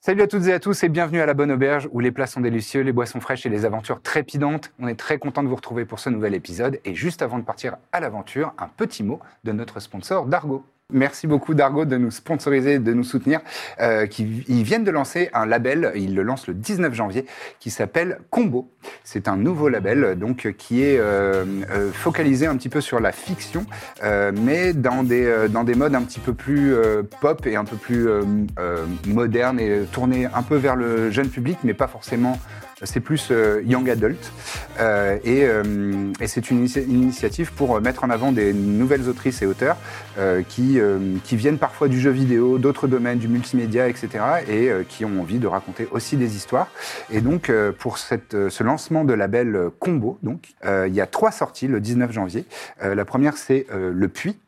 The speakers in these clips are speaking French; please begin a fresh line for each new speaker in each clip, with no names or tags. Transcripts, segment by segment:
Salut à toutes et à tous et bienvenue à la Bonne Auberge où les plats sont délicieux, les boissons fraîches et les aventures trépidantes. On est très content de vous retrouver pour ce nouvel épisode et juste avant de partir à l'aventure, un petit mot de notre sponsor Dargo. Merci beaucoup Dargo de nous sponsoriser, de nous soutenir. Euh, qui, ils viennent de lancer un label, ils le lancent le 19 janvier, qui s'appelle Combo. C'est un nouveau label donc qui est euh, euh, focalisé un petit peu sur la fiction, euh, mais dans des, euh, dans des modes un petit peu plus euh, pop et un peu plus euh, euh, moderne et tourné un peu vers le jeune public, mais pas forcément c'est plus euh, young adult. Euh, et euh, et c'est une, initia- une initiative pour euh, mettre en avant des nouvelles autrices et auteurs euh, qui, euh, qui viennent parfois du jeu vidéo, d'autres domaines, du multimédia, etc. et euh, qui ont envie de raconter aussi des histoires. Et donc, euh, pour cette, euh, ce lancement de label euh, Combo, donc, euh, il y a trois sorties le 19 janvier. Euh, la première, c'est euh, Le Puits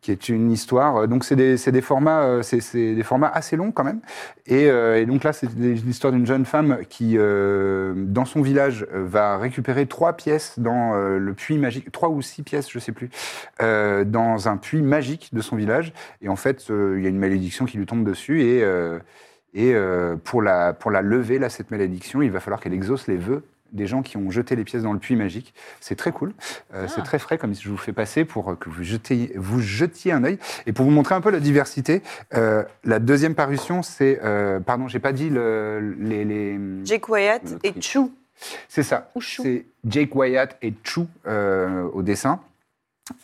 qui est une histoire. euh, Donc, c'est des, c'est des formats, euh, c'est c'est des formats assez longs quand même. Et, euh, et donc là, c'est des- l'histoire d'une jeune femme qui, euh, dans son village, euh, va récupérer trois pièces dans euh, le puits magique, trois ou six pièces, je sais plus, euh, dans un puits magique de son village. Et en fait, euh, il y a une malédiction qui lui tombe dessus et euh, et euh, pour, la, pour la lever, là, cette malédiction, il va falloir qu'elle exauce les vœux des gens qui ont jeté les pièces dans le puits magique. C'est très cool. Euh, C'est très frais, comme je vous fais passer, pour euh, que vous, jetez, vous jetiez un œil. Et pour vous montrer un peu la diversité, euh, la deuxième parution, c'est... euh, pardon, j'ai pas dit le, les... les-
Jake Wyatt
Notre
et
hit.
Chou.
C'est ça.
Ou Chou.
Mm. C'est Jake Wyatt et Chu euh, au dessin.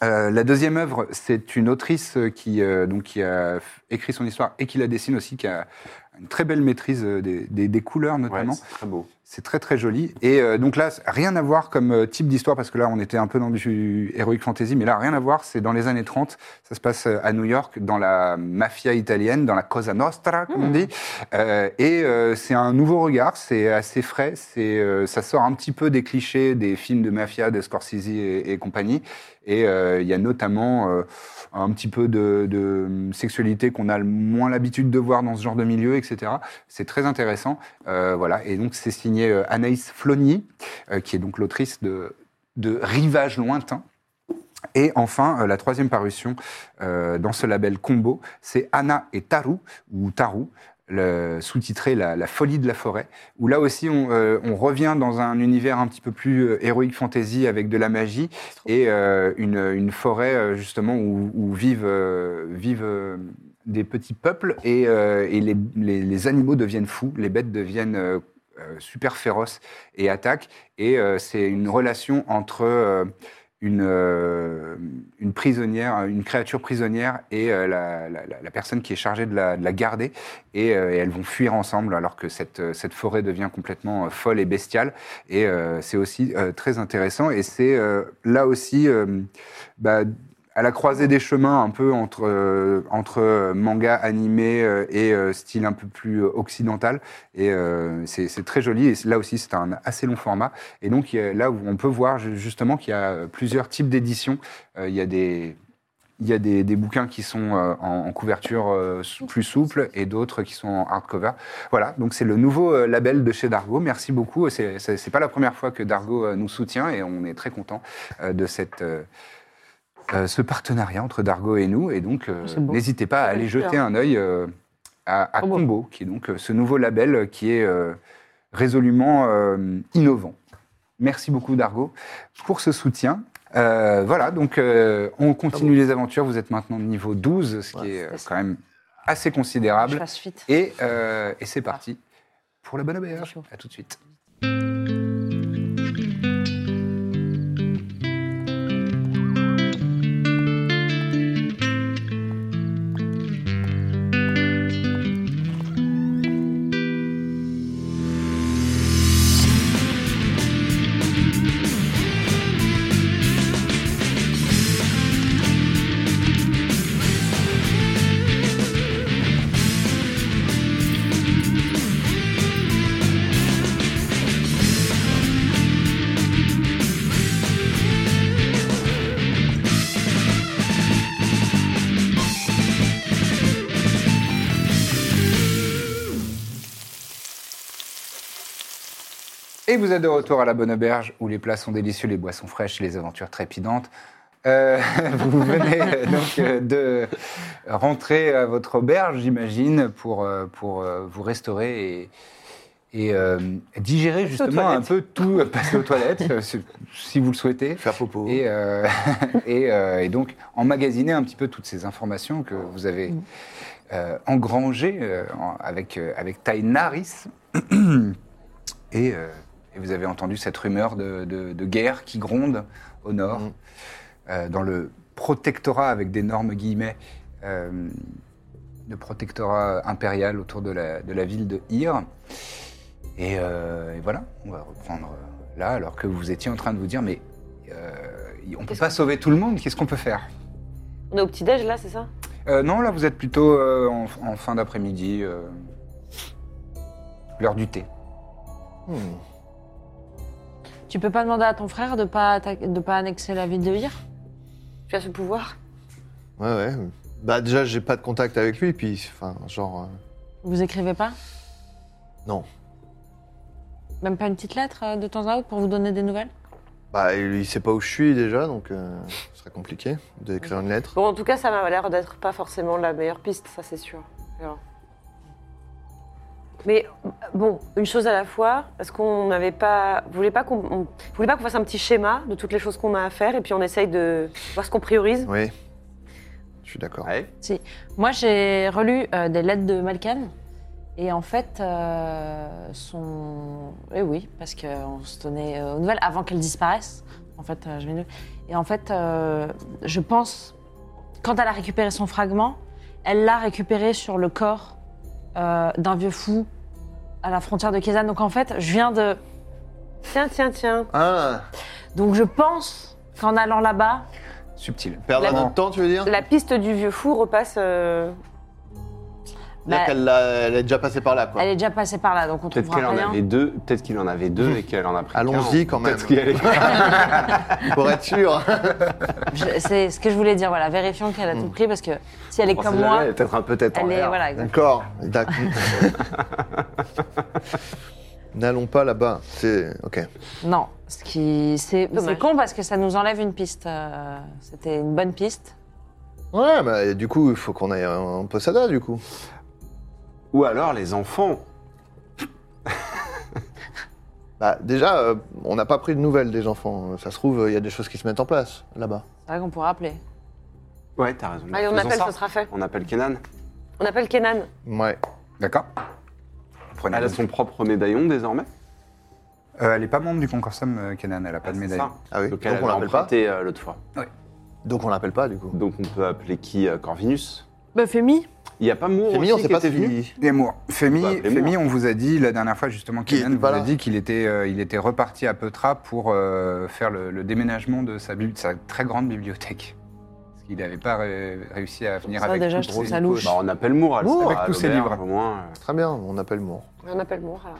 Euh, la deuxième œuvre, c'est une autrice euh, qui, euh, donc, qui a f- écrit son histoire et qui la dessine aussi, qui a une très belle maîtrise euh, des, des- des couleurs notamment.
c'est très beau.
C'est très très joli. Et euh, donc là, rien à voir comme euh, type d'histoire, parce que là, on était un peu dans du heroic fantasy, mais là, rien à voir. C'est dans les années 30. Ça se passe euh, à New York, dans la euh, mafia italienne, dans la Cosa Nostra, comme on dit. Euh, et euh, c'est un nouveau regard, c'est assez frais, c'est, euh, ça sort un petit peu des clichés des films de mafia, de Scorsese et, et compagnie. Et euh, il y a notamment euh, un petit peu de, de sexualité qu'on a le moins l'habitude de voir dans ce genre de milieu, etc. C'est très intéressant. Euh, voilà. Et donc, c'est signé euh, Anaïs Flonnier, euh, qui est donc l'autrice de, de Rivage lointain. Et enfin, euh, la troisième parution euh, dans ce label combo, c'est Anna et Taru, ou Taru, le- sous-titré la, La folie de la forêt, où là aussi on, euh, on revient dans un univers un petit peu plus euh, héroïque fantasy avec de la magie et euh, une, une forêt euh, justement où, où vivent, euh, vivent euh, des petits peuples et, euh, et les, les- les animaux deviennent fous, les bêtes deviennent euh, euh, super féroces et attaquent. Et euh, c'est une relation entre euh, une, euh, une prisonnière, une créature prisonnière et euh, la, la- la- la personne qui est chargée de la, de la garder. Et, euh, et elles vont fuir ensemble alors que cette, euh, cette forêt devient complètement euh, folle et bestiale. Et euh, c'est aussi euh, très intéressant. Et c'est euh, là aussi... euh, bah, à la croisée des chemins, un peu entre, euh, entre euh, manga animé euh, et euh, style un peu plus euh, occidental. Et euh, c'est c'est très joli. Et là aussi, c'est un assez long format. Et donc, il y a- là, où on peut voir ju- justement qu'il y a euh, plusieurs types d'éditions. Euh, Il y a des. Il y a des, des bouquins qui sont euh, en, en couverture euh, sou- plus souple et d'autres qui sont en hardcover. Voilà, donc c'est le nouveau euh, label de chez Dargo. Merci beaucoup. C'est- C'est c'est pas la première fois que Dargo euh, nous soutient et on est très content de cette euh, euh, ce partenariat entre Dargo et nous. Et donc, euh,
C'est beau.
n'hésitez pas à aller jeter un œil euh, à, à
Trop beau.
Combo, qui est donc euh, ce nouveau label euh, qui est euh, résolument euh, innovant. Merci beaucoup, Dargo, pour ce soutien. Euh, voilà, donc euh, on continue les aventures. Vous êtes maintenant niveau 12, ce qui est euh, quand même assez
Je
considérable.
fasse suite.
Et, euh, et c'est parti pour la bonne auberge.
Chaud.
À tout de suite. Et vous êtes de retour à la Bonne Auberge, où les plats sont délicieux, les boissons fraîches, les aventures trépidantes. Euh, vous venez euh, donc euh, de rentrer à votre auberge, j'imagine, pour, euh, pour euh, vous restaurer et, et, euh, digérer justement un
toilettes.
peu tout, euh, passer aux toilettes, euh, si- si vous le souhaitez.
Faire popo.
Et, euh, et, euh, et donc, emmagasiner un petit peu toutes ces informations que vous avez euh, engrangées euh, en- avec, euh, avec Tainaris. et, euh, et vous avez entendu cette rumeur de, de- de guerre qui gronde au nord, euh, dans le protectorat avec d'énormes guillemets, euh, le protectorat impérial autour de la, de la ville de Hyr. Et, euh, et voilà, on va reprendre euh, là, alors que vous étiez en train de vous dire, mais euh, on peut
Qu'est-ce
pas sauver tout le monde, qu'est-ce qu'on peut faire
On est au petit-déj là, c'est ça
Euh, Non, là vous êtes plutôt euh, en, en fin d'après-midi, euh, l'heure du thé.
Hmm.
Tu peux pas demander à ton frère de pas, atta- de pas annexer la ville de Hir
Tu as ce pouvoir
Ouais, ouais. Bah, déjà, j'ai pas de contact avec lui, puis, enfin, genre. euh,
Vous écrivez pas
Non.
Même pas une petite lettre euh, de temps à autre pour vous donner des nouvelles
bah, il il sait pas où je suis déjà, donc euh, ce serait compliqué d'écrire une lettre.
Bon, en tout cas, ça m'a l'air d'être pas forcément la meilleure piste, ça c'est sûr. Alors. Mais bon, une chose à la fois, est-ce qu'on n'avait pas. Vous voulez pas qu'on on- vous voulez pas qu'on fasse un petit schéma de toutes les choses qu'on a à faire et puis on essaye de voir ce qu'on priorise
Oui. Je suis d'accord.
Moi, j'ai relu euh, des lettres de Malkan. Et en fait, euh, son. Eh oui, parce qu'on se tenait euh, aux nouvelles avant qu'elle disparaisse. En fait, euh, je vais nous- Et en fait, euh, je pense, quand elle a récupéré son fragment, elle l'a récupéré sur le corps euh, d'un vieux fou à la frontière de Kézan. Donc en fait, je viens de.
Tiens, tiens, tiens.
Ah
Donc je pense qu'en allant là-bas,
Subtil.
Perdre
La-
notre temps, tu veux dire
La piste du vieux fou repasse. euh,
Là,
bah,
qu'elle l'a- elle est déjà passée par là, quoi.
elle est déjà passée par là, donc on
Peut-être
trouvera
qu'elle en
rien.
avait deux, peut-être qu'il en avait
Mmh.
deux et qu'elle en a pris.
Allons-y,
40.
quand même.
Peut-être qu'il y a les-
Pour être sûr.
Je- C'est ce que je voulais dire, voilà, vérifions qu'elle a tout pris parce que si elle est
On sait
comme
jamais,
moi,
Oh, elle est Peut-être un peu tête en
elle est.
l'air.
Voilà, exact.
D'accord. D'accord. N'allons pas là-bas. C'est. Ok.
Non, ce qui. C'est c'est
Dommage.
con parce que ça nous enlève une piste. euh, C'était une bonne piste.
Ouais, bah, du coup, il faut qu'on aille en Posada, du coup.
Ou alors les enfants.
Bah, déjà, euh, on n'a pas pris de nouvelles des enfants. Ça se trouve, il y a des choses qui se mettent en place là-bas.
C'est vrai qu'on pourra appeler.
Ouais, t'as raison.
Ah,
Allez, on
Bah, Faisons
appelle,
ça.
ça sera fait.
On appelle Kenan.
On appelle Kenan.
Ouais.
D'accord Prenez
Elle a son propre médaillon désormais.
Euh, elle n'est pas membre du concorsum, euh, Kenan, elle n'a pas de
C'est
médaille.
ça.
Ah oui.
Donc,
Donc,
elle
on
l'a
l'appelle pas.
emprunté euh, l'autre fois.
Donc on l'appelle pas, du coup.
Donc on peut appeler qui euh, Corvinus.
Bah, Femi
Il n'y a pas Moore
Rémi, on
aussi
sait
qui
pas
était
si.
venu.
Et moi, Femi,
Bah, appelez-moi.
Femi, on vous a dit la dernière fois justement,
Qu'il
Kenan
était
vous
pas
a
là.
dit qu'il était, euh, il était reparti à Petra pour euh, faire le, le déménagement de sa, bibli- sa très grande bibliothèque. Parce qu'il n'avait pas ré- réussi à venir
Ça,
avec
déjà,
toutes
je trouve
ses-
ça louche.
Bah, on appelle Moore. Elle
Moore,
sera
avec
à
tous ses
l'auberge,
livres.
Au moins. euh,
Très bien, on appelle Moore.
On appelle Moore alors.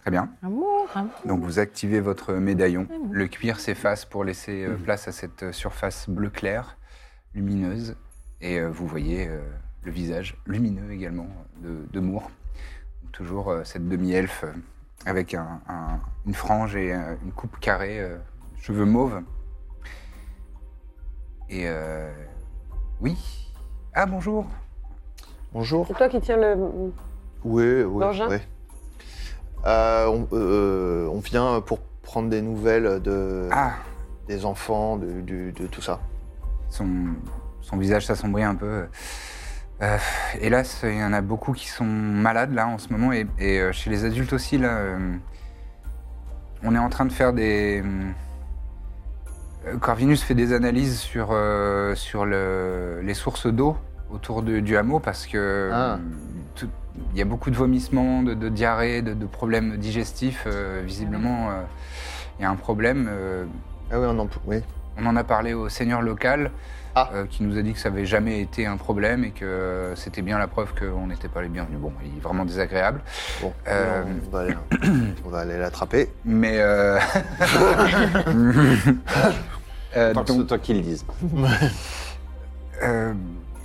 Très bien.
Ah bon ah bon
Donc vous activez votre médaillon. Le cuir s'efface pour laisser euh, place à cette euh, surface bleu clair, lumineuse. Et euh, vous voyez euh, le visage lumineux également de, de Moore. Toujours euh, cette demi-elfe euh, avec un- un- une frange et euh, une coupe carrée, euh, cheveux mauves. Et euh, oui. Ah bonjour.
Bonjour.
C'est toi qui tiens le.
Oui, oui.
L'engin
oui. Euh, on, euh, on vient pour prendre des nouvelles de,
Ah,
des enfants, de, du- de tout ça.
son, son visage s'assombrit un peu. Euh, hélas, il y en a beaucoup qui sont malades là en ce moment et, et, euh, chez les adultes aussi là. euh, on est en train de faire des. euh, Corvinus fait des analyses sur, euh, sur le- les sources d'eau autour de- du hameau parce que
Ah.
euh, tout- il y a beaucoup de vomissements, de, de diarrhée, de, de problèmes digestifs. euh, visiblement, euh, il y a un problème. euh,
Ah oui, on en. Oui.
on en a parlé au seigneur local,
Ah.
euh, qui nous a dit que ça n'avait jamais été un problème et que euh, c'était bien la preuve qu'on n'était pas les bienvenus. Bon, il est vraiment désagréable,
Bon,
Euh,
on va aller- on va aller l'attraper.
mais... euh, euh,
Tant que
donc,
c'est toi qui le dise.
euh,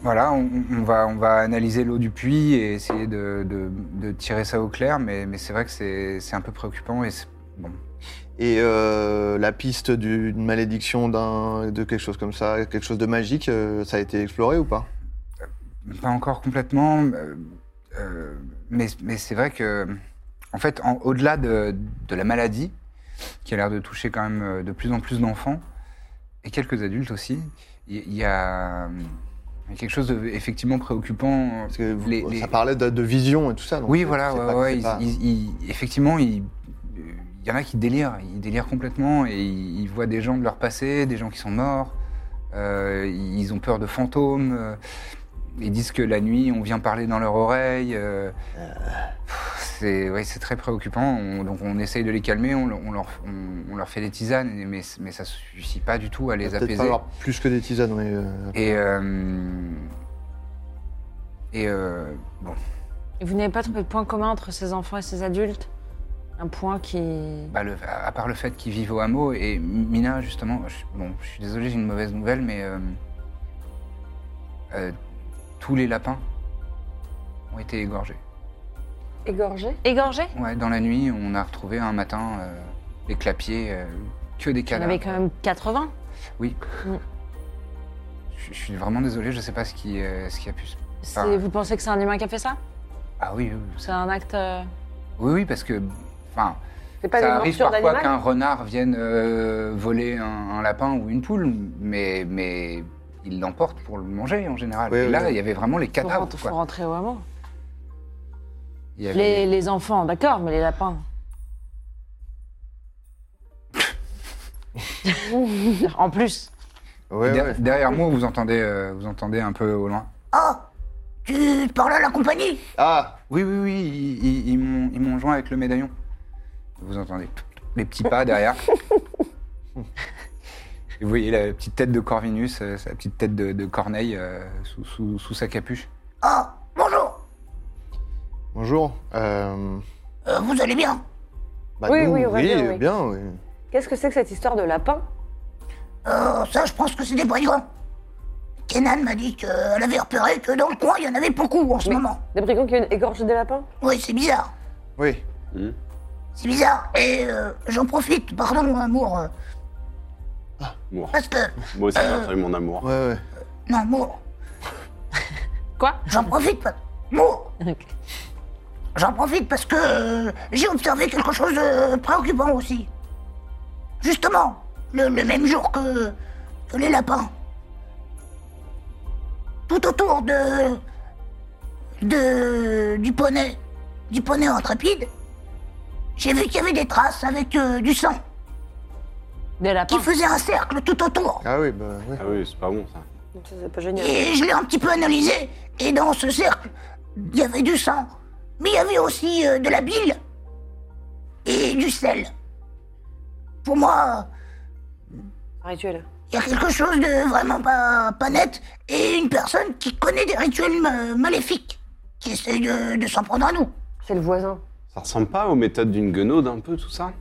Voilà, on, on va, on va analyser l'eau du puits et essayer de, de- de tirer ça au clair, mais, mais c'est vrai que c'est c'est un peu préoccupant. Et c'est- bon.
Et euh, la piste d'une malédiction, d'un, de quelque chose comme ça, quelque chose de magique, euh, ça a été exploré ou pas
Pas encore complètement, euh, euh, mais, mais c'est vrai que, en fait, en- au-delà de, de la maladie, qui a l'air de toucher quand même euh, de plus en plus d'enfants, et quelques adultes aussi, il y, il y a euh, quelque chose de effectivement préoccupant. euh,
Parce que vous-
Les- les-
ça parlait de, de vision et tout ça. donc
Oui,
c'est-
voilà,
c'est
ouais,
pas-
ouais,
c'est
ils-
pas-
ils- ils- effectivement, ils- euh, il y en a qui délirent, ils délirent complètement et ils, ils voient des gens de leur passé, des gens qui sont morts, euh, ils ont peur de fantômes, euh, ils disent que la nuit on vient parler dans leur oreille. euh, pff, C'est ouais, c'est très préoccupant, on- donc on essaye de les calmer, on, le- on leur, on- on leur fait des tisanes, mais, mais ça suffit pas du tout à les
peut-être
apaiser.
pas avoir plus que des tisanes, mais euh,
Et. euh, et euh, bon,
Et vous n'avez pas trouvé de point commun entre ces enfants et ces adultes Un point qui.
Bah, le- à à part le fait qu'ils vivent au hameau, et Mina, justement, je, bon, je suis désolé, j'ai une mauvaise nouvelle, mais euh, euh, tous les lapins ont été égorgés.
Égorgé
Égorgé
Ouais, dans la nuit, on a retrouvé un matin euh, des clapiers, euh, que des
Il y en
cadavres.
avait quand même 80.
Oui.
Mm.
Je, je suis vraiment désolé, je sais pas ce qui, euh, ce qui a pu se...
C'est-
Ah.
Vous pensez que c'est un humain qui a fait ça
Ah oui, oui, oui.
C'est un acte. euh,
oui, oui, parce que... Enfin,
C'est pas
ça
des
arrive
morsures
parfois
d'animal
qu'un renard vienne euh, voler un, un lapin ou une poule, mais, mais il l'emporte pour le manger en général.
Oui,
Et
oui,
là,
oui.
il y avait vraiment les
Faut,
cadavres.
rentrer, faut
quoi.
rentrer au hameau.
Il y avait-
Les, les enfants, d'accord, mais les lapins. en plus.
ouais,
Der-
ouais.
Derrière moi, vous entendez, euh, vous entendez un peu au loin. Oh Tu parles à la compagnie
Ah,
Oui, oui, oui, ils, ils- ils m'ont- ils m'ont joint avec le médaillon. Vous entendez les petits pas derrière. Et vous voyez la petite tête de Corvinus, euh, sa petite tête de, de corneille euh, sous, sous- sous sa capuche.
bonjour. euh,
vous allez bien
bah,
Oui,
nous,
oui, on va bien, oui.
bien, oui.
Qu'est-ce que c'est que cette histoire de lapin
Euh, ça, je pense que c'est des brigands. Kenan m'a dit qu'elle avait repéré que dans le coin, il y en avait beaucoup en ce moment.
Des brigands qui viennent égorger des lapins
Oui, c'est bizarre.
Oui,
C'est bizarre. Et euh, j'en profite, pardon, mon amour. euh,
Mour.
parce que.
Moi aussi, j'ai entendu mon amour.
ouais, ouais.
Non, Mour.
Quoi
J'en profite. pa- Mour J'en profite parce que euh, j'ai observé quelque chose de préoccupant aussi. Justement, le, le même jour que, que les lapins. Tout autour de, de du poney, du poney intrépide, j'ai vu qu'il y avait des traces avec euh, du sang
Des
qui
lapins.
faisait un cercle tout autour.
Ah oui, bah oui.
Ah oui, c'est pas bon ça.
Donc ça, C'est pas génial.
Et je l'ai un petit peu analysé, et dans ce cercle, il y avait du sang, mais il y avait aussi euh, de la bile et du sel. Pour moi,
Un rituel.
il y a quelque chose de vraiment pas, pas net, et une personne qui connaît des rituels ma- maléfiques, qui essaye de, de s'en prendre à nous.
C'est le voisin.
Ça ressemble pas aux méthodes d'une guenaude un peu tout ça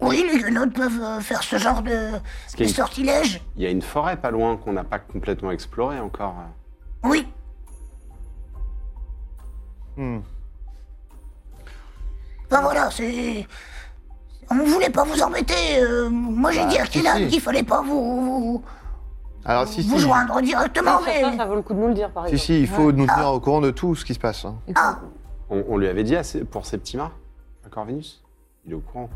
Oui, les guenaudes peuvent euh, faire ce genre de,
qu'il y
de
a une-
sortilèges.
Il y a une forêt pas loin qu'on n'a pas complètement explorée encore. euh.
Oui,
Hmm.
ben voilà, c'est... On ne voulait pas vous embêter. euh, moi, j'ai dit à
Bah, si,
Kenan
si.
qu'il fallait pas vous- vous,
Alors si,
vous
si,
joindre directement, mais...
Ça, ça vaut le coup de nous le dire, par
si,
exemple.
si, il faut nous tenir au courant de tout ce qui se passe. hein.
Ah,
On, on lui avait dit à ses- pour Septima, à Corvinus Il est au courant.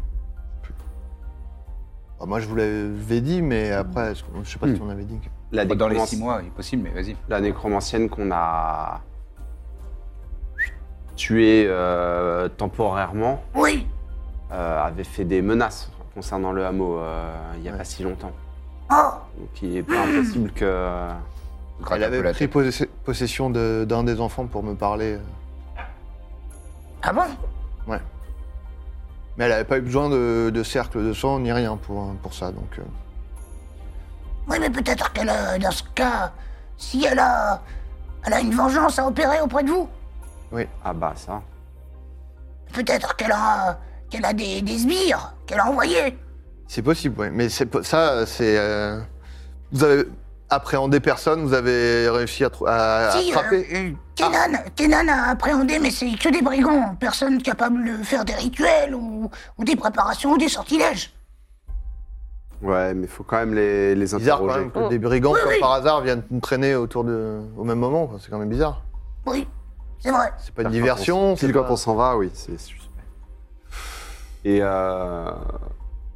Bah, moi, je vous l'avais dit, mais après, est-ce qu'on- je sais pas
Hmm.
si on avait dit. que-
La
Dans les
nécromanci-
six mois, il est possible, mais vas-y.
La nécromancienne qu'on a tuée euh, temporairement
oui.
euh, avait fait des menaces concernant le hameau euh, il n'y a
Ouais.
pas si longtemps.
Oh,
Donc il est pas impossible que. euh,
Gratte
Elle
un peu
avait
la
pris
tête.
possé- possession de- d'un des enfants pour me parler. euh.
ah bon
Mais elle n'avait pas eu besoin de, de cercle de sang ni rien pour, pour ça, donc... euh,
Oui, mais peut-être qu'elle a, dans ce cas, si elle a, elle a une vengeance à opérer auprès de vous,
Ah bah ça.
peut-être qu'elle a, qu'elle a des, des sbires qu'elle a envoyés.
C'est possible, oui. Mais c'est po- ça, c'est... euh, Vous avez... appréhendé personne, vous avez réussi à, trou- à- Ah, à
Si, euh,
attraper
euh, Kenan, Kenan a appréhendé, mais c'est que des brigands, personne capable de faire des rituels ou, ou des préparations ou des sortilèges.
Ouais, mais faut quand même les, les
Bizarre quand
interroger.
même que des brigands,
Oui,
comme
oui.
par hasard, viennent traîner autour de... au même moment. quoi. C'est quand même bizarre.
Oui, c'est vrai.
C'est pas une
Quand
diversion.
on- Pile
c'est
quand
pas-
on s'en va, oui, c'est suspect. Et euh,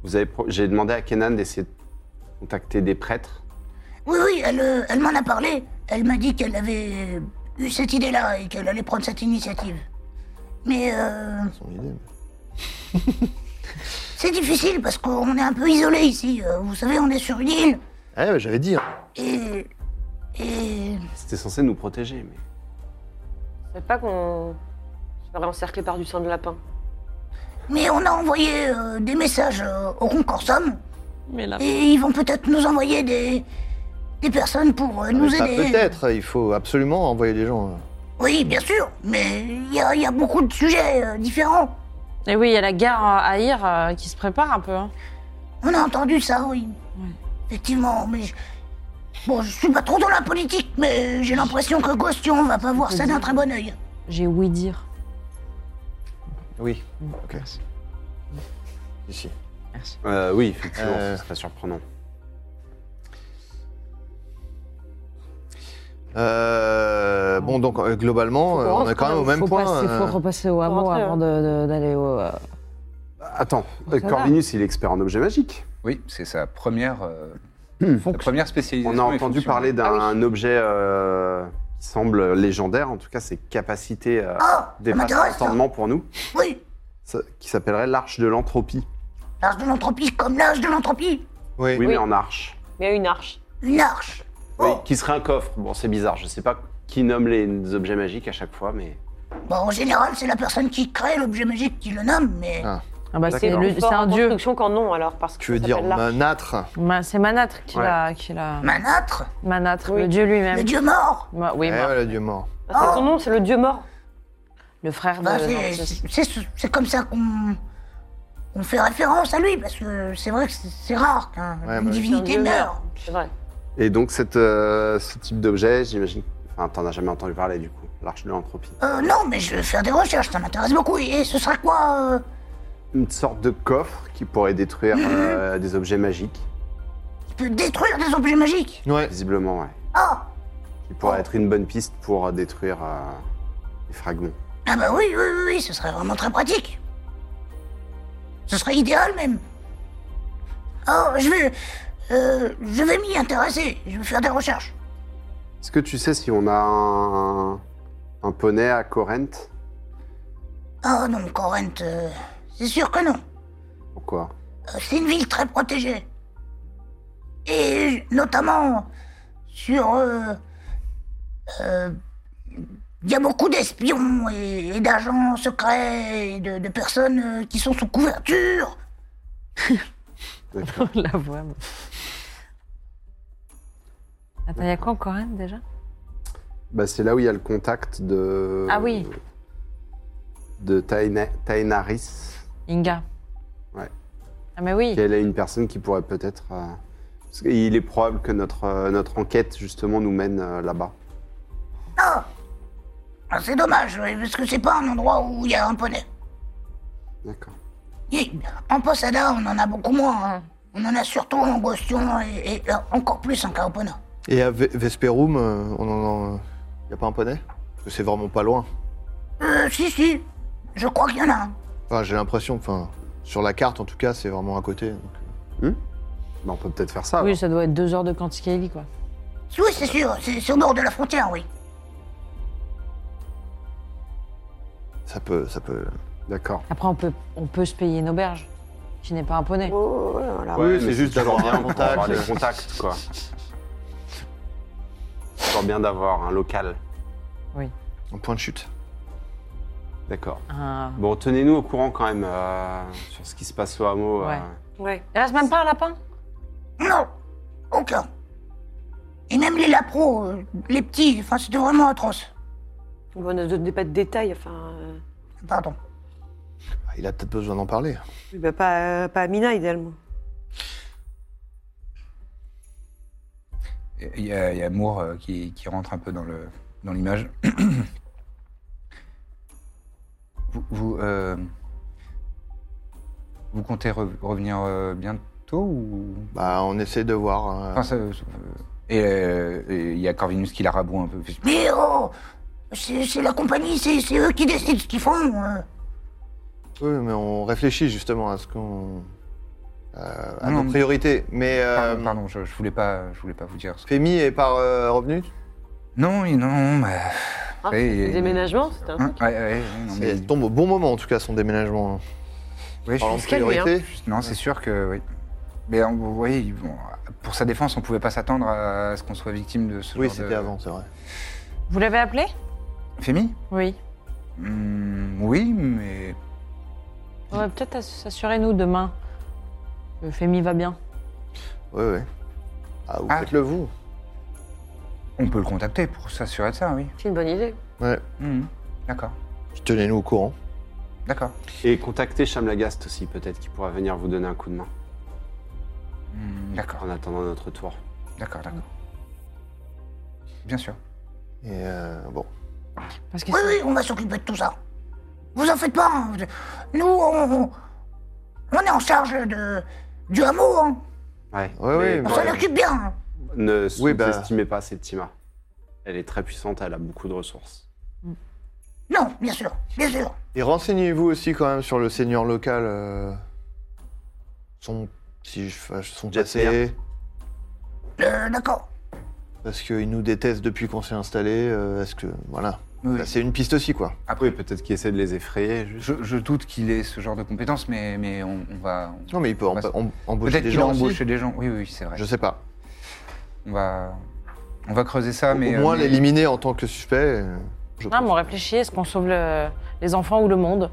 vous avez, pro- j'ai demandé à Kenan d'essayer de contacter des prêtres.
Oui, oui, elle, euh, elle m'en a parlé. Elle m'a dit qu'elle avait euh, eu cette idée-là et qu'elle allait prendre cette initiative. Mais euh,
Son idée, mais-
c'est difficile parce qu'on est un peu isolé ici. euh, Vous savez, on est sur une île
Eh, ouais, j'avais dit. hein.
et. Et.
C'était censé nous protéger, mais
C'est pas qu'on serait encerclé par du sang de lapin.
Mais on a envoyé euh, des messages euh, au Concorsum
Mais là.
et ils vont peut-être nous envoyer des. des personnes pour euh, nous
Ah, Mais ça,
aider.
peut-être. Il faut absolument envoyer des gens. hein.
Oui, bien sûr, mais il y, a- il y a beaucoup de sujets euh, différents.
Et Eh oui, il y a la guerre à Ir euh, qui se prépare un peu. hein.
On a entendu ça, oui. Effectivement, mais. je- Bon, je suis pas trop dans la politique, mais j'ai l'impression que Gostion va pas voir ça d'un très bon œil.
J'ai ouï dire.
Oui. Ok. Ici.
Euh, oui, effectivement,
Euh.
c'est pas surprenant.
Euh, bon, donc euh, globalement,
Faut
euh,
qu'on
on
rentre
est quand même au même
faut
point.
passer-
euh,
faut repasser au hameau
rentrer,
avant de- de- d'aller au. euh,
Attends,
Oh,
Ça
euh,
va.
Corvinus, il est expert en objets magiques.
Oui, c'est sa première, euh,
Hmm.
sa
Fonction.
première spécialisation.
On a
et
entendu
fonction. Ah
parler d'un
Ah
objet euh, qui semble légendaire, en tout cas ses capacités euh,
Ah, ça
dépassent
m'intéresse, ça.
l'entendement pour nous,
Oui,
ça- qui s'appellerait l'arche de l'entropie.
l'âge de l'entropie comme l'âge de l'entropie.
Oui.
Oui, mais en arche.
Il y a une arche.
Une arche.
Oui,
Oh.
qui serait un coffre. Bon, c'est bizarre, je sais pas qui nomme les, les objets magiques à chaque fois, mais...
Bon, en général, c'est la personne qui crée l'objet magique qui le nomme, mais.
Ah.
Ah bah, c'est
D'accord.
le-
Plus
c'est
fort
un
en
dieu.
construction qu'en nom, alors, parce que
Tu veux
ça
dire
s'appelle l'arche.
manâtre
Ma- C'est Manatre qui
Ouais.
l'a. qui l'a-
Manâtre
Manatre,
Oui.
le dieu
Le
lui-même.
dieu mort
Ma-
Eh
Oui, ma-
ouais, le dieu mort.
Ah, c'est son nom, c'est le dieu mort.
le
Ah,
frère de.
Bah, c'est-
Narcisse.
c'est- c'est- C'est comme ça qu'on. On fait référence à lui, parce que c'est vrai que c'est c'est rare qu'une
Ouais, bah oui.
divinité
C'est un dieu
meure.
C'est vrai.
Et donc, cette, euh, ce type d'objet, j'imagine... Enfin, t'en as jamais entendu parler, du coup, l'arche de l'entropie.
Euh, non, mais je vais faire des recherches, ça m'intéresse beaucoup. Et ce sera quoi euh,
Une sorte de coffre qui pourrait détruire euh, des objets magiques,
qui peut détruire des objets magiques
Ouais.
visiblement, ouais.
Ah
Qui pourrait être une bonne piste pour détruire euh, les fragments.
Ah bah oui, oui, oui, oui, ce serait vraiment très pratique. Ce serait idéal même. Oh, je vais... euh, je vais m'y intéresser, je vais faire des recherches.
Est-ce que tu sais si on a un, un poney à Corinthe
Ah non, Corinthe, euh, c'est sûr que non.
Pourquoi
Euh, C'est une ville très protégée. Et notamment sur... euh, euh, il y a beaucoup d'espions et, et d'agents secrets et de, de personnes euh, qui sont sous couverture.
D'accord.
la voix. moi. Attends, il y a quoi en Corinthe déjà
bah, C'est là où il y a le contact de.
Ah oui.
De Taina- Tainaris.
Inga.
Ouais.
Ah mais oui.
Quelle est une personne qui pourrait peut-être. euh, parce qu'il est probable que notre, euh, notre enquête, justement, nous mène euh, là-bas.
Ah, Ah, C'est dommage, oui, parce que c'est pas un endroit où il y a un poney.
D'accord.
Et En Posada, on en a beaucoup moins. hein. On en a surtout en Gostion et, et, euh, encore plus en Carpona.
Et à Ve- Vesperum, euh, on en a. Y a pas un poney Parce que c'est vraiment pas loin.
Euh, si, si, je crois qu'il y en a un.
Enfin, j'ai l'impression, enfin, sur la carte en tout cas, c'est vraiment à côté. donc, euh,
Bah, on peut peut-être faire ça.
Oui,
alors.
ça doit être deux heures de Canticali, quoi.
Oui, c'est sûr, c'est c'est au bord de la frontière, oui.
ça peut, ça peut.
D'accord.
Après, on peut, on peut se payer une auberge, qui n'est pas un poney.
Oh, ouais, voilà.
Oui, c'est juste d'avoir
toujours
un
bien pour avoir
contact.
des contacts, quoi. C'est toujours bien d'avoir un local.
Un point de chute.
D'accord.
Un-
Bon, tenez-nous au courant quand même euh, sur ce qui se passe au hameau.
Ouais.
euh,
Ouais.
Il reste même pas un lapin
Non, aucun. Et même les lapros, euh, les petits, enfin, c'était vraiment atroce.
Bon, on ne donne pas de détails, enfin... euh,
Pardon.
Ah, Il a peut-être besoin d'en parler.
oui, bah, pas, euh, pas à Mina, idéalement.
Il y a, il y a Moore euh, qui, qui rentre un peu dans le dans l'image. vous vous, euh, vous comptez re- revenir euh, bientôt ou
Bah, on essaie de voir.
Enfin, ça- euh, et euh, et il y a Corvinus qui la raboue un peu.
Mais oh C'est c'est la compagnie, c'est c'est eux qui décident ce qu'ils font. euh.
Oui, mais on réfléchit justement à ce qu'on. euh, à
Non,
nos
mais-
priorités. Mais. euh,
Pardon, pardon, je, je voulais pas, je voulais pas vous dire. ce que-
Fémi est par euh, revenu
Non, et non, bah,
Ah,
Et-
le déménagement, c'était un
hein,
truc.
ouais, ouais, ouais, non,
Ah, C'est-
mais-
Elle tombe au bon moment en tout cas son déménagement.
ouais, je-
Parlant de
jusqu'à lui,
priorité.
non, c'est sûr que oui. Mais on- vous voyez, bon, pour sa défense, on pouvait pas s'attendre à ce qu'on soit victime de ce
Oui,
genre de-
c'était avant, c'est vrai.
Vous l'avez appelé
Fémi
Oui.
Hmm, Oui, mais
On va peut-être ass- s'assurer, nous, demain. Le Fémi va bien.
Oui, oui. Ah, vous
Ah.
faites-le vous.
on peut le contacter pour s'assurer de ça, oui.
C'est une bonne idée.
Ouais.
Hmm, D'accord,
Puis Tenez-nous au courant.
d'accord.
Et contactez Chamlagast aussi, peut-être qu'il pourra venir vous donner un coup de main
Hmm, D'accord,
en attendant notre tour.
d'accord, d'accord. Bien sûr.
Et euh, bon.
Parce que
Oui,
c'est-
oui, on va s'occuper de tout ça. Vous en faites pas. hein. Nous, on, on est en charge de, du hameau. hein.
Ouais,
Ouais, ouais,
Mais
On
ouais.
s'en occupe bien.
Ne
Oui, bah.
sous-estimez pas Septima. Elle est très puissante, elle a beaucoup de ressources.
Non, bien sûr, bien sûr.
Et renseignez-vous aussi quand même sur le seigneur local. euh, son. Si je enfin, son
Jasper.
passé.
Euh, D'accord.
Parce qu'il nous déteste depuis qu'on s'est installé. euh, Est-ce que. Voilà.
Oui,
Bah, c'est une piste aussi, quoi.
Après, peut-être qu'il essaie de les effrayer. juste.
Je, je doute qu'il ait ce genre de compétences, mais, mais on, on va. on-
Non, mais il peut emba-
Parce-
em- embaucher
Peut-être
des
qu'il a
gens. aussi.
embauché des gens. Oui, oui, c'est vrai.
Je sais pas.
On va, on va creuser ça, mais.
au moins
euh, mais-
l'éliminer en tant que suspect. euh, Je
Non,
Ah,
pense.
mais on réfléchit. Est-ce qu'on sauve le- les enfants ou le monde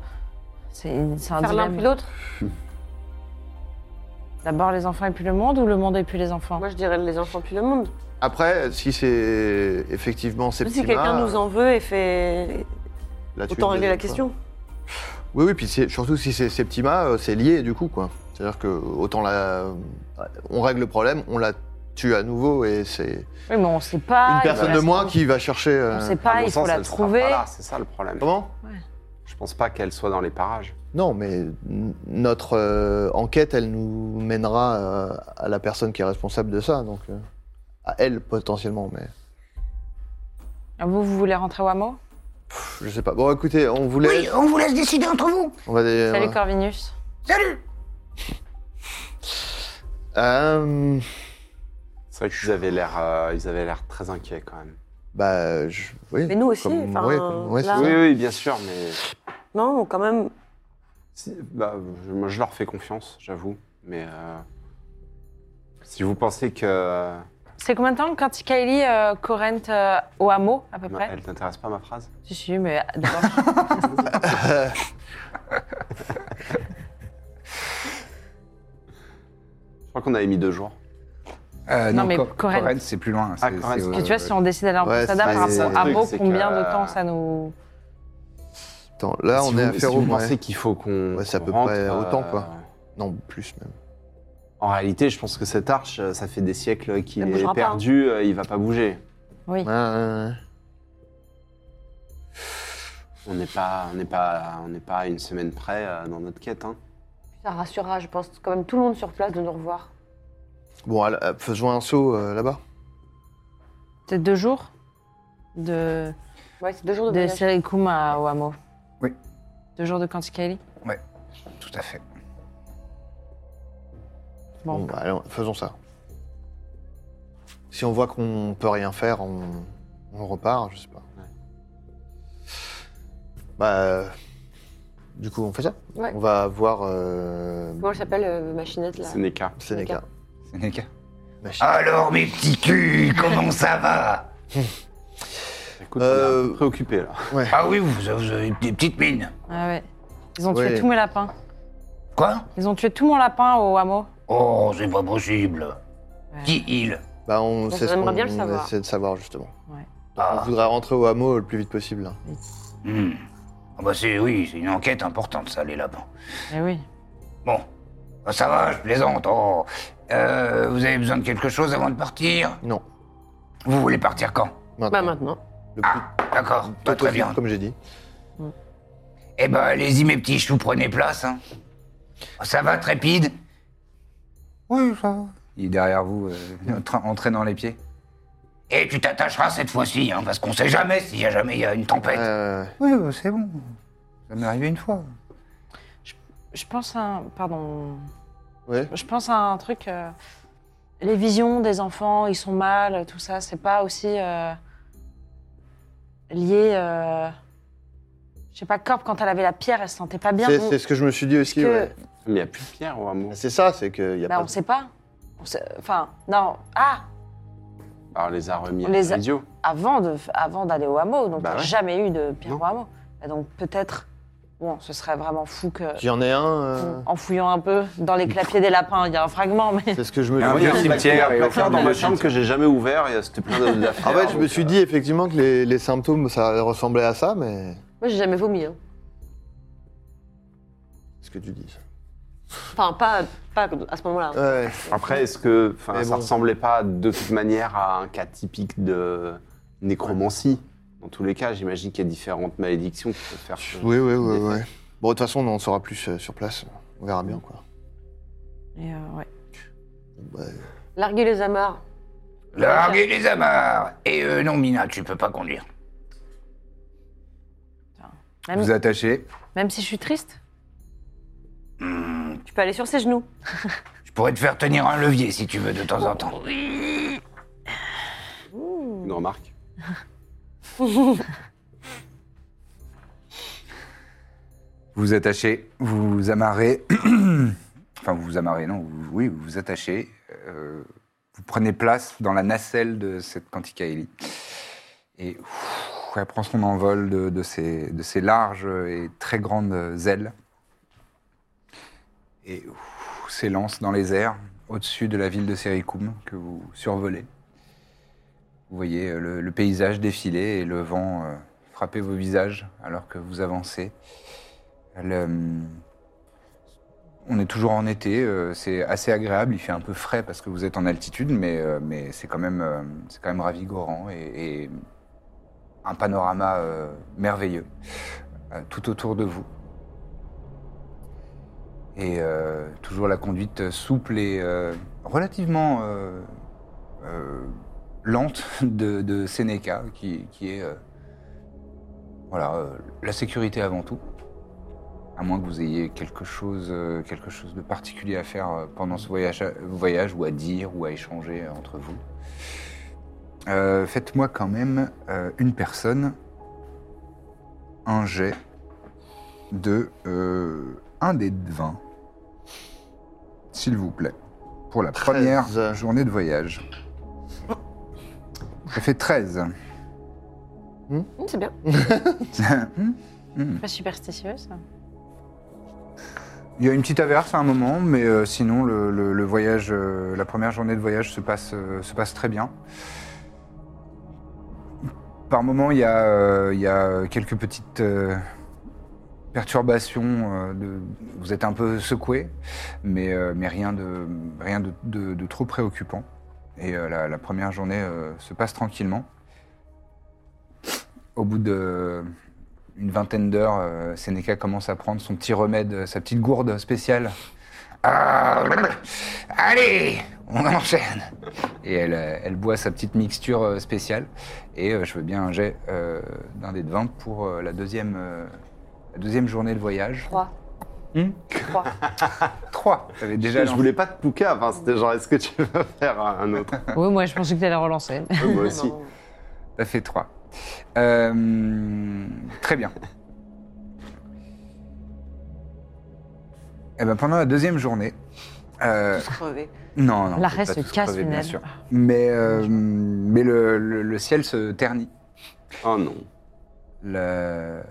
C'est c'est un
Faire l'un puis
dilemme.
l'autre.
D'abord les enfants et puis le monde, ou le monde et puis les enfants
Moi, je dirais les enfants puis le monde.
Après, si c'est effectivement
Surtout
Septima...
Si quelqu'un nous en veut et fait.
là, tu
Autant
es
régler la question.
deuxième, quoi. Oui, oui, puis c'est- surtout si c'est Septima, euh, c'est lié du coup, quoi. C'est-à-dire que autant la... On règle le problème, on la tue à nouveau et c'est
Oui, mais on sait pas.
une
Ah, il
personne
faut
de
la-
moins qui va chercher...
On
euh,
sait
À
pas,
mon
il faut
sens,
la
elle sera pas
trouver.
là, C'est ça le problème.
Comment
Je pense pas qu'elle soit dans les parages.
Non, mais n- notre euh, enquête, elle nous mènera euh, à la personne qui est responsable de ça, donc... euh, à elle, potentiellement, mais...
Ah, Vous, vous voulez rentrer au hameau
pff, Je sais pas. Bon, écoutez, on voulait...
Oui, on vous laisse décider entre vous.
On va...
Salut Corvinus.
Salut.
Euh,
C'est vrai qu'ils avaient l'air, euh, ils avaient l'air très inquiets quand même.
Bah, je... oui.
Mais nous aussi,
Comme-
enfin,
ouais, comme- ouais, c'est
là.
Ah.
ça.
Oui, oui, bien sûr, mais
Non, quand même.
si- bah, je, moi, je leur fais confiance, j'avoue. Mais euh, si vous pensez que
C'est combien de temps quand Kylie euh, corrente euh, au hameau, à peu
Non,
près
elle t'intéresse pas ma phrase,
Si, si, mais euh, d'abord.
je crois qu'on avait mis deux jours.
euh,
Non,
non,
mais
mais
Corrèze.
Corrèze, c'est euh, plus loin.
Ah, Corrèze,
Parce que tu vois, si on décide d'aller en
Ouais,
Posada
c'est-
par
c'est
rapport
ça
au
le
hameau,
truc, c'est
combien
que-
de temps ça nous.
Attends, là,
Si
on
vous-
est à
si
faire au
vous pensez qu'il faut qu'on,
Ouais, c'est à
qu'on
peu
rentre,
près
euh,
autant, quoi. Non, plus même.
En réalité, je pense que cette arche, euh, ça fait des siècles qu'il
Elle
est
bougera pas, hein.
perdu, euh, il va pas bouger.
Oui.
Ouais, ouais, ouais.
On n'est pas, on n'est pas, on n'est pas à une semaine près euh, dans notre quête. Hein.
Ça rassurera, je pense, quand même tout le monde sur place de nous revoir.
Bon, alors, euh, faisons un saut euh, là-bas.
Peut-être deux jours de,
Ouais, c'est deux jours de
de
voyage.
Serikum à euh, au hameau.
Oui.
Deux jours de Kantikali
Tout à fait.
Bon.
Bon, bah, allons, faisons ça. Si on voit qu'on peut rien faire, on, on repart, je sais pas. Bah, euh, du coup, on fait ça.
Ouais.
On va voir euh,
Comment elle s'appelle, euh, Machinette, là
Ce n'est qu'à.
Sénéca. Bah,
C'est Neka. Ah,
Machine.
Alors, mes petits culs, comment ça va
Écoute, on est
Euh,
un peu préoccupé là.
Ah oui, vous avez, vous
Euh,
avez des petites mines.
Ah ouais. Ils ont
Ouais.
tué tous mes lapins.
Quoi
Ils ont tué tout mon lapin au hameau.
Oh, c'est pas possible. Qui il
Bah, on, c'est ce
aimerait
qu'on-
bien le
on
savoir.
essaie de savoir justement.
Ouais.
Donc,
Ah.
On voudrait rentrer au hameau le plus vite possible. là.
Hmm. Ah bah c'est, oui, c'est une enquête importante, ça, les lapins.
Eh oui.
Bon, Ah, ça va, je plaisante. Oh. Euh, vous avez besoin de quelque chose avant de partir
Non.
Vous voulez partir quand
Bah maintenant.
Le plus
Ah, d'accord,
tôt
pas très
possible,
bien.
comme j'ai dit.
Eh ben, allez-y, mes petits choux, prenez place. hein. Ça va, Trépide
Oui, ça va. Il est derrière vous, euh, en train- en traînant les pieds.
Et Eh, tu t'attacheras cette fois-ci, hein, parce qu'on sait jamais s'il y a jamais il y a une tempête.
Euh,
Oui, bah, c'est bon. Ça m'est arrivé une fois.
Je pense à un... Pardon.
ouais.
Je pense à un truc... euh, Les visions des enfants, ils sont mal, tout ça, c'est pas aussi euh, lié... euh, Je sais pas, Corp, quand elle avait la pierre, elle se sentait pas bien.
C'est
On-
c'est ce que je me suis dit aussi.
que-
ouais.
Mais il n'y a plus de pierre au hameau.
C'est ça, c'est qu'il y a
Bah,
pas.
on sait pas. On sait- Enfin, non. Ah
Alors, Ah, on les a remis
On
à
les a-
l'idiot.
avant de, avant d'aller au hameau, donc
Bah
t'as
ouais.
jamais eu de pierre
Non.
au hameau. Et donc peut-être, bon, ce serait vraiment fou que,
Qu'il y en ait un. euh,
en fouillant un peu dans les clapiers des lapins, il y a un fragment, mais
C'est ce que je me
Ah,
Moi,
suis
il y
dit.
a
oui, oui,
un cimetière
oui,
et un
oui,
placard dans
oui,
ma
oui.
chambre que j'ai jamais ouvert. il y a- C'était plein de- d'affaires.
En fait, Ah je me
donc,
suis
euh,
dit effectivement que les, les symptômes, ça ressemblait à ça, mais.
Moi, j'ai jamais vomi. hein.
Ce que tu dis. ça.
Enfin, pas, pas à ce moment-là.
Ouais.
Après, est-ce que enfin,
Mais
ça
bon.
ressemblait pas de toute manière à un cas typique de nécromancie Dans tous les cas, j'imagine qu'il y a différentes malédictions qui peuvent faire. que-
Oui, oui, oui, oui. Bon, de toute façon, on en saura plus euh, sur place. On verra bien, quoi.
Et, euh, ouais.
Bah,
Larguer les amarres.
Larguez les amarres Et euh, non, Mina, tu peux pas conduire.
Même,
Vous attachez.
même si je suis triste,
Tu peux aller sur ses genoux.
Je pourrais te faire tenir un levier si tu veux de temps en temps.
Une remarque.
Vous vous attachez. Vous vous amarrez. enfin, vous vous amarrez, non. vous- oui, vous vous attachez. Euh, vous prenez place dans la nacelle de cette Canticaeli. Et ouf, elle prend son envol de, de ses, de ses larges et très grandes ailes. Et ouf, s'élance dans les airs, au-dessus de la ville de Sericum, que vous survolez. Vous voyez euh, le, le paysage défiler et le vent euh, frapper vos visages alors que vous avancez. Elle, euh, on est toujours en été, euh, c'est assez agréable, il fait un peu frais parce que vous êtes en altitude, mais, euh, mais c'est quand, même, euh, c'est quand même ravigorant et, et un panorama euh, merveilleux euh, tout autour de vous. Et euh, toujours la conduite souple et euh, relativement euh, euh, lente de, de Seneca, qui, qui est euh, voilà, euh, la sécurité avant tout. À moins que vous ayez quelque chose, euh, quelque chose de particulier à faire euh, pendant ce voyage, euh, voyage ou à dire ou à échanger euh, entre vous. Euh, Faites-moi quand même euh, une personne un jet de euh, un des 20, s'il vous plaît, pour la première
Treize.
journée de voyage. Ça fait 13.
Hum, c'est bien.
pas superstitieuse.
Il y a une petite averse à un moment, mais euh, sinon le, le- le voyage, euh, la première journée de voyage se passe, euh, se passe très bien. Par moment, il y a, euh, il y a quelques petites euh, perturbations. euh, de- vous êtes un peu secoué, mais, euh, mais rien, de, rien de, de- de trop préoccupant. Et euh, la, la première journée euh, se passe tranquillement. Au bout de, euh, une vingtaine d'heures, euh, Seneca commence à prendre son petit remède, euh, sa petite gourde spéciale. Ah, allez, on enchaîne. Et elle, euh, elle boit sa petite mixture euh, spéciale. Et euh, je veux bien un jet euh, d'un dé de 20 pour euh, la, deuxième, euh, la deuxième journée de voyage.
Trois.
Hmm
Trois.
3. T'avais déjà
je
lancé.
voulais pas te pouca. Enfin, c'était genre, est-ce que tu veux faire un autre
oui, moi je pensais que t'allais relancer.
Ouais, Moi aussi.
Ça fait 3. Euh, très bien. Eh ben, pendant la deuxième journée, euh,
Crevé.
non, non,
L'arrêt
c'est
se
pas tous
casse,
crevés, bien
Lunel.
sûr. Mais, euh, mais le, le- le ciel se ternit.
Oh non.
Le-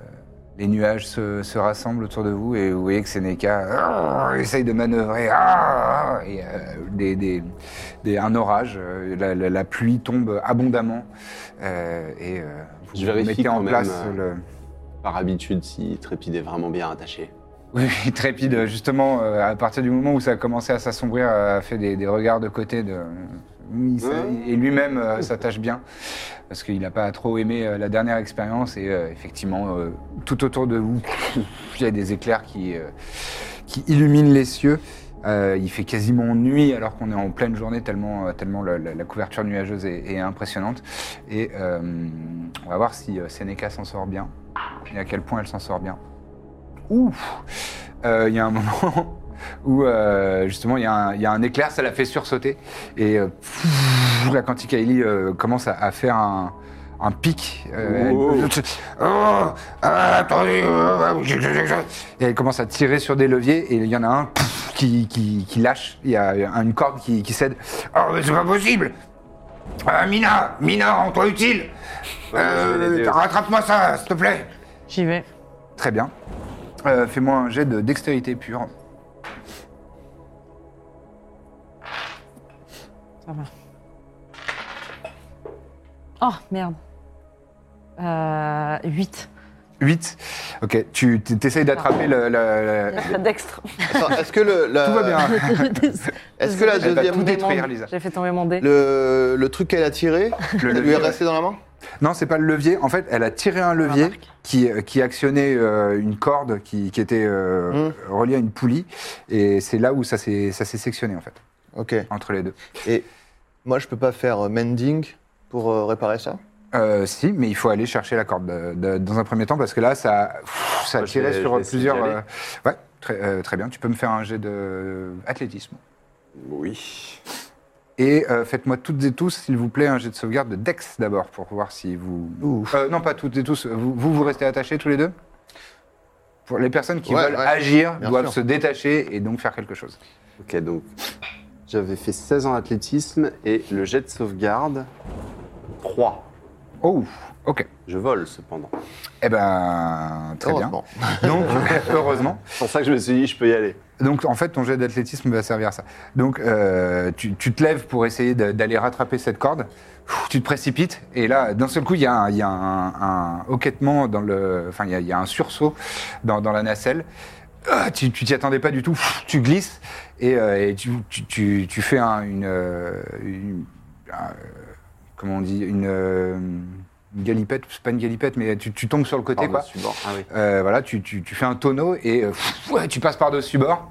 les nuages se, se rassemblent autour de vous et vous voyez que Seneca ah, essaye de manœuvrer. ah, et, euh, des- des- des- un orage, euh, la, la- la pluie tombe abondamment. euh, et euh, vous,
Je vérifie
mettez en
quand même,
place
euh,
le.
Par habitude, si Trépide est vraiment bien attaché.
Oui, oui, euh, Trépide, justement, euh, à partir du moment où ça a commencé à s'assombrir, a fait des, des regards de côté de. il s'a- et lui-même euh, s'attache bien, parce qu'il n'a pas trop aimé euh, la dernière expérience, et euh, effectivement, euh, tout autour de vous, il y a des éclairs qui, euh, qui illuminent les cieux. Euh, il fait quasiment nuit alors qu'on est en pleine journée, tellement, euh, tellement la, la- la couverture nuageuse est, est impressionnante. Et euh, on va voir si euh, Seneca s'en sort bien, et à quel point elle s'en sort bien. Ouf Euh, Il y a un moment où euh, justement il y, a un- il y a un éclair, ça la fait sursauter. Et euh, pfff, la Quantique Ailey, euh, commence à, à faire un, un pic. euh, elle-
Wow.
Oh, ah, attendez, euh, et elle commence à tirer sur des leviers et il y en a un pff, qui, qui- qui lâche. Il y a une corde qui, qui cède. Oh, mais c'est pas possible Ah, Mina, Mina, rends-toi utile
je vais
Euh,
l'aider.
Rattrape-moi ça, s'il te plaît
J'y vais.
Très bien. Euh, Fais-moi un jet de dextérité pure.
Ça va. Oh, merde. Euh, 8.
8. Ok, tu t- t'essayes d'attraper le. le- le-
Dextre.
Attends, est-ce que le. la-
Tout va bien.
Est-ce que la
Elle va tout
deuxième.
détruire, Lisa.
J'ai fait tomber mon dé.
Le, le truc qu'elle a tiré,
Le
elle lui
levier,
est
ouais.
resté dans la main
Non, c'est pas le levier. En fait, elle a tiré un levier
Remarque.
qui, qui actionnait euh, une corde qui, qui était euh, reliée à une poulie. Et c'est là où ça s'est ça s'est sectionné, en fait,
Ok.
entre les deux.
Et moi, je peux pas faire euh, mending pour euh, réparer ça
Euh, si, mais il faut aller chercher la corde euh, de- dans un premier temps parce que là, ça, pff, ça
Moi, je
tirait
vais-
sur
je vais essayer d'y
plusieurs.
aller.
euh, ouais, très, euh, très bien. Tu peux me faire un jet d'athlétisme.
Oui.
Et euh, faites-moi toutes et tous, s'il vous plaît, un jet de sauvegarde de Dex d'abord pour voir si vous. Euh, non, pas toutes et tous. Vous, vous, vous restez attachés tous les deux Pour les personnes qui
Ouais,
veulent
ouais.
agir
Bien
doivent
sûr.
se détacher et donc faire quelque chose.
Ok, donc j'avais fait 16 ans d'athlétisme et le jet de sauvegarde, 3.
Oh, ok.
Je vole cependant.
Eh ben, très bien.
Heureusement.
Donc, heureusement.
C'est pour ça que je me suis dit, je peux y aller.
Donc, en fait, ton jet d'athlétisme va servir à ça. Donc, euh, tu, tu te lèves pour essayer de- d'aller rattraper cette corde. Pff, Tu te précipites. Et là, d'un seul coup, il y a un, il y a un- un hoquetement dans le. Enfin, il y a, il y a un sursaut dans, dans la nacelle. Ah, tu tu t'y attendais pas du tout. Pff, Tu glisses. Et, euh, et tu, tu, tu- tu fais un- une. euh, une- un, euh, comment on dit Une. euh, une galipette. C'est pas une galipette, mais tu, tu tombes sur le côté, quoi.
Par-dessus bord. Ah oui.
Euh, voilà, tu, tu- tu fais un tonneau et euh, pff, ouais, tu passes par-dessus bord.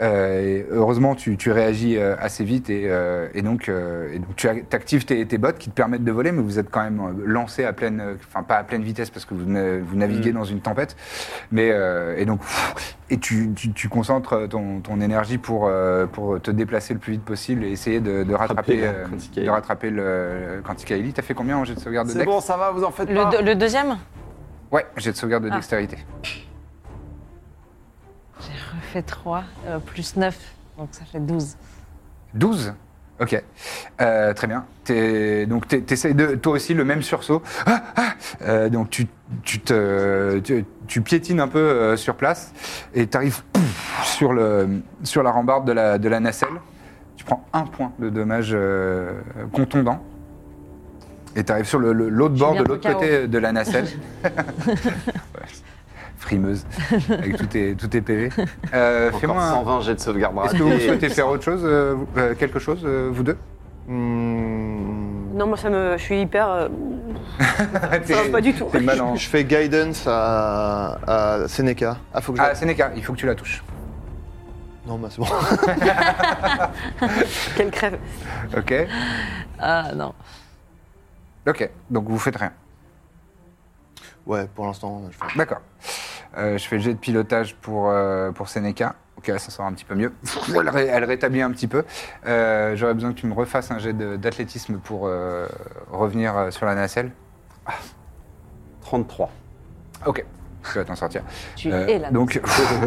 Euh, et heureusement, tu, tu réagis euh, assez vite et, euh, et donc, euh, et donc tu actives tes, tes bottes qui te permettent de voler, mais vous êtes quand même euh, lancé à pleine, euh, enfin pas à pleine vitesse parce que vous, na- vous
Mm.
naviguez dans une tempête, mais euh, et donc pff, et tu, tu- tu concentres ton, ton énergie pour, euh, pour te déplacer le plus vite possible et essayer de, de rattraper,
Rattraper la
euh,
Quantica
de
Elite.
rattraper le, le Quantica Elite. T'as fait combien en jet de sauvegarde de
C'est
Dex
bon, ça va, vous en faites
Le,
pas.
deux- le deuxième
Ouais, jet de sauvegarde de dextérité.
J'ai refait 3, euh, plus 9, donc ça fait 12.
12 Ok. Euh, très bien. T'es- donc, tu essayes de, toi aussi le même sursaut. Ah, ah Euh, donc, tu, tu, te, tu, tu piétines un peu euh, sur place et tu arrives sur, le, sur la rambarde de la, de la nacelle. Tu prends un point de dommage euh, contondant et tu arrives sur le- le- l'autre
suis
bord de
bientôt
l'autre côté de la nacelle. Ouais. Frimeuse, avec tous tes, tous tes PV. Euh,
Encore
Fais-moi un,
120 jets de sauvegarde
est-ce que vous
ratés.
souhaitez faire autre chose, euh, vous- euh, quelque chose, euh, vous deux
Hmm.
Non, moi, ça me... je suis hyper. euh, Ça va pas du tout.
T'es mal en-
Je fais guidance à, à Seneca. Ah, faut que je.
Ah, Sénéca, il faut que tu la touches.
Non, bah, c'est bon.
Quelle crève.
Ok,
Ah non.
ok, donc vous faites rien.
Ouais, pour l'instant, je fais.
D'accord. Euh, je fais le jet de pilotage pour, euh, pour Sénéca. Ok, elle s'en sort un petit peu mieux. Elle, ré- elle rétablit un petit peu. Euh, J'aurais besoin que tu me refasses un jet de- d'athlétisme pour euh, revenir euh, sur la nacelle.
33.
Ok, tu vas t'en sortir.
Tu
Euh,
es là.
donc,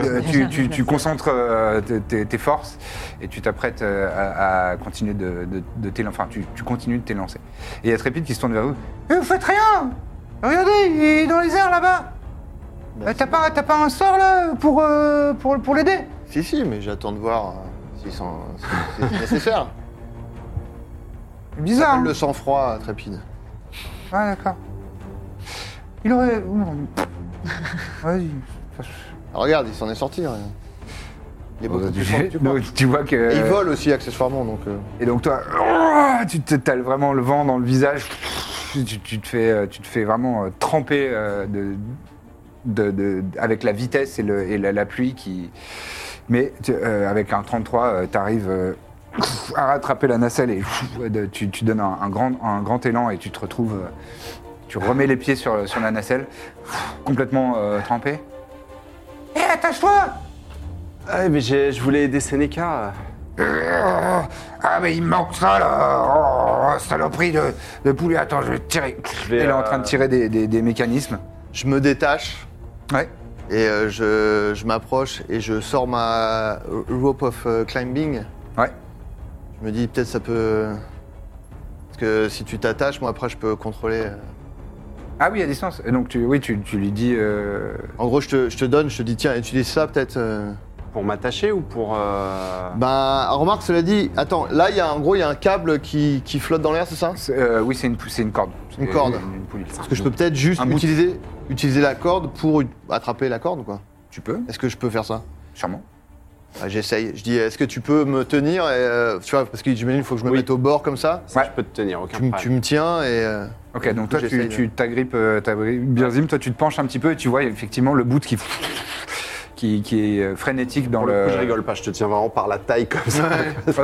euh, tu, tu- tu concentres euh, tes- tes, tes forces et tu t'apprêtes euh, à, à continuer de, de, de t'élan- Enfin, tu, tu continues de t'élancer. Et il y a Trépide qui se tourne vers vous. Eh, vous faites rien Regardez, il est dans les airs là-bas
Bah,
Euh, T'as pas, t'as pas un sort là pour, euh, pour, pour l'aider
Si, si, mais j'attends de voir euh, si s'en- si c'est nécessaire.
Bizarre.
Le sang-froid trépide.
hein. Ouais, d'accord. Il aurait. Vas-y.
Ah, Regarde, il s'en est sorti. rien. Il est
Donc,
beaucoup plus
tu-
fort que tu penses.
donc, tu vois que.
Et il vole aussi, accessoirement, donc. euh,
Et donc toi, ouah, tu te- t'as vraiment le vent dans le visage. Tu, tu te, fais, euh, tu te fais vraiment euh, tremper euh, de, de- de- avec la vitesse et, le- et la, la pluie qui. Mais tu- euh, avec un 33, euh, t'arrives euh, à rattraper la nacelle et de- tu, tu donnes un, un grand, un grand élan et tu te retrouves. euh, tu remets les pieds sur, sur la nacelle, complètement euh, trempé. Eh,
Hé, attache-toi
Ah, mais j'ai- je voulais aider Seneca. euh,
Ah, mais il me manque ça là oh, Saloperie de, de poulet, attends, je vais tirer.
vais,
Elle est
euh,
en train de tirer des, des- des mécanismes.
Je me détache
Ouais.
et euh, je, je m'approche et je sors ma rope of euh, climbing.
Ouais.
Je me dis, peut-être ça peut. Parce que si tu t'attaches, moi après je peux contrôler. euh.
Ah oui, à distance. Et donc, tu, oui, tu, tu lui dis. euh,
En gros, je te, je te donne, je te dis, tiens, utilise ça peut-être. euh.
Pour m'attacher ou pour. euh,
Ben, remarque, cela dit, attends, là, il y a, en gros, il y a un câble qui, qui flotte dans l'air, c'est ça
c'est- euh, oui, c'est une, pou- c'est une corde.
Une
C'est
corde.
Une, une poulie.
Parce que je peux peut-être juste
Un bout de-
utiliser, utiliser la corde pour u- attraper la corde, quoi.
Tu peux,
Est-ce que je peux faire ça
sûrement.
Bah,
Ah, J'essaye. Je dis, est-ce que tu peux me tenir et, euh, Tu vois, parce que j'imagine qu'il faut que je me
Oui.
mette au bord comme ça.
Ça,
Ouais.
je peux te tenir, aucun
Tu, m- tu
problème.
me tiens et. euh,
Ok, donc
coup,
toi, tu
j'essaye,
tu
ouais.
t'agrippes euh, t'agrippes bien Zim, toi, tu te penches un petit peu et tu vois effectivement le bout qui. Qui, qui est euh, frénétique dans
Pour
le.
le coup, je rigole pas, je te tiens vraiment par la taille comme ça.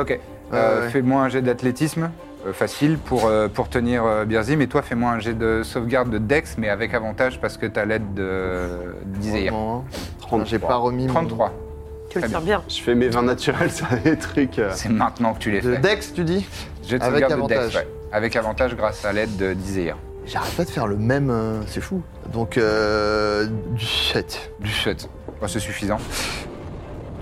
Ok. Euh,
Ah, ouais.
Fais-moi un jet d'athlétisme euh, facile pour, euh, pour tenir euh, Birzim. Et toi, fais-moi un jet de sauvegarde de Dex, mais avec avantage parce que t'as l'aide de d'Iséir.
non, hein.
33.
J'ai pas remis mon-
33.
Tu le
Très
tiens bien.
Je fais mes vins naturels, ça des trucs. euh.
C'est maintenant que tu les
De
fais.
Dex, tu dis
Jet de
Avec
sauvegarde de Dex,
avantage.
ouais. Avec avantage grâce à l'aide de- d'Iséir.
J'arrête pas de faire le même, euh, c'est fou. Donc, euh, 17.
Du shot. Oh, c'est suffisant.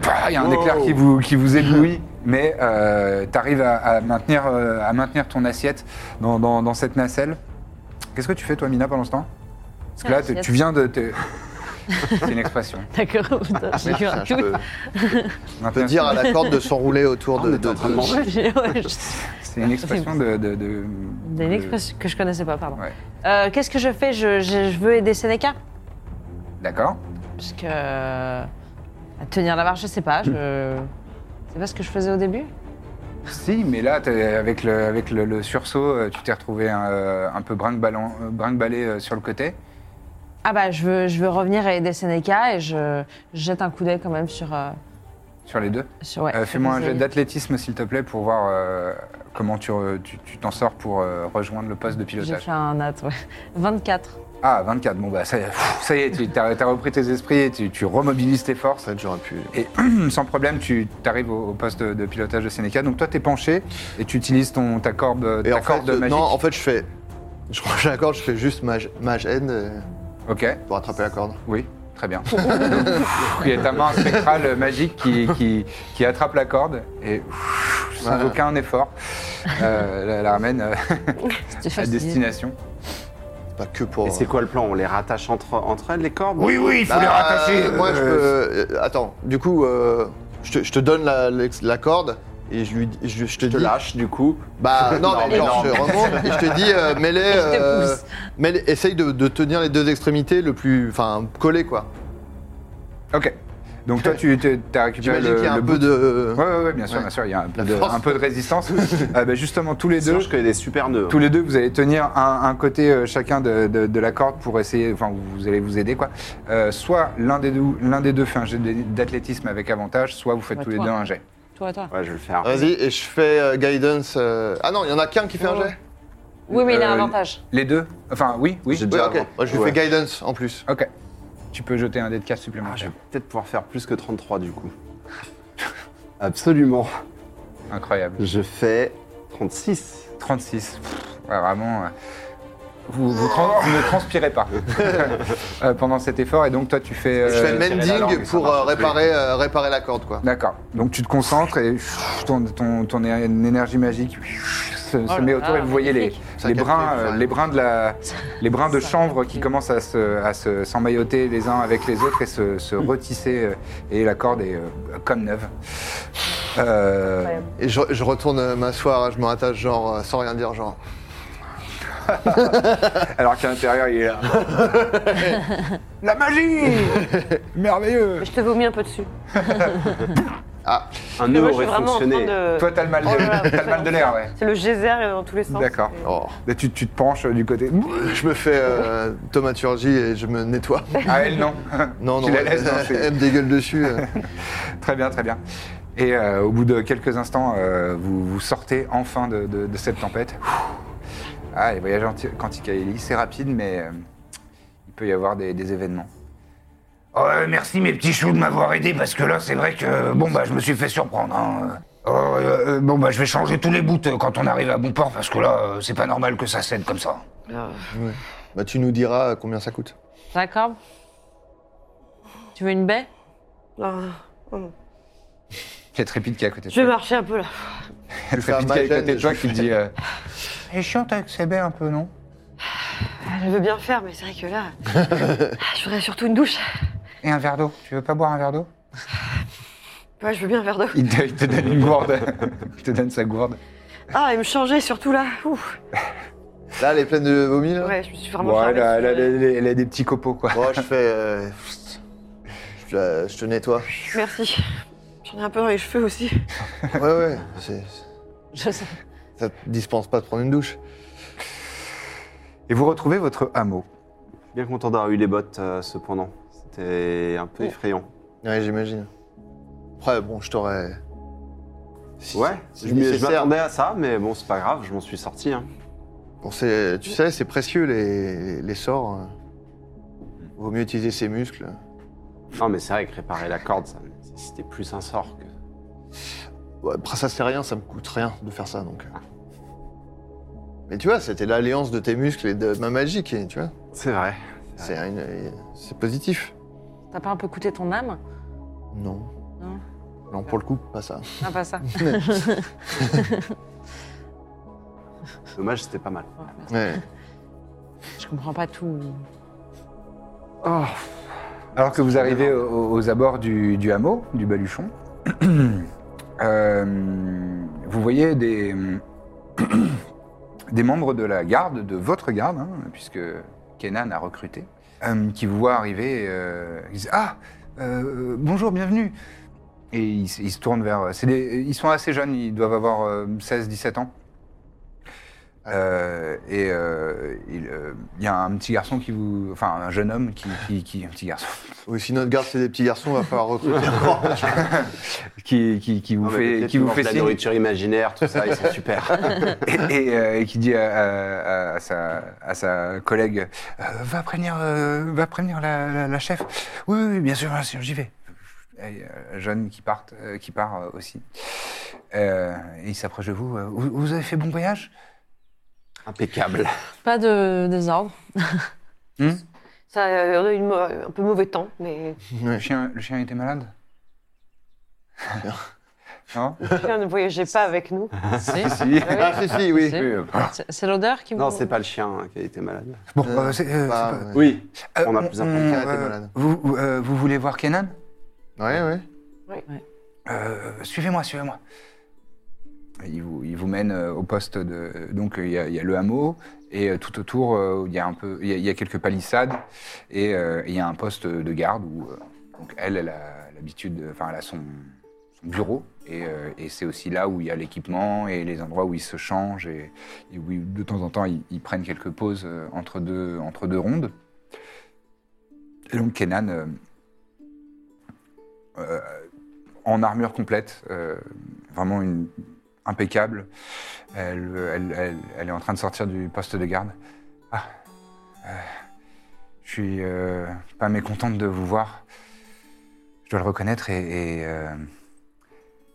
Pouah, Il y a un
Wow.
éclair qui vous, qui vous éblouit, mais euh, t'arrives à, à maintenir, euh, à maintenir ton assiette dans, dans- dans cette nacelle. Qu'est-ce que tu fais, toi, Mina, pendant ce temps Parce
Ah,
que là, te-
Assiette.
tu viens de. te- C'est une expression.
D'accord, putain, j'ai eu un
Ah, Ça, je
doute.
peux, je peux
Maintenir-
dire à la corde de s'enrouler autour
Ah,
de.
on était
de-
en train de
de-
manger.
J'ai- ouais, je-
C'est une expression de. de, de-
Des
de-
expressions que je connaissais pas, pardon.
Ouais.
Euh, Qu'est-ce que je fais je, je- je veux aider Seneca
D'accord
Parce que. euh, Tenir la marche, je sais pas. Je... C'est pas ce que je faisais au début
Si, mais là, t'es- avec le, avec le, le sursaut, euh, tu t'es retrouvé euh, un peu brinque-ballant- euh, brinque-ballé euh, sur le côté.
Ah bah, je veux, je veux revenir et aider Seneca et je, je jette un coup d'œil quand même sur. euh,
Sur les deux
sur ouais,
Euh, Fais-moi un
sur
jet
les-
d'athlétisme, s'il te plaît, pour voir euh, comment tu re- tu tu t'en sors pour euh, rejoindre le poste de
J'ai
pilotage.
fait un nat, ouais. 24.
Ah, 24. Bon, bah, ça, pff, ça y est, tu as, repris tes esprits et tu, tu remobilises tes
En
forces.
fait, j'aurais pu.
Et sans problème, tu arrives au, au poste de, de pilotage de Seneca. Donc, toi, t'es penché et tu utilises ton, ta corde,
Et
ta
en fait,
corde
euh,
magique.
non, en fait, je fais. Je prends la corde, je fais juste mage, mage end euh,
Ok,
pour attraper la corde.
oui, très bien. Donc, pff, Il y a ta main spectrale magique qui, qui, qui attrape la corde et pff, sans
Voilà.
aucun effort, euh, la, la ramène euh,
C'était
à
facile.
destination.
C'est Pas que pour. euh,
Et c'est quoi le plan On les rattache entre, entre elles, les cordes
oui, il
Bah, euh, Moi, je peux. euh, attends, du coup, euh, je, te, je te donne la, l'ex- la corde et je, lui, dis- je, je te
Je te
dis.
lâche, du coup.
Bah non, mais
Non,
genre,
mais
je remonte et je te dis, euh, mêlée,
Je te
euh,
pousse.
mêlée- essaye de, de tenir les deux extrémités le plus. Enfin, collé quoi.
Ok. Donc toi, tu as récupéré
J'imagine
le,
qu'il y a un
le
peu
bout.
de. euh,
Ouais, ouais, ouais, bien sûr,
Ouais.
bien sûr, il y a un peu,
La
de,
force.
un peu de résistance. Ah, bah, justement, tous les deux,
Sinon, je connais des super nœuds.
tous les deux, vous allez tenir un, un côté euh, chacun de, de- de la corde pour essayer, enfin, vous allez vous aider, quoi. Euh, soit l'un des, deux- l'un des deux fait un jet d'athlétisme avec avantage, soit vous faites
Bah,
tous les
toi.
deux un jet.
Toi, toi.
Ouais, je vais le faire.
Vas-y, et je fais euh, guidance. euh, Ah non, il y en a qu'un qui fait un jet
Oui, mais il a
Euh,
un avantage.
Les deux Enfin, oui, oui.
J'ai
Ouais,
déjà
ok.
avant.
Moi, je lui
Ouais.
fais guidance en plus.
Ok. Tu peux jeter un dé de casse
Ah, je
supplémentaire.
vais peut-être pouvoir faire plus que 33, du coup. Absolument.
Ah,
Incroyable.
Je fais 36.
36. Pff, ouais, vraiment. euh, Vous, vous
Oh
trans- vous ne transpirez pas Euh, pendant cet effort et donc toi tu fais.
je fais
euh,
le
tirer la langue,
mending
ça
pour
marche
euh,
plus.
réparer, euh, réparer la corde quoi.
D'accord. Donc tu te concentres et pff, ton, ton- ton é- énergie magique pff, se, se
là
met
là,
autour et vous voyez les,
magnifique.
Ça
les
capte,
brins,
ça.
euh, les brins de la, les brins de
Ça
chanvre
capte.
qui commencent à se, à se- s'emmailloter les uns avec les autres et se, se retisser euh, et la corde est euh, comme neuve. Euh,
Et je, je retourne euh, m'asseoir, je me rattache genre euh, sans rien dire genre.
Alors qu'à l'intérieur, il est là. La magie Merveilleux
Mais je te vomis un peu dessus.
Un
Mais
nœud
moi, je suis vraiment
aurait
en train
fonctionné.
de-
Toi, t'as le mal de,
Oh là là,
t'as le mal de l'air, ouais.
C'est le geyser euh, dans tous les sens.
D'accord.
C'est-
Oh.
Là, tu, tu te penches euh, du côté.
Je me fais euh, tomaturgie et je me nettoie.
Ah, elle, non.
Non, non,
Tu la laisses dans
elle,
ses-
elle me dégueule dessus. euh.
Très bien, très bien. Et euh, au bout de quelques instants, euh, vous, vous sortez enfin de, de- de cette tempête. Ouh. Ah, les voyages anti- quantiques à Ellie, c'est rapide, mais euh, il peut y avoir des, des événements.
Oh, euh, merci mes petits choux de m'avoir aidé parce que là c'est vrai que bon bah je me suis fait surprendre. hein. Oh, euh, euh, bon bah je vais changer tous les bouts euh, quand on arrive à bon port parce que là euh, c'est pas normal que ça cède comme ça.
Bah, tu nous diras combien ça coûte.
D'accord Tu veux une baie
Ah.
Il y a Trépide qui est à côté de
Je vais
toi.
marcher un peu là.
Il y a le Trépide qui est à côté de toi qui dit euh,
C'est chiant d'accéder un peu non
Je veux bien le faire, mais c'est vrai que là, Ah, je voudrais surtout une douche.
Et un verre d'eau Tu veux pas boire un verre d'eau
Ouais, je veux bien un verre d'eau.
il te, il te donne une gourde. il te donne sa gourde.
Ah, et me changer surtout là. Ouh.
Là, elle est pleine de vomi, là
Ouais, je me suis vraiment
Bon, elle,
charmée,
a, elle a-
c'est vrai.
elle a- elle a des petits copeaux, quoi.
Moi, je fais... euh, je, la- je te nettoie.
Merci. J'en ai un peu dans les cheveux aussi.
Ouais, ouais. c'est-
Je sais.
Ça te dispense pas de prendre une douche.
Et vous retrouvez votre hameau.
Bien content d'avoir eu les bottes, euh, cependant. C'était un
Oh.
peu effrayant.
Ouais, j'imagine. Après, bon, je t'aurais... Si-
Ouais,
si
je m'y- je
nécessaire.
m'attendais à ça, mais bon, c'est pas grave, je m'en suis sorti. hein.
Bon, c'est- tu sais, c'est précieux, les, les sorts. hein. Vaut mieux utiliser ses muscles.
Non, mais c'est vrai que réparer la corde, ça nécessitait plus un sort que.
Ouais, après, ça sert à rien, ça me coûte rien de faire ça, donc... Mais tu vois, c'était l'alliance de tes muscles et de ma magie, qui, tu vois.
C'est vrai.
C'est une- c'est positif.
T'as pas un peu coûté ton âme
Non.
Non.
Non, pour le coup, pas ça.
Ah, pas ça.
Dommage, c'était pas mal.
Ouais.
Je comprends pas tout.
Alors que vous arrivez au- aux, abords du, du hameau, du baluchon, euh, vous voyez des, des membres de la garde, de votre garde, hein, puisque Kenan a recruté, euh, qui vous voient arriver. euh, ils disent Ah euh, Bonjour, bienvenue Et ils, s- ils se tournent vers. c'est des- ils sont assez jeunes, ils doivent avoir 16-17 ans. Euh, et euh, il euh, il y a un petit garçon qui vous. Enfin, un jeune homme qui- qui- qui un petit garçon.
Oui, si notre garde, c'est des petits garçons, va falloir recruter Ah, encore.
qui, qui- qui vous
Non, mais
fait,
peut-être
qui
il
vous
mange
fait
de la
signe
nourriture imaginaire, tout ça, et c'est super.
et, et, euh, et qui dit à, à- à sa, à sa collègue Euh, va prévenir, euh, va prévenir la, la- la chef. Oui, oui, oui, bien sûr, bien sûr, j'y vais. Et, euh, jeune qui part, euh, qui part euh, aussi. Euh, et il s'approche de vous. Euh, vous. vous avez fait bon voyage
Impeccable.
Pas de désordre.
Ça, euh, on a eu une mau- un peu mauvais temps, mais
le chien, le chien était malade Non
chien ne voyageait pas avec nous.
Si.
Si.
ah, si, si, oui.
Oui,
Si.
euh,
C'est- C'est l'odeur qui me.
Non, c'est pas le chien hein, qui a été malade.
Bon, euh, c'est, euh,
Bah,
c'est pas-
ouais.
Oui.
Euh,
on a plus important.
Kenan était
euh,
malade.
vous, euh, vous voulez voir Kenan
Ouais, ouais.
Euh, suivez-moi, suivez-moi. Il vous, il vous mène euh, au poste de. Donc il y, a- il y a le hameau et euh, tout autour euh, il y a un peu, il y a, il y a quelques palissades et euh, il y a un poste de garde où euh, donc elle, elle a l'habitude, enfin elle a son, son bureau et, euh, et c'est aussi là où il y a l'équipement et les endroits où ils se changent et, et où ils- de temps en temps ils, ils prennent quelques pauses euh, entre deux entre deux rondes. Et donc Kenan. euh, euh, en armure complète, euh, vraiment une, impeccable. Elle, euh, elle- elle- elle est en train de sortir du poste de garde. Ah, euh, je suis euh, pas mécontente de vous voir. Je dois le reconnaître et, et, euh,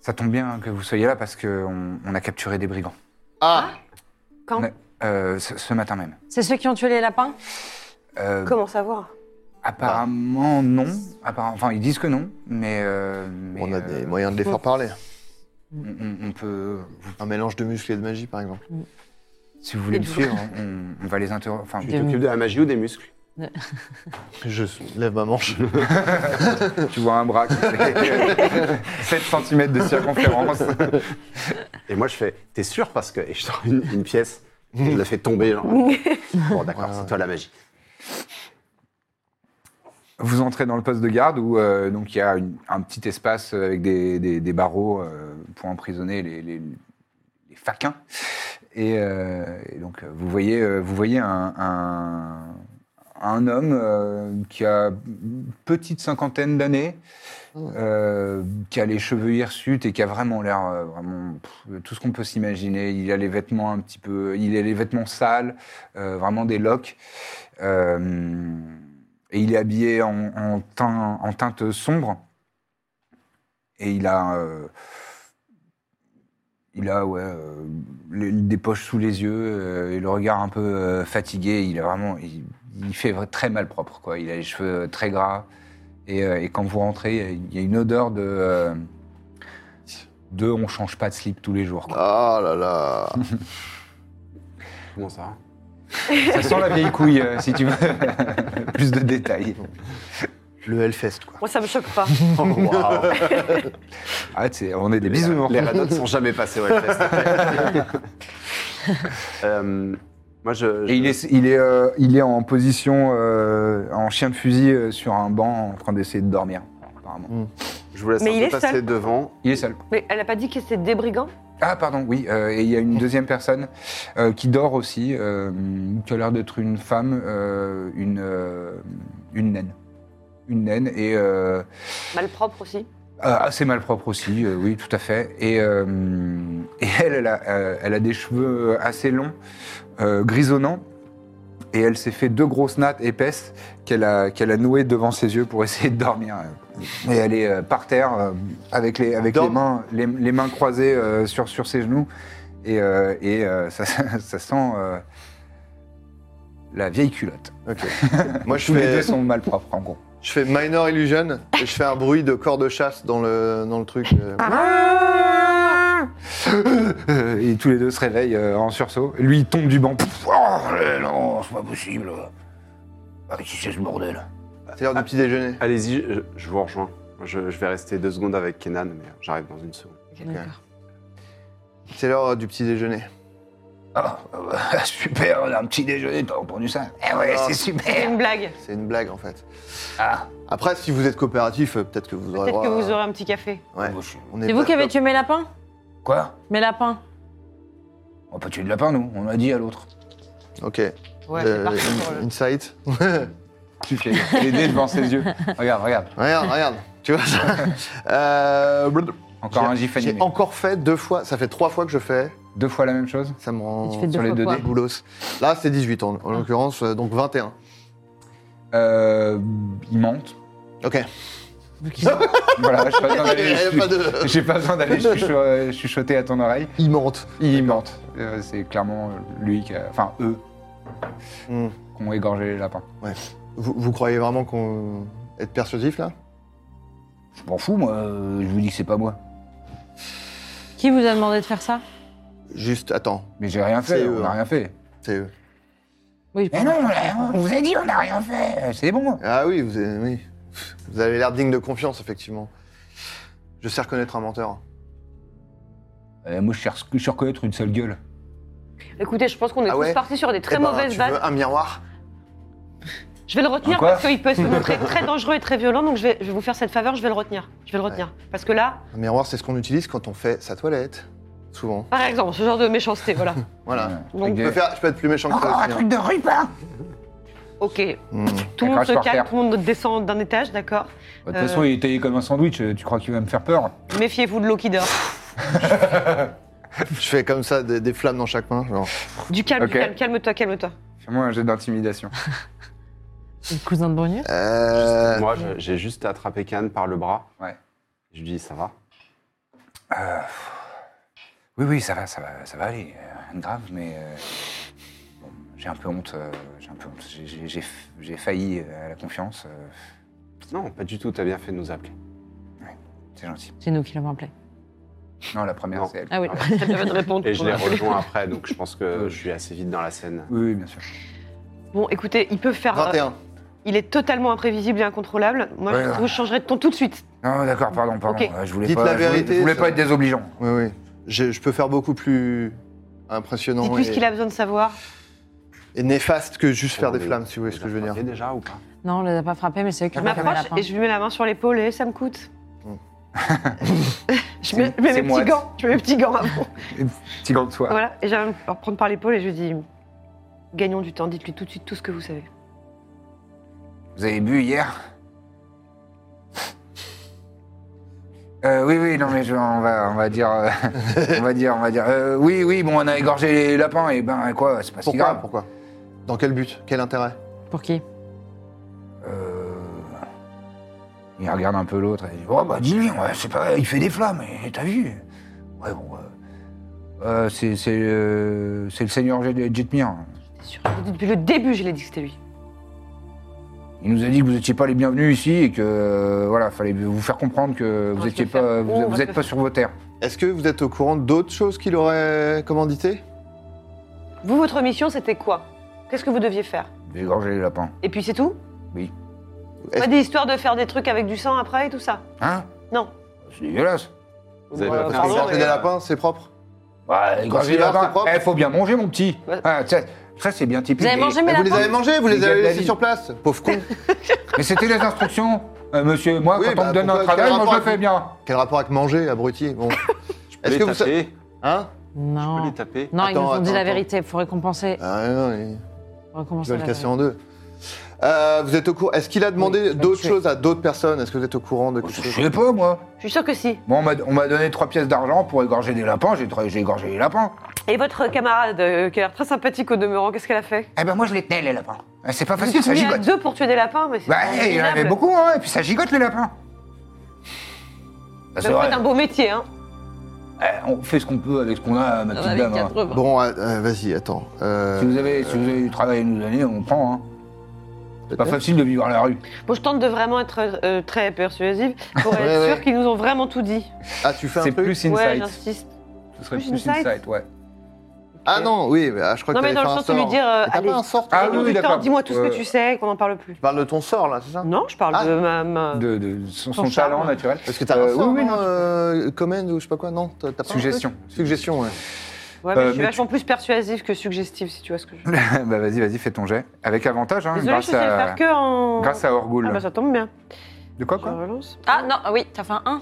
ça tombe bien que vous soyez là parce qu'on on a capturé des brigands.
Ah,
Quand
On a- euh, ce, ce matin même.
C'est ceux qui ont tué les lapins
Euh,
Comment savoir
apparemment non. Appara- enfin, ils disent que non, mais, euh, mais,
On a
euh,
des moyens de les faire parler.
on- on- on peut.
Un mélange de muscles et de magie, par exemple.
Si vous voulez
Et
me
de-
suivre, hein, on, on va les interroger. Enfin,
Tu t'occupes de la magie ou des muscles
Je lève ma manche.
tu vois un bras qui fait 7 cm de circonférence.
Et moi, je fais T'es sûr Parce que. Et je sors une, une pièce Et Il l'a fait tomber, genre. bon, d'accord, c'est toi la magie.
Vous entrez dans le poste de garde où euh, donc il y a une- un petit espace euh, avec des, des- des barreaux euh, pour emprisonner les, les- les faquins. Et, euh, et donc euh, vous voyez, euh, vous voyez un, un- un homme euh, qui a une petite cinquantaine d'années, euh, qui a les cheveux hirsutes et qui a vraiment l'air euh, vraiment pff, tout ce qu'on peut s'imaginer. Il a les vêtements un petit peu, il a les vêtements sales, euh, vraiment des loques. Euh, et il est habillé en, en teint- en teinte sombre. Et il a. euh, il a, ouais, euh, les- des poches sous les yeux euh, et le regard un peu euh, fatigué. Il a vraiment. Il, il fait vra- très mal propre, quoi. Il a les cheveux euh, très gras. Et, euh, et quand vous rentrez, il y a une odeur de. euh, de on change pas de slip tous les jours, quoi.
Ah là là.
Comment ça
Ça sent la vieille couille, euh, si tu veux. Plus de détails.
Le Hellfest, quoi.
Moi, ça me choque pas.
Ah, c'est- on est des bisounours.
Les Red Hot sont jamais passés au Hellfest. Euh, moi, je.
Et il est, il est, euh, il est en position, euh, en chien de fusil, euh, sur un banc, en train d'essayer de dormir, apparemment.
Je vous laisse
Mais
un
il
peu
est
passer
seul.
devant.
Il est seul.
Mais elle a pas dit que c'était des brigands
Ah, pardon, oui. euh, et il y a une deuxième personne euh, qui dort aussi, euh, qui a l'air d'être une femme, euh, une, euh, une naine. Une naine, et euh, euh,
Malpropre aussi.
assez Ah, malpropre aussi, euh, oui, tout à fait. Et, euh, et elle, elle a, euh, elle a des cheveux assez longs, euh, grisonnants, et elle s'est fait deux grosses nattes épaisses qu'elle a, qu'elle a nouées devant ses yeux pour essayer de dormir. Et elle est euh, par terre euh, avec les, avec les,
Dorme.
mains, les, les mains croisées euh, sur, sur ses genoux. Et, euh, et, euh, ça, ça sent euh, la vieille culotte.
Moi, je
Tous les deux
fais,
sont mal propres, en gros.
je fais Minor Illusion et je fais un bruit de corps de chasse dans le, dans le truc. euh,
Ah.
Et tous les deux se réveillent euh, en sursaut. Lui, il tombe du banc. Pouf, oh,
Eh non, c'est pas possible. Ah, mais si c'est ce bordel.
C'est l'heure du petit déjeuner.
Allez-y, je, je vous rejoins. Je, je vais rester deux secondes avec Kenan, mais j'arrive dans une seconde.
D'accord.
C'est l'heure du petit déjeuner.
ah, bah, super, on a un petit déjeuner, t'as entendu ça Eh ouais, c'est
C'est
super
une blague.
C'est une blague en fait.
Ah.
Après, si vous êtes coopératif, euh, peut-être que vous aurez.
Peut-être que
droit à-
vous aurez un petit café.
Ouais.
Moi, je suis-
On est
C'est vous
pas-
qui avez tué mes lapins
Quoi
Mes lapins
On va pas tuer de lapin, nous, on a dit à l'autre.
Ok.
Ouais,
Euh,
c'est parti
in-
pour le...
Insight.
Tu fais les dés devant ses yeux. Regarde, regarde,
Regarde, regarde. Tu vois ça Euh, blub.
encore
J'ai-
un gif animé.
J'ai encore fait deux fois. Ça fait trois fois que je fais.
Deux fois la même chose
Ça me rend.
Tu fais deux
sur les
fois
deux
quoi
dés.
Boulos. Là, c'est 18 en, en l'occurrence, euh, donc 21.
euh, Il monte.
Ok.
Voilà, j'ai pas besoin
Il y
d'aller
a pas de-
j'ai pas besoin d'aller chucho- euh, chuchoter à ton oreille.
Il mente.
Il monte. Euh, c'est clairement lui qui a... Enfin, eux
Hmm.
qui ont égorgé les lapins.
Vous, vous croyez vraiment qu'on. être persuasif là
Je m'en fous, moi. euh, Je vous dis que c'est pas moi.
Qui vous a demandé de faire ça
Juste, attends.
Mais j'ai rien fait,
C'est
on
eux,
a
hein.
rien fait.
C'est eux.
Oui,
Mais non, on vous a dit, on n'a rien fait. Euh, C'est bon.
Ah oui, vous avez, oui. Vous avez l'air digne de confiance, effectivement. Je sais reconnaître un menteur.
Euh, moi, je sais rec- je sais reconnaître une seule gueule.
Écoutez, je pense qu'on est
Ah ouais
tous partis sur des très
Eh ben,
mauvaises
tu
vannes.
veux un miroir
Je vais le retenir
Quoi
parce qu'il peut se montrer très dangereux et très violent, donc je vais, je vais vous faire cette faveur, je vais le retenir. Je vais le retenir. Parce que là,
Un miroir, c'est ce qu'on utilise quand on fait sa toilette. Souvent.
par exemple, ce genre de méchanceté, voilà.
Voilà.
Avec
Donc,
Je
des-
peux, faire- je peux être plus méchant que
Encore
ça
un
aussi,
truc de
Euh,
rupin.
ok,
hein. Hmm.
tout le monde
crache
se
par
calme,
terre.
tout le monde descend d'un étage, d'accord
De toute façon, il est taillé comme un sandwich. euh, Tu crois qu'il va me faire peur
Méfiez-vous de l'eau qui dort.
Je fais comme ça des, des flammes dans chaque main. Genre.
Du calme,
Ok.
du calme, calme-toi, calme-toi.
Fais-moi un jet d'intimidation.
le cousin de Bonus.
Euh,
Moi, je- j'ai juste attrapé Kenan par le bras.
Ouais.
Je lui dis, ça va
Oui, oui, ça va, ça va, ça va aller. euh, Rien de grave, mais euh, bon, j'ai un peu honte. euh, j'ai un peu honte. J'ai- j'ai- J'ai j'ai failli euh, à la confiance. euh,
Non, pas du tout, t'as bien fait de nous appeler.
c'est gentil.
C'est nous qui l'avons appelé.
Non, la première,
Non.
c'est elle.
Ah oui.
Ça devrait te répondre.
Et je l'ai rejoint après, donc je pense que je suis assez vite dans la scène.
Oui, oui, bien sûr.
Bon, écoutez, il peut faire. euh,
21.
il est totalement imprévisible et incontrôlable. Moi,
Ouais,
je
ouais.
vous changerai de ton tout de suite.
Non, d'accord, pardon, pardon.
Ok.
euh, Je voulais
Dites
pas,
la
je voulais-
vérité,
Je voulais
ça-
pas être désobligeant.
Oui, oui. Je, je peux faire beaucoup plus impressionnant
Dites plus
et,
ce qu'il a besoin de savoir.
et néfaste que juste faire des
On est-
flammes, si vous voyez ce
on
que je
les
veux
a
dire.
frappés déjà ou pas
Non, on les a pas frappés, mais c'est eux qui
Je
ont frappé la
m'approche
lapin.
et je lui mets la main sur l'épaule et ça me coûte.
Mm.
je mets, je mets
C'est
mes
moi.
petits gants. Je mets mes petits gants avant.
Petit gant de soie.
Voilà, et j'allais me prendre par l'épaule et je lui dis Gagnons du temps, dites-lui tout de suite tout ce que vous savez.
Vous avez bu hier Euh, oui, oui, non, mais je- on, va, on va dire, euh, on va dire, on va dire, euh, oui, oui, bon, on a égorgé les lapins, et ben, quoi, c'est pas si
Pourquoi
grave.
Pourquoi Dans quel but Quel intérêt
Pour qui
Euh, il regarde un peu l'autre, et il dit, oh, bah, dis-lui, ouais, c'est pas, il fait des flammes, et t'as vu Ouais, bon, euh, euh, c'est, c'est, euh, c'est le seigneur Jet- Jetmir.
Depuis le début, je l'ai dit que c'était lui.
Il nous a dit que vous n'étiez pas les bienvenus ici, et que, euh, voilà, fallait vous faire comprendre que
On
vous
va se
n'étiez
le faire.
pas,
On
vous,
va
vous
se
êtes
le
pas
faire.
sur vos terres.
Est-ce que vous êtes au courant d'autres choses qu'il aurait commanditées
Vous, votre mission, c'était quoi Qu'est-ce que vous deviez faire
Dégorger les lapins.
Et puis c'est tout
Oui.
Pas des histoires de faire des trucs avec du sang après et tout ça
Hein
Non.
C'est dégueulasse.
Vous avez
Ouais,
pas
parce
Parce
fait
que
Pardon,
égorger
mais-
des lapins, c'est propre
Ouais,
Quand
égorger
c'est
les
là, c'est
lapins.
propre.
Eh, faut bien manger, mon petit.
Ouais.
Ah, ça, ça, c'est bien typique.
Vous avez
des-
mangé mes
Vous les
lapins
avez mangés, vous les
Les gars
avez
de la
laissés
vie.
sur place Pauvre con
Mais c'était les instructions, euh, monsieur. Moi,
Oui,
quand
bah,
on me donne un
pourquoi-
travail,
quel
moi, je le
rapport-
fais bien.
Quel rapport avec manger, abruti Bon. Est-ce que vous savez.
taper
Hein
Je peux
Non.
les taper
Non, ils nous
Attends,
ont dit
attends,
la
attends.
vérité. Faut récompenser.
Ah non, il-
Faut récompenser
je vais le
la
casser
vérité.
en deux. Euh, vous êtes au courant Est-ce qu'il a demandé
Oui,
d'autres
je-
choses à d'autres personnes Est-ce que vous êtes au courant de quelque
Oh, Je
chose
sais pas, moi.
Je suis sûre que si.
Bon, on m'a- on m'a donné trois pièces d'argent pour égorger des lapins. J'ai tra- j'ai égorgé les lapins.
Et votre camarade, euh, qui a l'air très sympathique au demeurant, qu'est-ce qu'elle a fait
Eh ben, moi, je les tenais, les lapins. Ah, C'est pas facile, ça
Il y en a
gigote.
deux pour tuer des lapins, mais c'est.
Bah, eh, il y en avait beaucoup, hein. Et puis, ça gigote, les lapins. Bah,
C'est
c'est vrai.
un beau métier, hein.
Eh, on fait ce qu'on peut avec ce qu'on a,
Ah,
ma petite dame. hein.
Bon, euh, euh, vas-y, attends. Euh,
Si vous avez, si vous avez du travail à nous donner, on prend. Hein. C'est pas
peut-être
facile de vivre à la rue.
Bon, je tente de vraiment être euh, très persuasive pour
Ouais,
être
ouais.
sûre qu'ils nous ont vraiment tout dit.
Ah, tu fais un
C'est
truc
plus
Ouais,
insight.
j'insiste.
Ce serait
Plus
plus
insight
insight, ouais.
Ah non, oui, mais, ah, je crois
Non,
que
mais
t'allais
dans le
faire un
sens de lui
sort.
dire, euh,
Mais t'as
allez.
pas un sort
Ah
toi
oui,
Dis-nous du
d'accord.
temps, Dis-moi tout ce
Euh,
que tu sais, qu'on n'en parle plus.
Tu parles de ton sort, là, c'est ça
Non, je parle
Ah.
de ma. ma-
De, de son,
Son
son talent
Euh, charme.
naturel.
Parce que t'as
Euh,
un sort,
oui, oui,
non,
non.
euh, Comment ou je sais pas quoi, non t'as- t'as pas un truc
Suggestion.
Suggestion, ouais.
Ouais, mais
Euh,
je suis
mais
vachement plus persuasive que suggestive, si tu vois ce que je veux dire.
bah vas-y, vas-y, fais ton jet. Avec avantage, hein,
Désolée, je
grâce,
sais le
à...
faire que en.
grâce à Orgul.
Ah, bah ça tombe bien.
De quoi,
Je
quoi
relance.
Ah non, ah oui, t'as fait un 1.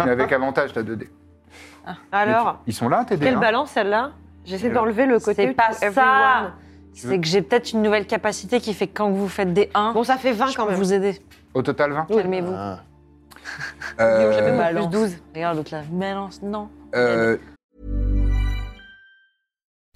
Avec avantage, t'as 2D. Mais
Alors,
tu- Ils sont là, tes dés.
quelle
hein
balance celle-là J'essaie d'enlever le côté.
C'est pas
to
ça.
everyone.
C'est que j'ai peut-être une nouvelle capacité qui fait que quand vous faites des 1,
Bon, ça fait 20
je
quand
peux
même.
vous aider.
Au total 20.
Calmez-vous.
Ah.
Euh,
J'avais
euh,
mon plus 12. Regarde l'autre là. Balance, non.
Euh,
Ah,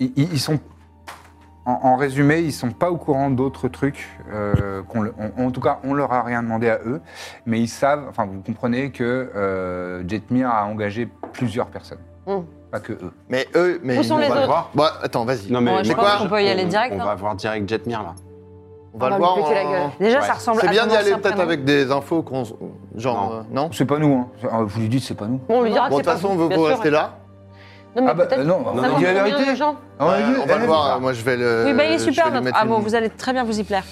ils, ils- ils sont. En, en résumé, ils sont pas au courant d'autres trucs. euh, qu'on le- on- en tout cas, on leur a rien demandé à eux, mais ils savent. Enfin, vous comprenez que euh, Jetmir a engagé plusieurs personnes,
Mm.
pas que eux.
Mais eux, mais
Où
ils
sont
vont
les
pas le
autres
voir. Bon, attends, vas-y.
Non, mais
Bon, je
mais
pense
quoi
qu'on peut y aller
on-
direct,
On
non
va voir direct Jetmir là.
On va
On
le
va
voir.
lui péter
en-
la gueule.
Déjà,
Ouais.
ça ressemble
C'est
à
bien
ton
d'y aller
ancien
peut-être
prénom.
avec des infos qu'on. Genre,
Non.
euh, non
C'est pas nous, hein. C'est- euh, Vous lui dites, c'est pas nous.
Bon, on lui dira
Bon, de
que
toute
c'est pas
façon,
vous,
vous,
bien
vous
sûr.
restez là.
Non, mais
Ah bah
peut-être.
euh, non,
ça
on
va
a dit la
combien de
vérité.
gens
Ah, on a
Ouais,
dit-
on va
elle
le
a
voir.
dit-
Moi, je vais le.
Oui, bah il est
je vais
super
lui
notre.
mettre
Ah bon,
une-
vous allez très bien vous y plaire.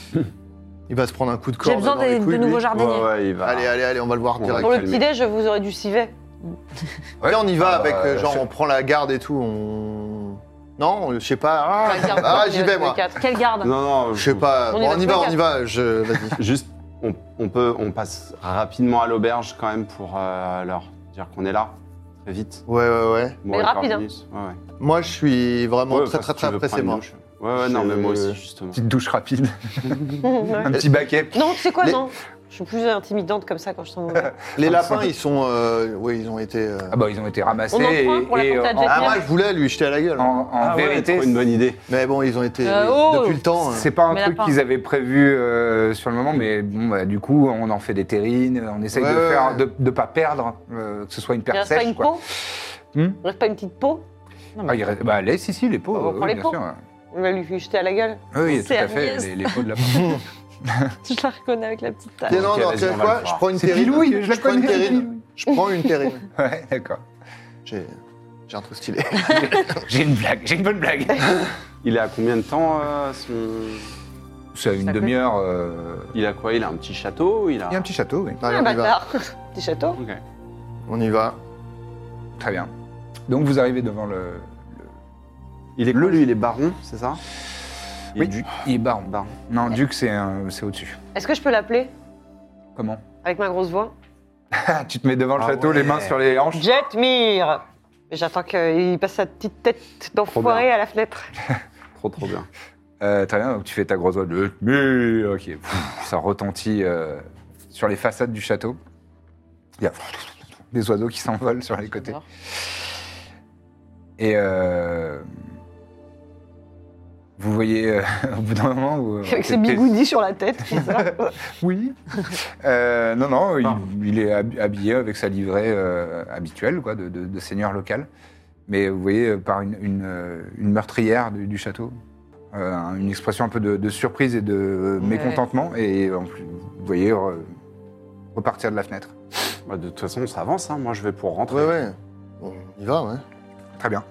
Il va se prendre un coup de corps.
J'ai besoin
dans les
des- de
couilles, lui.
nouveaux
Ouais,
jardiniers.
ouais, il va.
Allez, allez, allez, on va le voir
On
direct.
Pour
va
le
calmer.
petit déj, je vous aurais du civet.
Là, on y va
Ah,
avec, euh,
bah,
genre,
je-
on prend la garde et tout. On... Non, je sais pas. Ah,
La garde,
ah,
on
j'y
est
vais,
tous
moi.
les quatre.
Quelle garde
Non, non,
Je sais pas.
On y
Bon,
va
on
tous
y va,
les
on y va. Je... Vas-y.
Juste, on, on peut, on passe rapidement à l'auberge quand même pour euh, leur dire qu'on est là, très vite.
Ouais, ouais, ouais.
Bon,
Mais
et
rapide, hein.
par minutes, Ouais, ouais.
Moi, je suis vraiment
Ouais,
très,
enfin,
très,
si
très
tu veux
pressé,
prendre
moi.
une douche. Ouais, ouais, non,
Je-
mais moi aussi, justement.
Petite douche rapide,
Ouais.
un petit baquet.
Non, tu sais quoi,
Les-
non Je suis plus intimidante comme ça quand je sens mauvais.
Ah,
Les lapins, ils sont. euh, Oui, ils ont été. euh,
Ah bah ils ont été
On en
ramassés
prend
et,
pour la
et
porte à
en-
Jetmir.
Ah, moi, je voulais lui jeter à la gueule.
en, en
Ah ouais,
vérité,
trop une bonne idée.
Mais bon, ils ont été.
Euh,
oui,
oh
depuis le temps. hein.
c'est pas un
Mais
truc
lapin.
qu'ils avaient prévu euh, sur le moment, mais bon, bah, du coup, on en fait des terrines, on essaye
Ouais,
de
ouais,
faire
ouais.
de, de pas perdre, euh, que ce soit une
Il reste pas
percèche.
une
quoi.
peau
Hmm
Il reste pas une petite peau
Ah, il reste- bah, les, si, si, les peaux.
Ah, on
oui,
prend les
bien
peaux.
sûr. hein.
On va lui jeter à la gueule.
Oui, tout
C'est
à fait,
Agnès.
les, les peaux de la
Je la reconnais avec la petite taille.
Tiens, non,
Ok,
non,
vas-y,
tu sais
on va
quoi
le
Je
voir.
prends une
C'est
terrine.
Pilouille, je la
prends une
connais,
terrine.
Pilouille.
Je prends une terrine.
Ouais, d'accord.
J'ai j'ai un truc stylé.
J'ai une blague, j'ai une bonne blague.
Il est à combien de temps euh, son...
C'est une
Ça fait-
demi-heure. euh,
Il a quoi Il a un petit château il a...
Il y a un petit château, oui.
Allez,
Ah,
on y va.
bâtard Petit château
Ok.
On y va.
Très bien. Donc vous arrivez devant le.
Il est quoi, lui Il est baron, c'est ça Il
Oui,
est duc.
il est baron.
Baron.
Non, duc, c'est un- c'est au-dessus.
Est-ce que je peux l'appeler
Comment
avec ma grosse voix
Ah, Tu te mets devant le
Ah
château, les
ouais.
mains sur les hanches.
Jetmir J'attends qu'il passe sa petite tête
Trop
d'enfoiré à la fenêtre.
Trop, trop bien.
Euh, très bien, donc tu fais ta grosse voix de. Mais ok, Pff, ça retentit euh, sur les façades du château. Il y a des oiseaux qui s'envolent sur les côtés.
J'adore.
Et euh, vous voyez euh, au bout d'un moment où. euh,
Avec ses
t'es-
bigoudis sur la tête qui sort.
Oui. Euh, non, non, il,
Pardon.
il est hab- habillé avec sa livrée euh, habituelle quoi, de, de- de seigneur local. Mais vous voyez, euh, par une, une, euh, une meurtrière du, du château, Euh, un- une expression un peu de, de surprise et de euh, mécontentement. Et en plus, vous voyez euh, repartir de la fenêtre.
Bah, de toute façon, on s'avance. hein. Moi, je vais pour rentrer.
Ouais, ouais. On y va, ouais.
Très bien.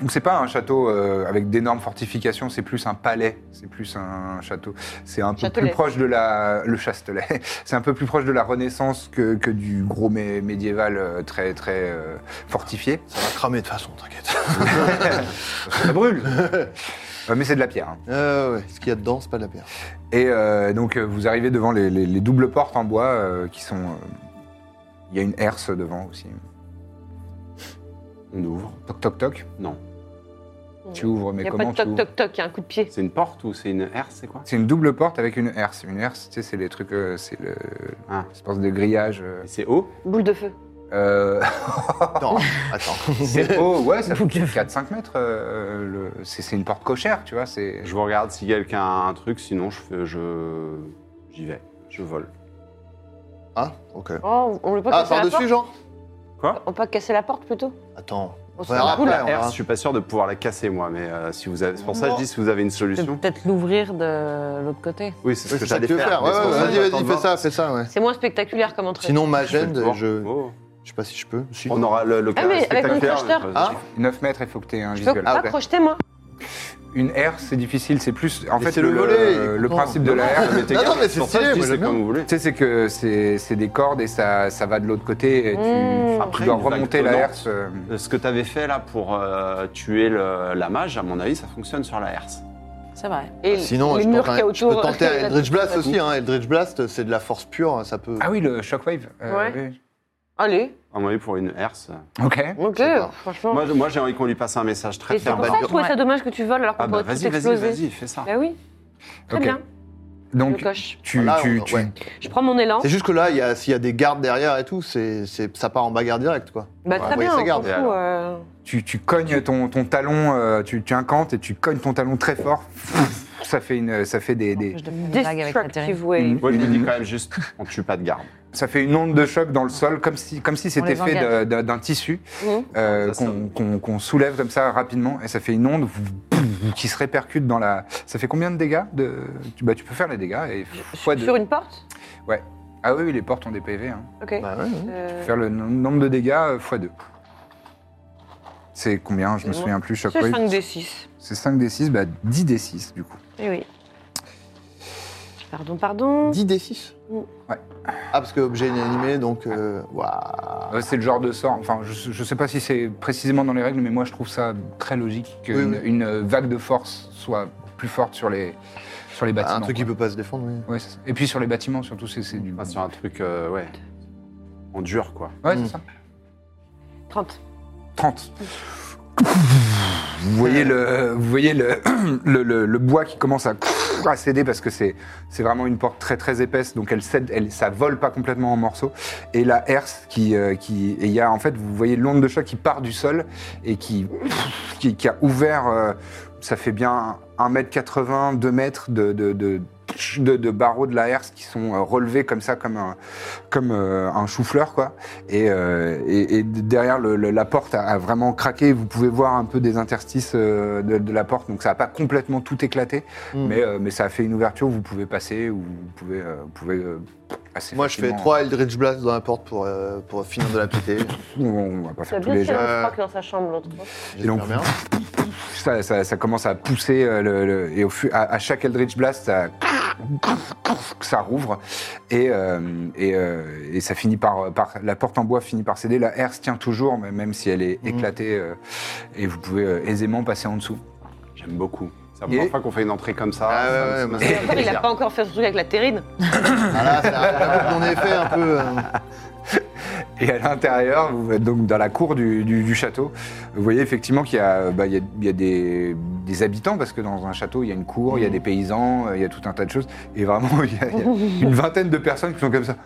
Donc c'est pas un château euh, avec d'énormes fortifications, c'est plus un palais, c'est plus un château. C'est un peu
Châtelet.
plus proche de la le chastelet. C'est un peu plus proche de la Renaissance que, que du gros mé- médiéval euh, très très euh, fortifié.
Ça va cramer de toute façon, t'inquiète.
Ça brûle. Euh, mais c'est de la pierre. hein.
Euh, ouais. Ce qu'il y a dedans, c'est pas de la pierre.
Et euh, donc euh, vous arrivez devant les, les- les doubles portes en bois euh, qui sont. euh, Il y a une herse devant aussi.
On ouvre.
Toc toc toc.
Non.
Tu ouvres,
Il
mais
n'y a pas
comment
de
tu
toc
ouvres
toc toc, il y a un coup de pied.
C'est une porte ou c'est une herse C'est quoi
C'est une double porte avec une herse. Une herse, tu sais, c'est les trucs, euh, c'est le,
Ah.
espèce de grillage. euh.
Et C'est haut
Boule de feu.
Euh,
Non, attends.
c'est haut, ouais, ça fait 4-5 mètres. euh, le- c'est c'est une porte cochère, tu vois. C'est
Je vous regarde si quelqu'un a un truc, sinon je fais- je j'y vais, je vole.
Ah, ok.
Oh, on veut pas
Ah,
casser la porte
par-dessus, genre
On peut casser la porte plutôt
Attends.
On s'en
Ouais,
fout,
Bah, après,
la
on
La
verra.
herse, je suis pas sûr de pouvoir la casser moi, mais euh, si vous avez, c'est pour ça que je dis si vous avez une
Je peux
solution.
peut-être l'ouvrir de l'autre côté.
Oui, c'est ce
Ouais,
que
c'est ça
j'allais
que tu veux faire.
mais
Ouais,
c'est pour
ouais,
ça que
vas-y,
j'attends
vas-y,
de
fais
voir
ça, fais ça, ouais.
C'est moins spectaculaire comme entrée.
Sinon, ma
si je fais le
gêne,
tour.
je.
Oh.
Je sais pas si je peux. Si.
On aura le, le
Ah, mais avec mon
spectaculaire,
projeteur.
mais-
Ah.
9 mètres, il faut que tu aies un
Je peux
visuel. Ah,
pas
ok.
projeter moi.
Une herse, c'est difficile. C'est plus. En
Mais
fait,
c'est le volet, il
le
comprend.
principe de la herse.
mais t'es
Non, non, mais
gars,
c'est
c'est pour ça que je
stylé,
dis
moi,
c'est
j'aime
comme vous voulez.
Tu sais, c'est que c'est c'est des cordes et ça, ça va de l'autre côté. Et tu,
Mmh.
tu
Après,
dois
une vague
remonter la
tonnante.
herse. euh,
Euh, Ce que t'avais fait là pour euh, tuer le- la mage, à mon avis, ça fonctionne sur la herse.
C'est vrai.
Et
Ah, euh, Sinon,
les
je,
murs
tente un-
qu'il y a
je peux
autour. euh,
tenter un Eldritch Blast aussi. Hein. Eldritch Blast, c'est de la force pure, hein, ça peut.
Ah oui, le shockwave. euh,
Ouais.
oui.
Allez,
À mon avis, pour une herse.
Ok.
ok,
sais pas.
franchement.
Moi, je- moi, j'ai envie qu'on lui passe un message très
Et c'est
clair.
pour ça que je trouvais
Ouais.
ça dommage que tu voles alors qu'on
Ah bah
pourrait tout
vas-y, vas-y,
exploser.
vas-y, fais ça.
Bah oui, très
Ok.
bien, je
Donc,
coche.
tu,
Là,
tu,
on-
tu-
ouais.
Je prends mon élan.
C'est juste que là, il y a- s'il y a des gardes derrière et tout, c'est c'est- ça part en bagarre directe, quoi.
Bah
Ouais,
très
oui,
bien,
ça
on s'en
garde,
fout,
et alors
euh,
tu, tu cognes ton, ton talon, euh, tu, tu incantes et tu cognes ton talon très fort. Ça fait, une, ça, fait des, des-
Je devais une blague avec la terrine.
Destructive wave.
Mhm.
Moi, je lui dis quand même juste, on tue pas de garde.
ça fait une onde de choc dans le sol, comme si comme si
On
c'était
les
fait
engage. Mmh. Ah,
de- de- d'un tissu
Mhm.
euh,
Ça, ça-
qu'on qu'on- qu'on soulève comme ça rapidement. Et ça fait une onde qui se répercute dans la. Ça fait combien de dégâts de... tu, bah, tu peux faire les dégâts. Et fois deux.
Sur une porte
Ah oui, oui, les portes ont des PV. Hein.
Ok.
Bah ouais, ouais.
Euh,
Faire le nom- nombre de dégâts euh, fois 2. C'est combien Je me
Mmh.
C'est
souviens plus.
C'est
Shockwave.
5d6.
C'est 5 des 6, bah 10 des 6 du coup.
Eh oui. Pardon, pardon.
10 D6
Ouais.
Ah, parce que objet inanimé, donc. euh, Waouh.
Euh, C'est le genre de sort, enfin je, je sais pas si c'est précisément dans les règles, mais moi je trouve ça très logique qu'une
Oui, oui.
une vague de force soit plus forte sur les, sur les bâtiments.
Un truc qui peut pas se défendre, oui.
quoi. Ouais, c'est ça. Et puis sur les bâtiments surtout, c'est c'est du...
Enfin, sur un truc, euh, ouais, en dur, quoi.
Ouais, c'est
Mm.
ça.
30.
30. Vous voyez le, vous voyez le, le, le- le bois qui commence à, à céder parce que c'est c'est vraiment une porte très très épaisse, donc elle cède, elle, ça vole pas complètement en morceaux. Et la herse qui, euh, qui, et il y a en fait, vous voyez l'onde de choc qui part du sol et qui, qui, qui a ouvert, euh, ça fait bien 1m80, 2 mètres de, de, de, de, de barreaux de la herse qui sont euh, relevés comme ça, comme un, comme, euh, un chou-fleur, quoi. Et, euh, et- et derrière, le- le- la porte a, a vraiment craqué. Vous pouvez voir un peu des interstices euh, de, de la porte, donc ça n'a pas complètement tout éclaté,
Mm.
mais, euh, mais ça a fait une ouverture où vous pouvez passer, où vous pouvez, euh, vous pouvez euh, assez
Moi, je fais
facilement-
trois Eldritch Blast dans la porte pour, euh, pour finir de la péter.
On, on va pas
Ça
faire
a
tous
bien
les
fait hein,
jeux.
jeux.
un froc dans sa chambre l'autre fois.
J'espère
donc-
bien.
Ça, ça- ça commence à pousser euh, le- le- et au fu- à, à chaque Eldritch Blast, ça, ça rouvre et, euh, et, euh, et ça finit par, par la porte en bois finit par céder. La herse tient toujours, mais même si elle est éclatée euh, et vous pouvez euh, aisément passer en dessous.
J'aime beaucoup. C'est la
Et-
première fois qu'on fait une entrée comme ça.
Ah ouais,
Ça me-
ouais,
ça
moi,
me-
c'est-
Encore, il a pas encore fait ce truc avec la terrine.
Ah là, ça a mon effet un peu. euh,
Et à l'intérieur, vous êtes donc dans la cour du, du- du château. Vous voyez effectivement qu'il y a, bah, il y a- il y a des, des habitants, parce que dans un château, il y a une cour, il y a des paysans, euh, il y a tout un tas de choses. Et vraiment, il y a, il y a une vingtaine de personnes qui sont comme ça,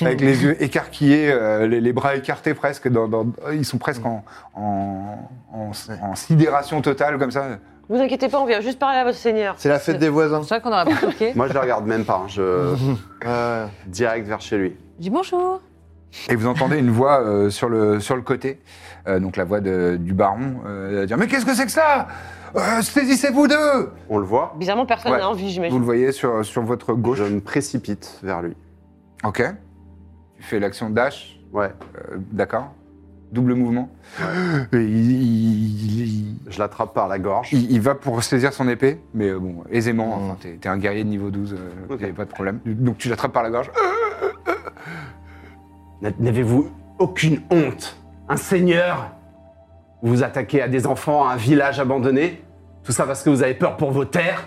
avec les yeux écarquillés, euh, les, les bras écartés presque. dans- dans- euh, ils sont presque en, en- en- en sidération totale, comme ça.
Vous inquiétez pas, on vient juste parler à votre seigneur.
C'est la fête des voisins.
C'est vrai qu'on aurait pas toqué.
Moi, je la regarde même pas. hein. Je
Ouais.
direct vers chez lui.
Je dis bonjour.
Et vous entendez une voix euh, sur, le, sur le côté, euh, donc la voix de- du baron, euh, dire Mais qu'est-ce que c'est que ça Euh, Saisissez-vous d'eux
On le voit.
Bizarrement, personne
Ouais.
n'a envie,
Vous
j'imagine.
le voyez sur, sur votre gauche.
Je me précipite vers lui.
Ok. Tu fais l'action dash,
Ouais.
euh, d'accord. Double mouvement. Et Il, il- il-
Je l'attrape par la gorge.
il- il va pour saisir son épée, mais euh, bon, aisément.
Mhm.
Enfin, t'es, t'es un guerrier de niveau 12, euh,
Mm. Ok.
y avait pas de problème. Donc tu l'attrapes par la gorge. Euh,
N'a- N'avez-vous aucune honte Un seigneur Vous vous attaquez à des enfants, à un village abandonné Tout ça parce que vous avez peur pour vos terres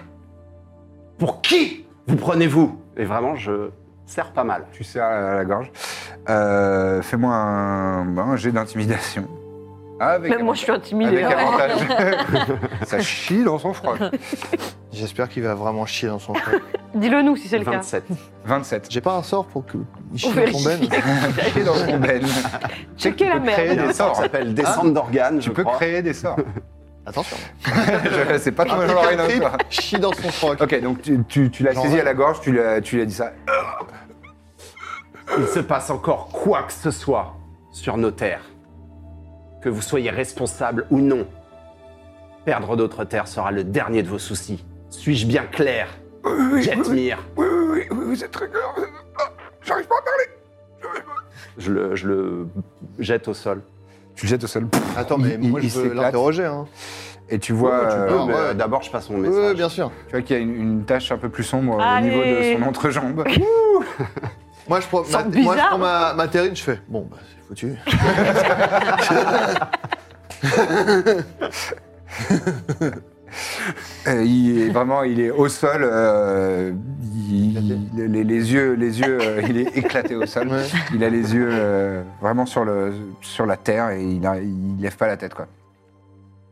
Pour qui vous prenez-vous Et vraiment, je serre pas mal.
Tu serres à la gorge. Euh, fais-moi un, ben, un jet d'intimidation. Avec
Même moi, je suis intimidée. hein.
avec avantage. Ça chie dans son froc.
J'espère qu'il va vraiment chier dans son coin.
Dis-le nous si c'est le cas.
27.
27.
J'ai pas un sort pour qu'il
On
chie dans son
vérifie.
ben.
Chier dans son ben.
Checker la
Créer
merde.
Il y a un
des sorts
sort. Ah.
qui s'appelle descente d'organes, je
Tu peux
crois.
créer des sorts.
Attention.
Je- C'est pas hein. ton
Un
genre, Renan, toi.
trip, chie dans son froc.
Ok, donc tu, tu- tu l'as
Genre,
saisi
ouais.
à la gorge, tu lui as, tu lui as dit ça.
Il se passe encore quoi que ce soit sur nos terres. Que vous soyez responsable ou non, perdre d'autres terres sera le dernier de vos soucis. Suis-je bien clair, Jetmir
Oui, oui, oui, oui, vous êtes très clair. Ah, J'arrive pas à parler.
je le, je le jette au sol.
Tu le jettes au sol.
Attends, mais
Il-
moi
il
je veux
s'éclate.
l'interroger. Hein.
Et tu vois,
tu peux,
euh,
Ah, mais ouais.
D'abord, je passe mon message.
Oui, bien sûr.
tu vois qu'il y a une, une tache un peu plus sombre
Allez.
au niveau de son entrejambe.
Moi je prends, ma,
Sort
moi, je
bizarre.
prends ma, ma terrine, je fais bon, bah c'est foutu.
Euh, il est vraiment, il est au sol. euh, il- il- les, les yeux, les yeux, euh, il est éclaté au sol.
Ouais.
Il a les yeux euh, vraiment sur le sur la terre et il, a- il lève pas la tête quoi.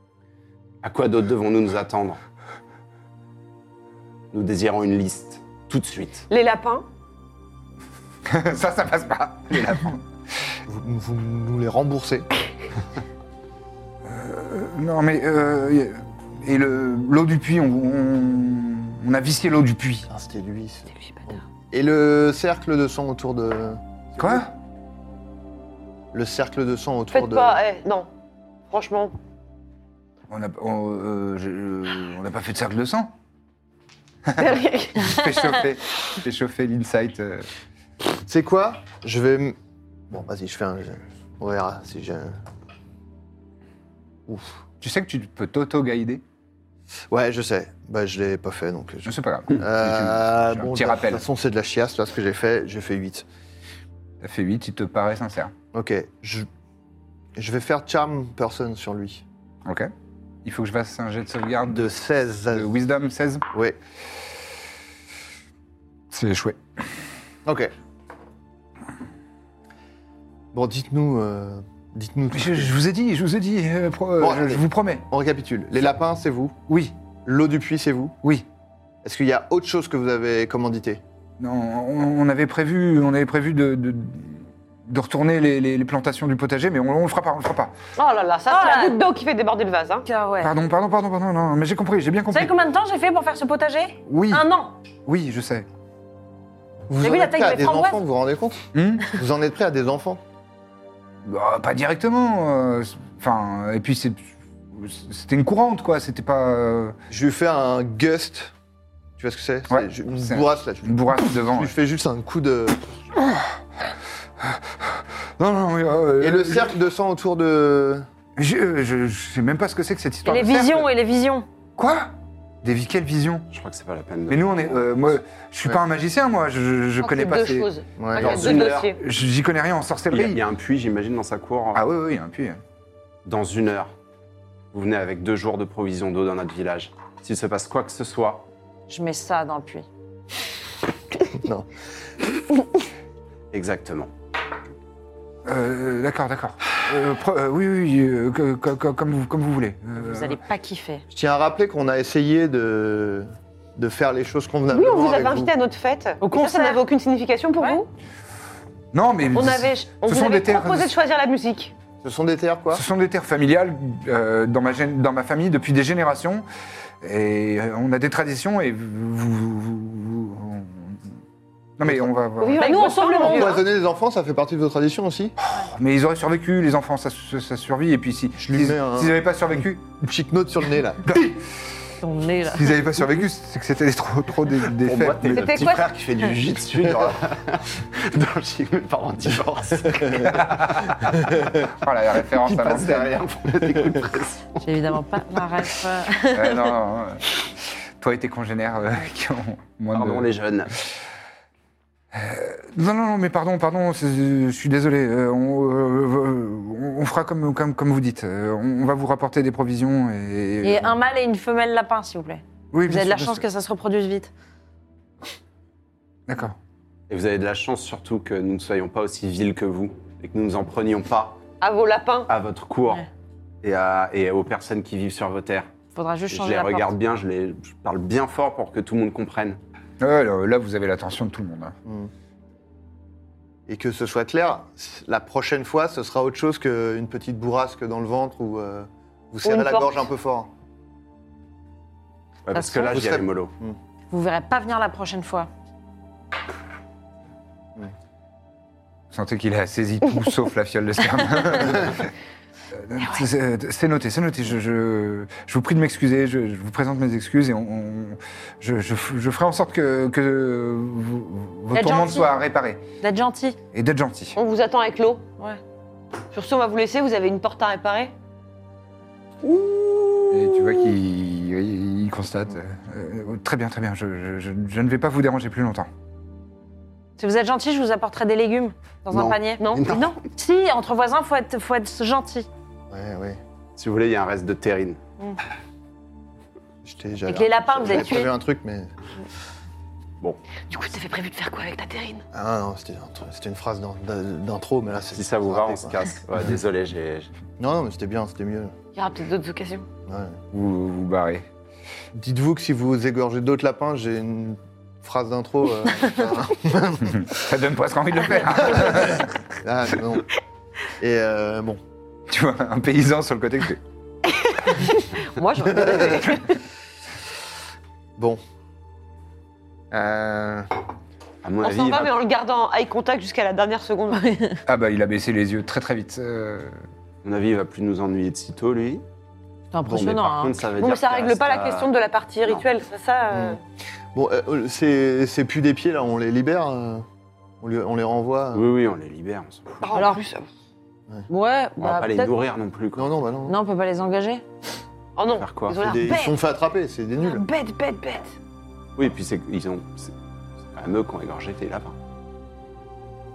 À quoi d'autre devons-nous nous attendre Nous désirons une liste, tout de suite.
Les lapins.
ça, ça passe pas. Les lapins.
Vous, vous nous les remboursez.
Non, mais. euh, et le- l'eau du puits, on, on- on a vissé l'eau du puits.
Ah, c'était lui. ça.
C'est lui, bâtard.
Et le cercle de sang autour de.
Quoi
Le cercle de sang autour
Faites
de.
pas, eh, non. Franchement,
On a- on, euh, je- euh, on n'a pas fait de cercle de sang
Derrière.
Fais chauffer, fais chauffer l'insight. euh.
C'est quoi Je vais. m- Bon, vas-y, je fais un. jeu. On verra si j'ai. un- Ouf.
Tu sais que tu peux t'auto-guider
Ouais, je sais. Bah, je l'ai pas fait donc. Je...
Je sais pas grave.
Euh,
C'est un
bon,
petit
de-
rappel.
De toute façon, c'est de la chiasse là ce que j'ai fait. J'ai fait 8.
Ça fait 8, il te paraît sincère.
Ok. Je... je vais faire charm person sur lui.
Ok Il faut que je fasse un jet de sauvegarde de,
De 16 à.
Wisdom 16
Ouais.
C'est échoué.
Ok. Bon, dites-nous. euh, Dites-nous. tout.
Je, je vous ai dit, je vous ai dit, euh, pro-
Bon,
je, je vous promets.
On récapitule. Les lapins, c'est vous.
Oui,
L'eau du puits, c'est vous.
oui.
Est-ce qu'il y a autre chose que vous avez commandité
Non, on, on avait prévu, on avait prévu de, de- de retourner les, les- les plantations du potager, mais on, on le fera pas, on le fera pas.
Oh là là, ça,
Oh
c'est
là
la
là.
goutte d'eau qui fait déborder le vase. Hein.
Ah ouais.
Pardon, pardon, pardon, pardon, non, mais j'ai compris, j'ai bien
Vous savez
compris.
combien de temps j'ai fait pour faire ce potager
Oui,
Un an.
oui, Mm. je sais.
Vous
Mais
en
oui, la
êtes
taille
prêt à
des
des
framboises.
enfants, vous vous rendez compte
Hmm
Vous en êtes prêt à des enfants
Bah, pas directement. euh, c'est- Enfin, et puis c'est- c'était une courante, quoi. C'était pas euh,
Je lui fais un gust. Tu vois ce que c'est C'est
Ouais,
ju- Une
c'est un-
bourrasse là. Je
une bourrasque
je
devant.
lui
ouais.
fais juste un coup de.
Non, non, oui, euh,
Et le
je-
cercle de sang autour de.
je, euh, je- je sais même pas ce que c'est que cette
Et
histoire.
les
de cercle.
visions, et les visions.
Quoi Des vi- quelle vision
Je crois que c'est pas la peine de.
Mais nous, on est. euh, moi, je suis
Ouais.
pas un magicien, moi. Je, je, je
pense
connais
que
pas.
deux
ces-
choses.
Ouais,
Il y
genre
a
de-
deux dossiers.
J'y connais rien en
Il y, a,
sorcellerie.
il y a un puits, j'imagine, dans sa cour.
Ah oui, oui, un puits.
Dans une heure, vous venez avec deux jours de provisions d'eau dans notre village. S'il se passe quoi que ce soit,
Je mets ça dans le puits.
exactement.
Euh, d'accord, d'accord. Euh, pro- euh, oui, oui, euh, que- que- que- comme, vous, comme vous voulez. Euh,
Vous allez pas kiffer.
Je tiens à rappeler qu'on a essayé de... de faire les choses
Oui,
convenablement.
on vous
avec
avait invité à notre fête.
Au
Et ça, ça
concert.
n'avait aucune signification pour
Ouais.
vous.
Non, mais
On avait, on
ce
vous
sont
avait
des terres-
proposé de choisir la musique.
Ce sont des terres quoi
Ce sont des terres familiales euh, dans, ma gén- dans ma famille depuis des générations. Et euh, on a des traditions et vous. vous- vous- vous- on- Non mais on va voir.
Oui,
Bah,
avec
nous, on
votre
sauve le
femme,
monde.
on veut, hein.
Empoisonner les enfants, ça fait partie de vos traditions aussi
Mais ils auraient survécu, les enfants, ça, ça- ça survit. Et puis si
Je lui
s'ils
mets un-
s'ils n'avaient pas survécu,
Une petite note sur le nez là.
Ton nez là.
s'ils n'avaient pas survécu, c'est que c'était des- trop, trop des, des
Pour
faits.
moi, t'es
Mais-
le
C'était
petit
quoi-
frère qui fait du jitsu dans, dans le film Mes parents divorcent.
Oh, la référence
qui
à
passe
l'ancienne.
derrière pour mettre des coups de pression.
J'ai évidemment pas ma ref.
Ouais, non, non, non. Toi et tes congénères euh, qui ont moins
Pardon
de...
les jeunes.
Non, non, non, mais pardon, pardon, c'est- euh, je suis désolé. euh, on, euh, on- on fera comme, comme, comme vous dites. euh, on, on va vous rapporter des provisions et...
Et un mâle et une femelle lapin, s'il vous plaît.
Oui,
Vous
bien
avez de la
sûr,
chance
bien
que ça se reproduise vite.
sûr. D'accord.
Et vous avez de la chance surtout que nous ne soyons pas aussi vils que vous et que nous ne nous en prenions pas
À vos lapins.
à votre cours
Ouais.
et, à- et aux personnes qui vivent sur vos terres.
Faudra juste
Je
changer
les
la
regarde
porte.
bien, je les je parle bien fort pour que tout le monde comprenne.
Ouais, là, là, vous avez l'attention de tout le monde. hein.
Et que ce soit clair, la prochaine fois, ce sera autre chose qu'une petite bourrasque dans le ventre ou euh, vous serrez
une
la
porte.
gorge un peu fort.
Ouais, parce
se
que là,
trouve,
j'y
ça-
allais mollo.
Vous verrez pas venir la prochaine fois.
Vous sentez qu'il a saisi tout sauf la fiole de sperme. Euh, c'est- C'est noté, c'est noté. Je, je- je vous prie de m'excuser, je, je vous présente mes excuses et on, on- je, je f- je ferai en sorte que, que vos- vos
D'être
tourmentes
gentil.
soient réparées
D'être gentil.
et d'être gentil.
On vous attend avec l'eau.
Ouais.
Sur ce, on va vous laisser, vous avez une porte à réparer.
Et tu vois qu'il il- il constate. euh, euh, très bien, très bien, je, je- je- je ne vais pas vous déranger plus longtemps.
Si vous êtes gentil, je vous apporterai des légumes dans
Non.
un panier.
Non.
Non. Si, entre voisins, faut être, faut être gentil.
Ouais, ouais.
Si vous voulez, il y a un reste de terrine.
J'étais- j'avais-
Avec les lapins, vous
j'avais
avez tué.
prévu un truc, mais.
Du coup, t'avais prévu de faire quoi avec ta terrine
Ah non, non, c'était un truc- c'était une phrase d'in- d'intro, mais là, c'est.
Si ça vous va, on
raté,
se
quoi.
casse. Ouais, désolé, j'ai. j'ai-
Non, non, mais c'était bien, c'était mieux.
Il y aura peut-être d'autres occasions.
Ouais.
Vous vous barrez.
Dites-vous que si vous égorgez d'autres lapins, j'ai une phrase d'intro. euh,
Ça donne presque envie de le faire. hein.
ah, non. Et euh, bon.
tu vois, un paysan sur le côté. qui fait,
Moi, j'aurais bien aimé.
Bon. Euh,
À mon
On
avis, hein.
s'en
il
va,
va-
mais en le gardant eye contact jusqu'à la dernière seconde.
Ah bah il a baissé les yeux très très vite. euh,
à mon avis, il va plus nous ennuyer de sitôt, lui.
C'est
Bon, mais
impressionnant.
par
hein.
contre, ça veut
Bon, mais
dire
ça
qu'il
règle
reste
pas la
à-
question de la partie
Non.
rituelle. Ça, ça, euh,
Mm. Bon, euh, c'est c'est plus des pieds là, on les libère, euh, on, les- on les renvoie. euh.
Oui, oui, on les libère. On, s'en fout.
oh, en
Alors-
plus. euh,
Ouais,
On
bah,
va pas les
peut-être.
nourrir non plus. Quoi.
Non, non, bah non.
Non, on peut pas les engager.
Oh non,
Faire quoi
ils ont l'air
Des- ils
bêtes.
sont fait attraper, c'est des nuls.
Bêtes, bêtes, bêtes.
Oui, et puis c'est ils ont. C'est c'est quand même eux qui ont égorgé tes lapins.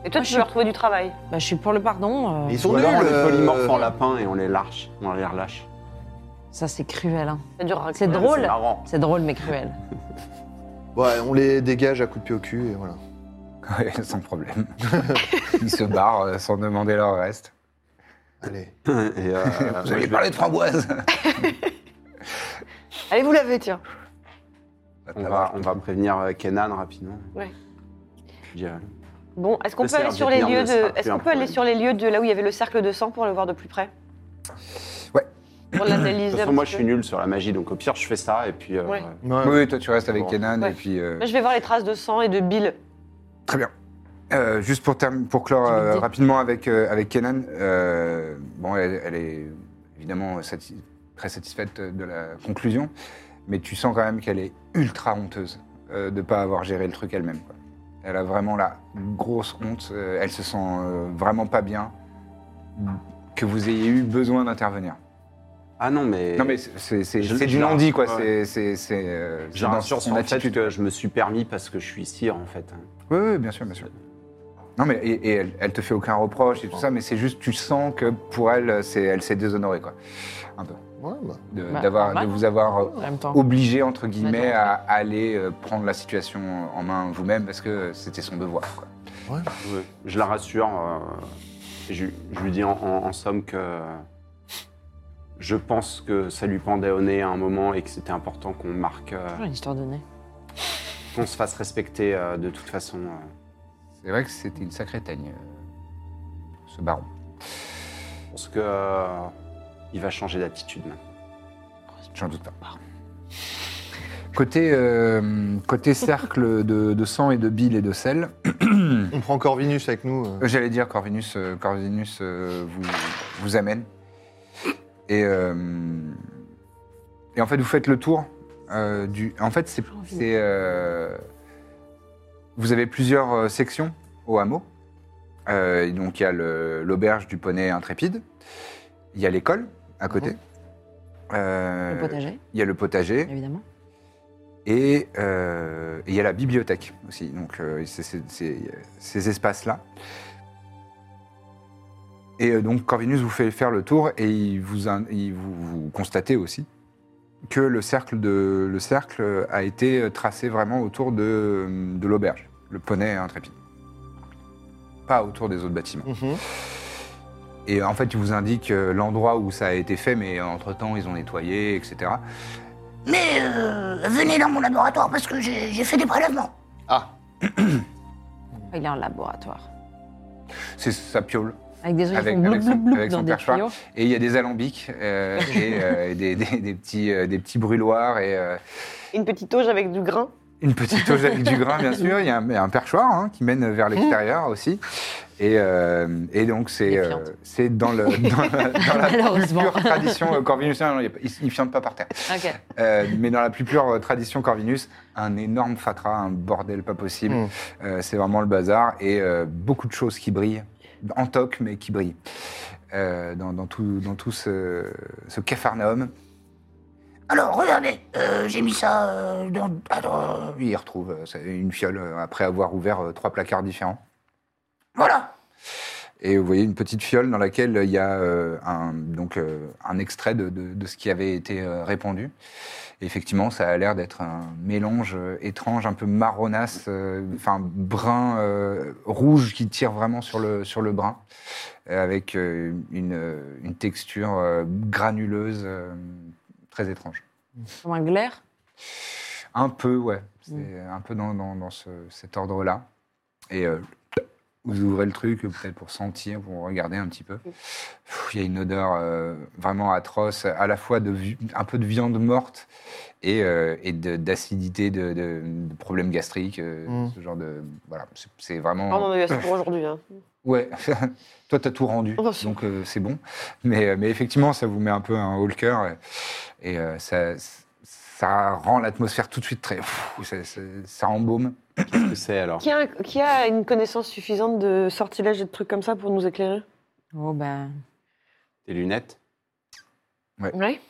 Et toi, tu
Moi, je
veux leur trouver du travail.
Bah, je suis pour le pardon. euh,
Ils sont
Ou alors on
nuls.
les
euh,
polymorphe en lapin et on les lâche. On les relâche.
Ça, c'est cruel. hein.
Ça durera
C'est
quand même.
drôle.
C'est marrant.
C'est drôle, mais cruel.
Ouais, on les dégage à coups de pied au cul et voilà.
Ouais, sans problème. Ils se barrent euh, sans demander leur reste.
Allez.
Et, euh,
Vous avez parlé de framboise
Allez, vous laver, tiens.
on, va, on va prévenir euh, Kenan rapidement.
Ouais.
Je dirais.
Bon, est-ce qu'on
Le
peut aller
cercle
sur
de
les
pierre
lieux
ne sera
de.
plus
Est-ce
un
qu'on peut aller
problème.
sur les lieux de là où il y avait le cercle de sang pour le voir de plus près
Ouais.
Pour
De
l'analyser.
toute
un
façon, moi,
petit
je suis
peu.
nul sur la magie, donc au pire, je fais ça et puis. euh,
Ouais.
Oui, oui, toi, tu restes avec Kenan
Ouais.
et puis. euh,
Moi, je vais voir les traces de sang et de bile.
Très bien. Euh, juste pour, term- pour clore
J'ai une
euh,
idée.
rapidement avec, euh, avec Kenan, euh, bon, elle, elle est évidemment sati- très satisfaite de la conclusion, mais tu sens quand même qu'elle est ultra honteuse euh, de ne pas avoir géré le truc elle-même. quoi. Elle a vraiment la grosse honte, euh, elle se sent euh, vraiment pas bien que vous ayez eu besoin d'intervenir.
Ah non, mais.
Non mais c'est- c'est c'est-
Je-
c'est
je
du
la-
non-dit, quoi.
ouais.
C'est- C'est c'est, euh, c'est
Je
dans
rassure
son
sur le fait
attitude.
que je me suis permis parce que je suis sire, en fait. hein.
Oui, oui, bien sûr, bien sûr. Non, mais et, et elle, elle te fait aucun reproche et tout ça, mais c'est juste tu sens que pour elle, c'est elle s'est déshonorée, quoi, un peu,
Ouais, bah,
de,
Bah,
d'avoir,
normal,
de
hein.
vous avoir euh,
En même temps.
obligé entre guillemets
Bah,
à aller euh, prendre la situation en main vous-même parce que c'était son devoir. Quoi.
Ouais. Je la rassure. euh, et je, je lui dis en, en- en somme que je pense que ça lui pendait au nez à un moment et que c'était important qu'on marque, euh,
Toujours une histoire de nez.
qu'on se fasse respecter euh, de toute façon. euh.
C'est vrai que c'était une sacrée teigne, euh, ce baron.
Je pense que euh, il va changer d'attitude. maintenant.
J'en doute pas. Côté, euh, côté cercle de, de sang et de bile et de sel,
Hmm.
on prend Corvinus avec nous. euh.
Euh, J'allais dire Corvinus, euh, Corvinus euh, vous, vous amène. Et, euh, et en fait, vous faites le tour euh, du. En fait, c'est. c'est, euh, vous avez plusieurs euh, sections au hameau. Euh, et donc, il y a le- l'auberge du poney intrépide. Il y a l'école à côté. Euh,
Mhm. Le potager,
Il y a le potager.
évidemment.
Et euh, et il y a la bibliothèque aussi, donc euh, c'est- c'est- c'est- ces espaces-là. Et euh, donc Corvinus vous fait faire le tour et il vous, in- il vous, vous constatez aussi que le cercle, de, le cercle a été tracé vraiment autour de, de l'auberge, le poney intrépide. Pas autour des autres bâtiments.
Mhm.
Et en fait, il vous indique euh, l'endroit où ça a été fait, mais entre-temps, ils ont nettoyé, etc.
Mais euh, venez dans mon laboratoire parce que j'ai j'ai fait des prélèvements.
Ah,
Oh,
Il est en laboratoire.
C'est sa piole.
Avec des yeux qui
Avec-
font
avec
bloup,
son-
bloup, bloup
avec
dans
son
des
perchoir.
tuyaux.
Et il y a des alambics euh, et, euh, et des, des- des petits, euh, des petits brûloirs et euh,
Une petite auge avec du grain.
une petite auge avec du grain, bien sûr. Il y a un, un perchoir hein, qui mène vers l'extérieur aussi. Et, euh, et donc, c'est
Il est
euh,
fiante.
c'est dans, le, dans la, dans la plus
Malheureusement.
pure tradition euh, corvinusienne. Non, il y a pas- Il ne fiante pas par terre.
Ok.
Euh, mais dans la plus pure euh, tradition Corvinus, un énorme fatras, un bordel pas possible.
Mm.
Euh, c'est vraiment le bazar et euh, beaucoup de choses qui brillent, en toc, mais qui brillent. Euh, dans, dans tout, dans tout ce, ce capharnaüm,
Alors regardez, euh, j'ai mis ça euh, dans. alors, euh,
il retrouve euh, c'est une fiole euh, après avoir ouvert euh, trois placards différents.
voilà.
Et vous voyez une petite fiole dans laquelle il y a euh, un, donc, euh, un extrait de, de- de ce qui avait été euh, répandu. Et effectivement, ça a l'air d'être un mélange euh, étrange, un peu marronasse, euh, enfin brun, euh, rouge qui tire vraiment sur le, sur le brun, euh, avec euh, une, euh, une texture euh, granuleuse euh, très étrange.
Comme un glaire.
Un peu, ouais. C'est un peu dans, dans- dans ce- cet ordre-là. Et euh, vous ouvrez le truc, euh, peut-être pour sentir, pour regarder un petit peu. Pff, Il y a une odeur euh, vraiment atroce, à la fois de vi- un peu de viande morte et, euh, et de- d'acidité, de, de- de problèmes gastriques, euh,
Mm.
ce genre de... Voilà, c'est- c'est
Oh non,
vraiment...
mais c'est pour aujourd'hui. hein.
Ouais, toi, t'as tout rendu,
Oh, bah, c'est-
donc euh, c'est bon. Mais, euh, mais effectivement, ça vous met un peu un haut le cœur et, et, euh, ça, ça rend l'atmosphère tout de suite très... pff, ça, ça- ça embaume.
Qu'est-ce que c'est alors
Qui, a, un- qui a une connaissance suffisante de sortilèges et de trucs comme ça pour nous éclairer
Oh ben.
Tes lunettes
Oui.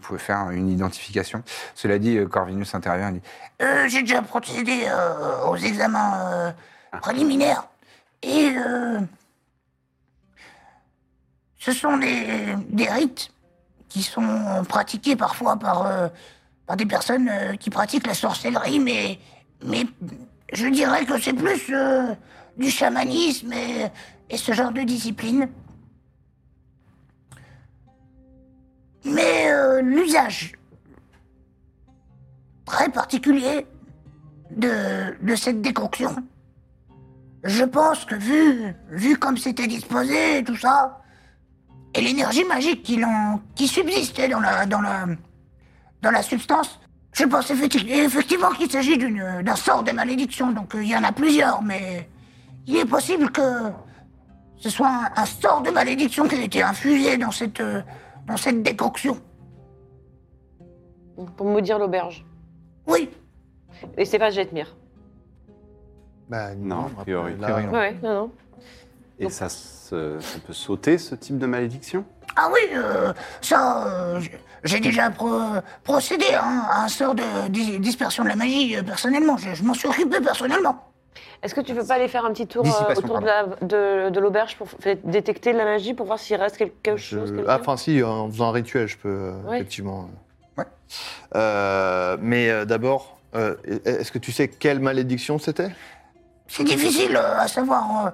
Vous pouvez faire une identification. Cela dit, euh, Corvinus intervient et dit
Euh, j'ai déjà procédé euh, aux examens euh, préliminaires et euh, ce sont des, des rites qui sont euh, pratiqués parfois par, euh, par des personnes euh, qui pratiquent la sorcellerie, mais, mais je dirais que c'est plus euh, du chamanisme et, et ce genre de discipline. Mais euh, l'usage très particulier de, de cette déconction Je pense que vu, vu comme c'était disposé, tout ça, et l'énergie magique qui, l'en- qui subsistait dans la, dans la, dans la substance, je pense effecti- effectivement qu'il s'agit d'une, d'un sort de malédiction. Donc euh, il y en a plusieurs, mais il est possible que ce soit un, un sort de malédiction qui a été infusé dans cette, euh, dans cette décoction.
Pour maudire l'auberge.
Oui,
Et c'est pas Jetmir.
Bah,
Non, a priori,
après, là,
a priori, non.
Ouais, non, non.
Et ça, se- ça peut sauter, ce type de malédiction
Ah oui, euh, ça, euh, j- j'ai déjà pro- procédé hein, à un sort de dis- dispersion de la magie euh, personnellement. Je, je m'en suis occupé personnellement.
Est-ce que tu veux pas aller faire un petit tour euh,
Dissipation,
autour de la- de de l'auberge pour f- détecter de la magie pour voir s'il reste quelque
Je-
chose quelqu'un
Ah, enfin, si, en faisant un rituel, je peux, euh,
Oui.
effectivement.
Ouais.
Euh, mais euh, d'abord, euh, est-ce que tu sais quelle malédiction c'était
C'est difficile euh, à savoir. euh,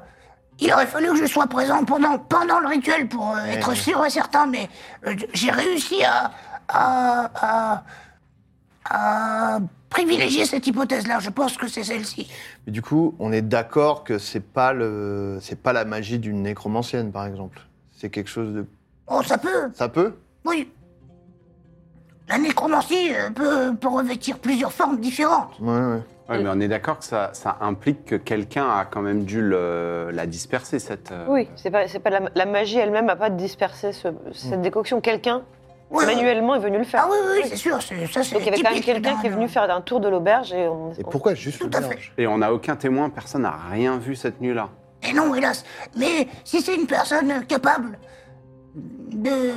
il aurait fallu que je sois présent pendant, pendant le rituel pour euh, être sûr et certain, mais euh, j- j'ai réussi à, à, à- à privilégier cette hypothèse-là. Je pense que c'est celle-ci.
Mais du coup, on est d'accord que c'est pas le, c'est pas la magie d'une nécromancienne, par exemple. C'est quelque chose de,
Oh, ça peut
ça peut
Oui. La nécromancie euh, peut, peut revêtir plusieurs formes différentes.
Ouais, ouais.
Oui, mais on est d'accord que ça, ça implique que quelqu'un a quand même dû le- la disperser, cette... euh,
Oui, c'est pas, c'est pas la, la magie elle-même n'a pas dispersé ce- cette décoction. Quelqu'un,
Oui, oui.
manuellement, est venu le faire.
Ah oui, oui, c'est sûr, c'est- ça c'est
Donc il y avait quand même
typique
quelqu'un
d'un-
qui est venu faire un tour de l'auberge et on.
Et pourquoi juste
Tout
le
à fait.
berge
Et on n'a aucun témoin, personne n'a rien vu cette nuit-là.
Et non, hélas. Mais si c'est une personne capable de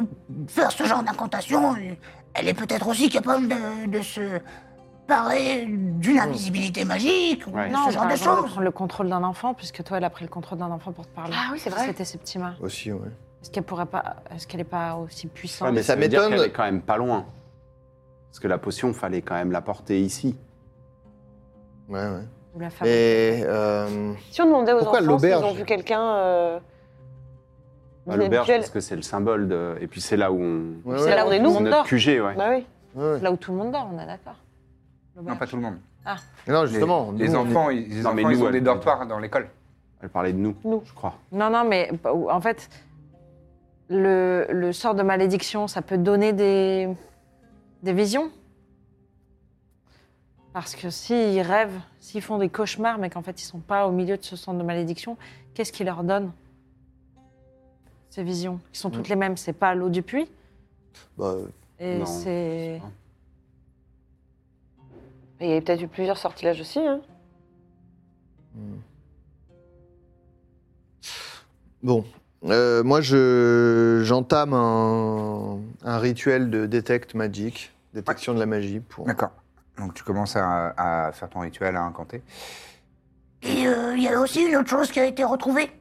faire ce genre d'incantation, elle est peut-être aussi capable de, de se parer d'une invisibilité magique ou
Ouais.
de
Non,
ce genre de choses.
prendre le contrôle d'un enfant, puisque toi, elle a pris le contrôle d'un enfant pour te parler.
Ah oui, c'est vrai.
C'était Septima.
Aussi, ouais.
Est-ce qu'elle pourrait pas. Est-ce qu'elle est pas aussi puissante
Ouais, mais
ça
ça, veut dire
m'étonne.
qu'elle est quand même pas loin. Parce que la potion, fallait quand même la porter ici.
Ouais, ouais.
ou la faire
Mais euh,
Si on demandait aux enfants
Pourquoi
s'ils
l'auberge
ont vu quelqu'un. euh,
Bah, L'auberge,
duel-
parce que c'est le symbole de... Et puis c'est là où on...
ouais,
C'est
ouais,
là où on est
tout
nous.
le monde
notre
dort.
QG, ouais.
Bah oui.
ouais, ouais.
Là où tout le monde dort, on est d'accord.
Non, pas tout le monde.
Non, justement.
les, les
nous, on est-
enfants, ils, les
Non,
enfants,
mais
ils
nous,
ont des
elle-
dortoirs dans l'école.
Elle parlait de nous,
Nous.
je crois.
Non, non, mais bah, ou- en fait, le, le sort de malédiction, ça peut donner des, des visions. Parce que s'ils rêvent, s'ils font des cauchemars, mais qu'en fait ils sont pas au milieu de ce centre de malédiction, qu'est-ce qui leur donne ces visions Qui sont toutes les mêmes, c'est pas l'eau du puits.
bah,
Et
Non,
c'est.
Mais Il y a peut-être eu plusieurs sortilèges aussi. Hein.
Bon, Euh, moi je j'entame un, un rituel de détecte magique, détection de la magie pour.
D'accord. Donc tu commences à, à faire ton rituel, à incanter.
Et euh, il y a aussi une autre chose qui a été retrouvée.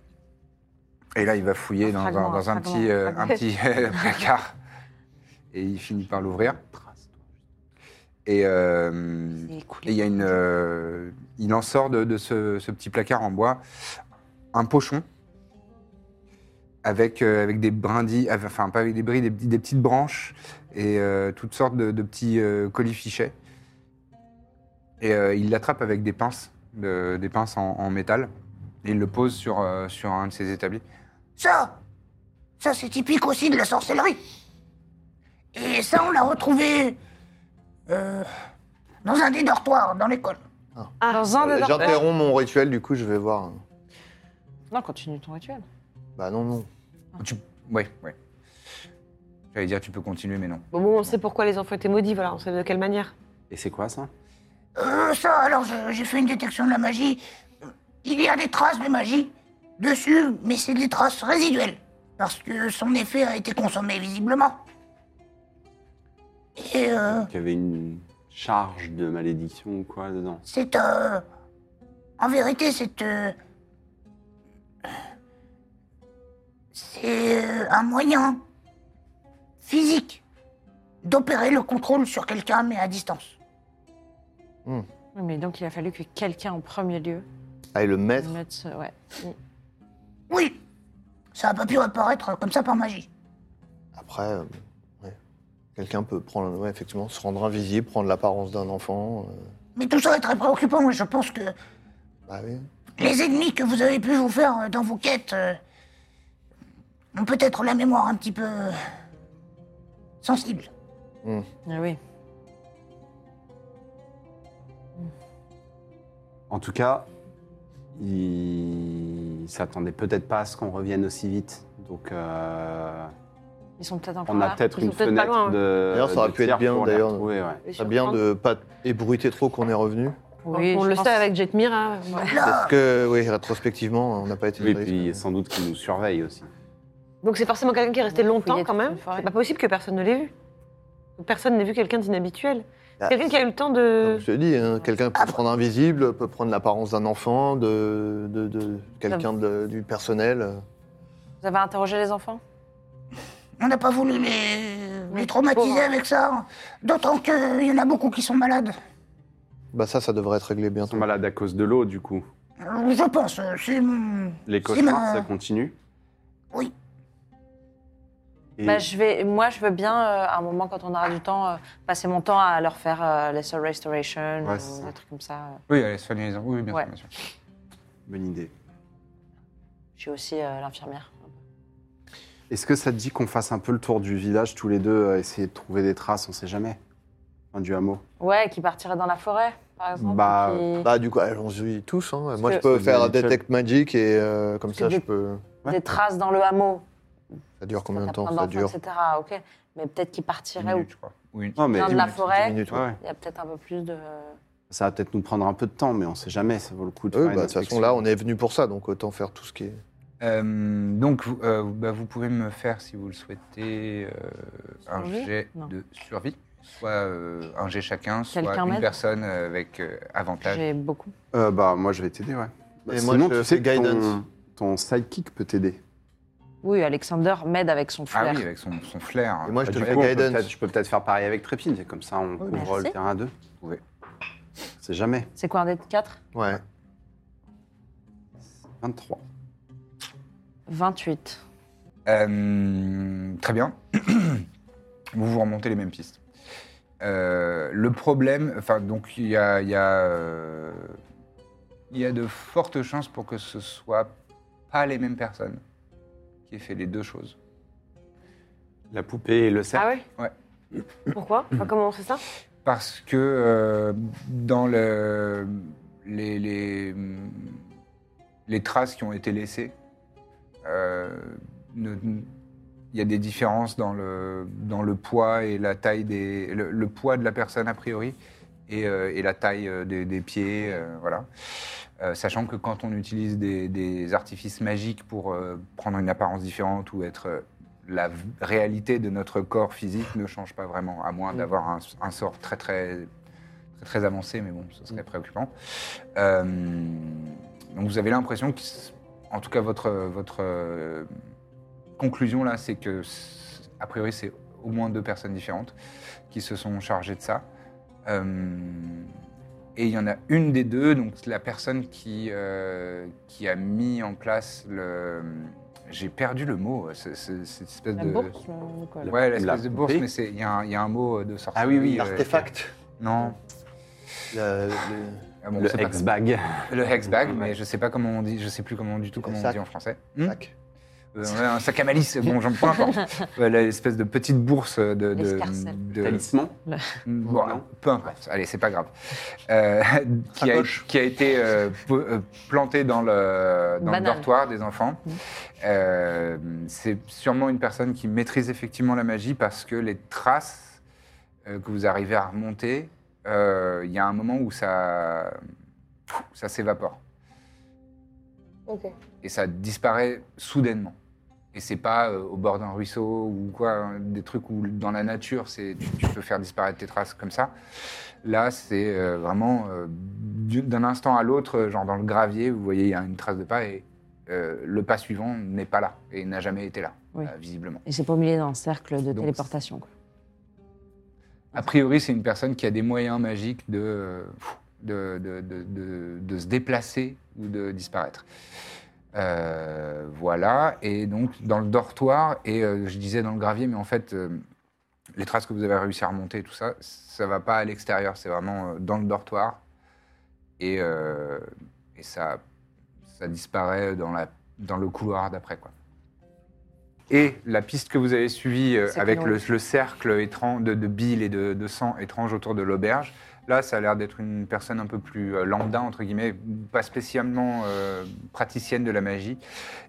Et là, il va fouiller
Un
dans, un,
fragment,
dans
un
un,
fragment,
petit, euh,
un
un petit placard. Et il finit par l'ouvrir. Et euh,
c'est cool.
et il y a une, euh, il en sort de, de ce, ce petit placard en bois un pochon avec, euh, avec des brindilles, avec- enfin pas avec des bris, des, petits- des petites branches et euh, toutes sortes de, de petits euh, colifichets. Et euh, il l'attrape avec des pinces, de- des pinces en, en métal. Et il le pose sur, euh, sur un de ses établis.
Ça, ça c'est typique aussi de la sorcellerie. Et ça, on l'a retrouvé euh, dans un des dortoirs, dans l'école.
Dans un des
Euh,
dortoirs.
J'interromps mon rituel, du coup je vais voir.
Non, continue ton rituel.
Bah non non.
Tu... Ouais, ouais. J'allais dire tu peux continuer, mais non.
Bon, bon, on sait pourquoi les enfants étaient maudits, voilà, on sait de quelle manière.
Et c'est quoi, ça
Euh, ça, alors, je- j'ai fait une détection de la magie. Euh, Il y a des traces de magie dessus, mais c'est des traces résiduelles. Parce que son effet a été consommé visiblement. Et euh,
Qu'il y avait une charge de malédiction ou quoi dedans
c'est. euh, en vérité, c'est. euh, c'est euh, un moyen physique d'opérer le contrôle sur quelqu'un, mais à distance.
Oui, mais donc il a fallu que quelqu'un en premier lieu
Allez Ah, le maître.
mette ce. euh, Ouais. Mm.
Oui, ça n'a pas pu apparaître comme ça par magie.
Après, euh, ouais. quelqu'un peut prendre, ouais, effectivement, se rendre invisible, prendre l'apparence d'un enfant. euh,
Mais tout ça est très préoccupant et je pense que
bah oui.
Les ennemis que vous avez pu vous faire euh, dans vos quêtes euh, ont peut-être la mémoire un petit peu euh, sensible.
Ah oui.
En tout cas, ils s'attendaient peut-être pas à ce qu'on revienne aussi vite. Donc, euh,
Ils sont peut-être encore
on a
là.
peut-être
ils sont
une
peut-être pas
fenêtre
loin, hein.
de.
D'ailleurs, ça aurait
de
pu être
tir
bien,
pour les
d'ailleurs.
retrouver, ouais.
C'est Ah, bien de pas ébruiter trop qu'on est revenu.
Oui,
on
je
le
pense.
sait avec Jetmir. hein.
Parce que, oui, rétrospectivement, on n'a pas été.
Oui,
très-
puis sans doute qu'ils nous surveillent aussi.
Donc c'est forcément quelqu'un qui est resté
Vous
longtemps
fouillez
quand
toute
même.
une forêt.
C'est pas possible que personne ne l'ait vu. Personne n'ait vu quelqu'un d'inhabituel.
Bah,
Quelqu'un qui a eu le temps
Comme
Euh,
de.
je te dis, hein, quelqu'un
Ah
peut se rendre invisible, peut prendre l'apparence d'un enfant, de, de, de- quelqu'un de- du personnel.
Vous avez interrogé les enfants
On n'a pas voulu les, euh,
pauvre.
les traumatiser avec ça, d'autant qu'il y en a beaucoup qui sont malades.
Bah ça, ça devrait être réglé
Ils sont
bientôt.
malades à cause de l'eau, du coup.
Euh, Je pense, euh, c'est mon-
Les
c'est
cauchemars,
ma-
ça continue.
Oui.
Et
Bah, je vais, moi, je veux bien, euh, à un moment, quand on aura du temps, euh, passer mon temps à leur faire euh, les Soul Restoration
Ouais, c'est
ou
ça.
des trucs comme ça.
Oui, allez, soignez les Oui, bien
Ouais.
sûr, bien sûr.
Bonne idée.
Je suis aussi euh, l'infirmière.
Est-ce que ça te dit qu'on fasse un peu le tour du village tous les deux, euh, essayer de trouver des traces, on sait jamais Enfin, du hameau.
Ouais, qui partirait dans la forêt, par exemple.
Bah,
ou qui-
Bah du coup, allons-y tous. hein. Moi,
que-
je peux
Ça
faire
devient habituel.
Detect Magic et euh, comme ça,
que
je
des-
peux...
ouais.
Des traces dans le hameau.
Ça dure combien
Quand
de
t'as
temps
plein
Ça
d'enfants,
dure
etc. Ok, mais peut-être qu'ils
Dix
partiraient ou
minutes, je crois. Oui.
Non, mais
plein de la forêt.
10 minutes, ouais.
Ouais, ouais.
Il y a peut-être un peu plus de.
ça va peut-être nous prendre un peu de temps, mais on sait jamais, ça vaut le coup de
Oui, bah,
faire une
de toute façon,
inspection.
là, on est venu pour ça, donc autant faire tout ce qui est...
Euh, donc, vous- euh, bah, vous pouvez me faire, si vous le souhaitez, euh, un
Survie
jet
Non.
de survie. Soit euh, un jet chacun, soit
Quelqu'un
une
m'aide
personne euh, avec euh, avantage.
J'ai beaucoup.
Euh, bah, moi, je vais t'aider, ouais. Bah,
Et moi,
sinon,
je
tu sais
fais
que ton,
guidance.
ton sidekick peut t'aider.
Oui, Alexander m'aide avec son
Ah
flair.
oui, avec son, son flair. hein.
Et moi, je
Bah,
te
du
fais
coup, on peut
guidance.
peut-être- je peux peut-être faire pareil avec Trépine, et comme ça, on couvre
Oh, merci.
le terrain à deux.
Ouais.
C'est jamais.
C'est quoi un dé de 4
Ouais.
23.
28.
Euh, très bien. vous vous remontez les mêmes pistes. Euh, le problème, enfin, donc il y a, il y, a, euh, il y a de fortes chances pour que ce soit pas les mêmes personnes qui aient fait les deux choses.
La poupée et le cerf.
Ah ouais Pourquoi Enfin, Comment on fait ça
Parce que euh, dans le- les, les, les traces qui ont été laissées, euh, ne- il y a des différences dans le, dans le poids et la taille des. Le, le poids de la personne, a priori, et, euh, et la taille euh, des, des pieds, euh, voilà. Euh, sachant que quand on utilise des, des artifices magiques pour euh, prendre une apparence différente ou être. euh, la v- réalité de notre corps physique ne change pas vraiment, à moins d'avoir un, un sort très, très très très avancé, mais bon, ce serait préoccupant. Euh, donc vous avez l'impression que, s- en tout cas, votre votre euh, conclusion là, c'est que s- a priori c'est au moins deux personnes différentes qui se sont chargées de ça. Euh, et il y en a une des deux, donc la personne qui, euh, qui a mis en place le. J'ai perdu le mot, euh, ce- ce- cette espèce
La
de.
bourse ou quoi
Ouais, l'espèce
La
de bourse,
poupée.
mais c'est- il y, a un- il y a un mot euh, de sorcier.
Ah oui, oui,
Artefact.
Non.
La- le-
Ah bon, c'est
Le
pas-
ex-bag.
Le hexbag,
Ouais.
mais je sais pas comment on dit, je sais plus comment du tout comment on
sac.
dit en français. Hmm
Sac.
Euh, ouais, un sac à malice, bon, j'en peu importe. Ouais, L'espèce de petite bourse de. de,
L'escarcelle.
de-
Talisman.
Bon,
Non.
peu importe, allez, c'est pas grave. Euh, qui, a,
Sacoche.
qui a été euh, po- euh, plantée dans le, dans le
Banane. Hmm.
dortoir des enfants. Euh, c'est sûrement une personne qui maîtrise effectivement la magie parce que les traces euh, que vous arrivez à remonter, euh, il y a un moment où ça, ça s'évapore
Ok.
et ça disparaît soudainement. Et c'est pas euh, au bord d'un ruisseau ou quoi, hein, des trucs où dans la nature, c'est tu, tu peux faire disparaître tes traces comme ça. Là, c'est euh, vraiment euh, du- d'un instant à l'autre, euh, genre dans le gravier, vous voyez, il y a une trace de pas et euh, le pas suivant n'est pas là et n'a jamais été là,
Oui.
euh, visiblement.
Et c'est pas au milieu d'un cercle de
Donc,
téléportation. quoi.
A priori, c'est une personne qui a des moyens magiques de, de, de- de- de- de se déplacer ou de disparaître. Euh, voilà, et donc dans le dortoir, et euh, je disais dans le gravier, mais en fait, euh, les traces que vous avez réussi à remonter, et tout ça, ça va pas à l'extérieur, c'est vraiment euh, dans le dortoir. Et, euh, et ça, ça disparaît dans, la, dans le couloir d'après. quoi. Et la piste que vous avez suivie euh,
C'est
avec
plus
le, le cercle étran- de, de bile et de, de sang étrange autour de l'auberge, là, ça a l'air d'être une personne un peu plus euh, lambda, entre guillemets, pas spécialement euh, praticienne de la magie.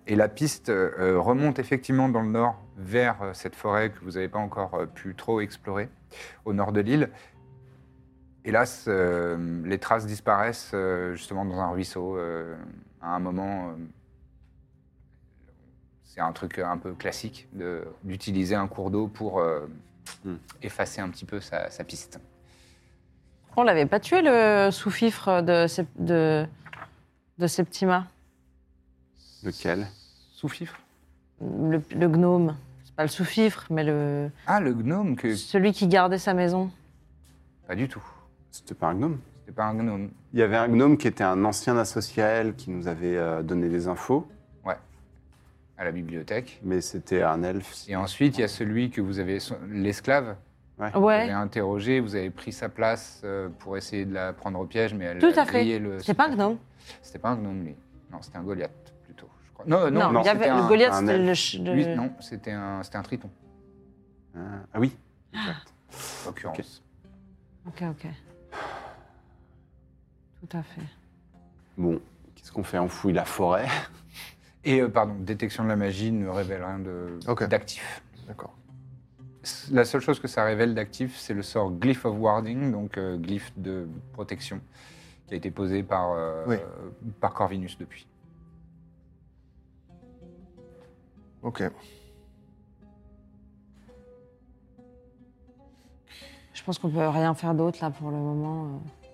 Et la piste euh, remonte effectivement dans le nord vers euh, cette forêt que vous n'avez pas encore euh, pu trop explorer, au nord de l'île. Hélas, euh, les traces disparaissent euh, justement dans un ruisseau. euh, à un moment, euh, c'est un truc un peu classique de- d'utiliser un cours d'eau pour euh,
Hmm.
effacer un petit peu sa, sa piste.
On l'avait pas tué le sous-fifre de, Sep- de, de Septima,
Lequel
Sous-fifre
le, le gnome. C'est pas le sous-fifre, mais le,
Ah, le gnome que...
celui qui gardait sa maison.
Pas du tout.
C'était pas un gnome.
C'était pas un gnome.
Il y avait un gnome qui était un ancien associé à elle qui nous avait euh, donné des infos,
À la bibliothèque.
mais c'était un elfe.
Et ensuite, il y a celui que vous avez... L'esclave Vous avez
Ouais,
interrogé, vous avez pris sa place euh, pour essayer de la prendre au piège, mais elle
Tout
a
à fait.
grillé le...
c'est pas un gnome.
C'était pas un gnome, lui. Non, c'était un Goliath, plutôt, je crois. Non, euh, non,
Non, il y
c'était
avait, le
un-
Goliath,
un
c'était
elfe.
le. ch- le-
Euh.
lui, non, c'était un, c'était un triton,
Ah ah oui. exact.
en l'occurrence.
Ok.
Ok, ok. Tout à fait.
Bon, qu'est-ce qu'on fait On fouille la forêt.
Et, euh, pardon, détection de la magie ne révèle rien de-
Ok.
d'actif.
D'accord.
S- La seule chose que ça révèle d'actif, c'est le sort Glyph of Warding, donc euh, glyphe de protection, qui a été posé par, euh,
Oui.
euh, par Corvinus depuis.
Ok.
Je pense qu'on peut rien faire d'autre là pour le moment. euh.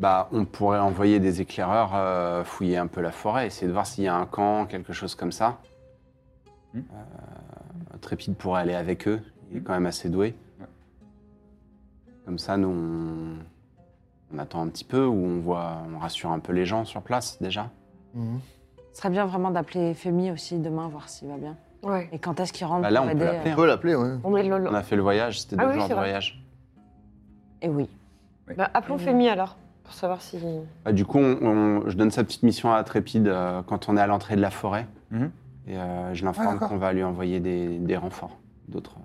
Bah, on pourrait envoyer des éclaireurs euh, fouiller un peu la forêt, essayer de voir s'il y a un camp, quelque chose comme ça.
Hmm.
Euh, Trépide pourrait aller avec eux. Il est quand même assez doué.
Ouais.
Comme ça, nous, on, on attend un petit peu ou on voit, on rassure un peu les gens sur place déjà. Hmm.
Mhm.
Ce serait bien vraiment d'appeler Femi aussi demain, voir s'il va bien.
Ouais.
Et quand est-ce qu'il rentre
Bah là,
pour
on peut
aider,
l'appeler,
euh,
On peut l'appeler, ouais.
On est le- le-
On a fait le voyage, c'était deux
Ah oui,
jours
c'est
de
vrai.
voyage.
euh, Et oui.
Bah, appelons
Mmh.
Femi alors, pour savoir si.
Bah, du coup, on- on- je donne sa petite mission à Trépide euh, quand on est à l'entrée de la forêt.
Mhm.
Et euh, je
Ah,
l'informe
d'accord.
qu'on va lui envoyer des, des renforts, d'autres.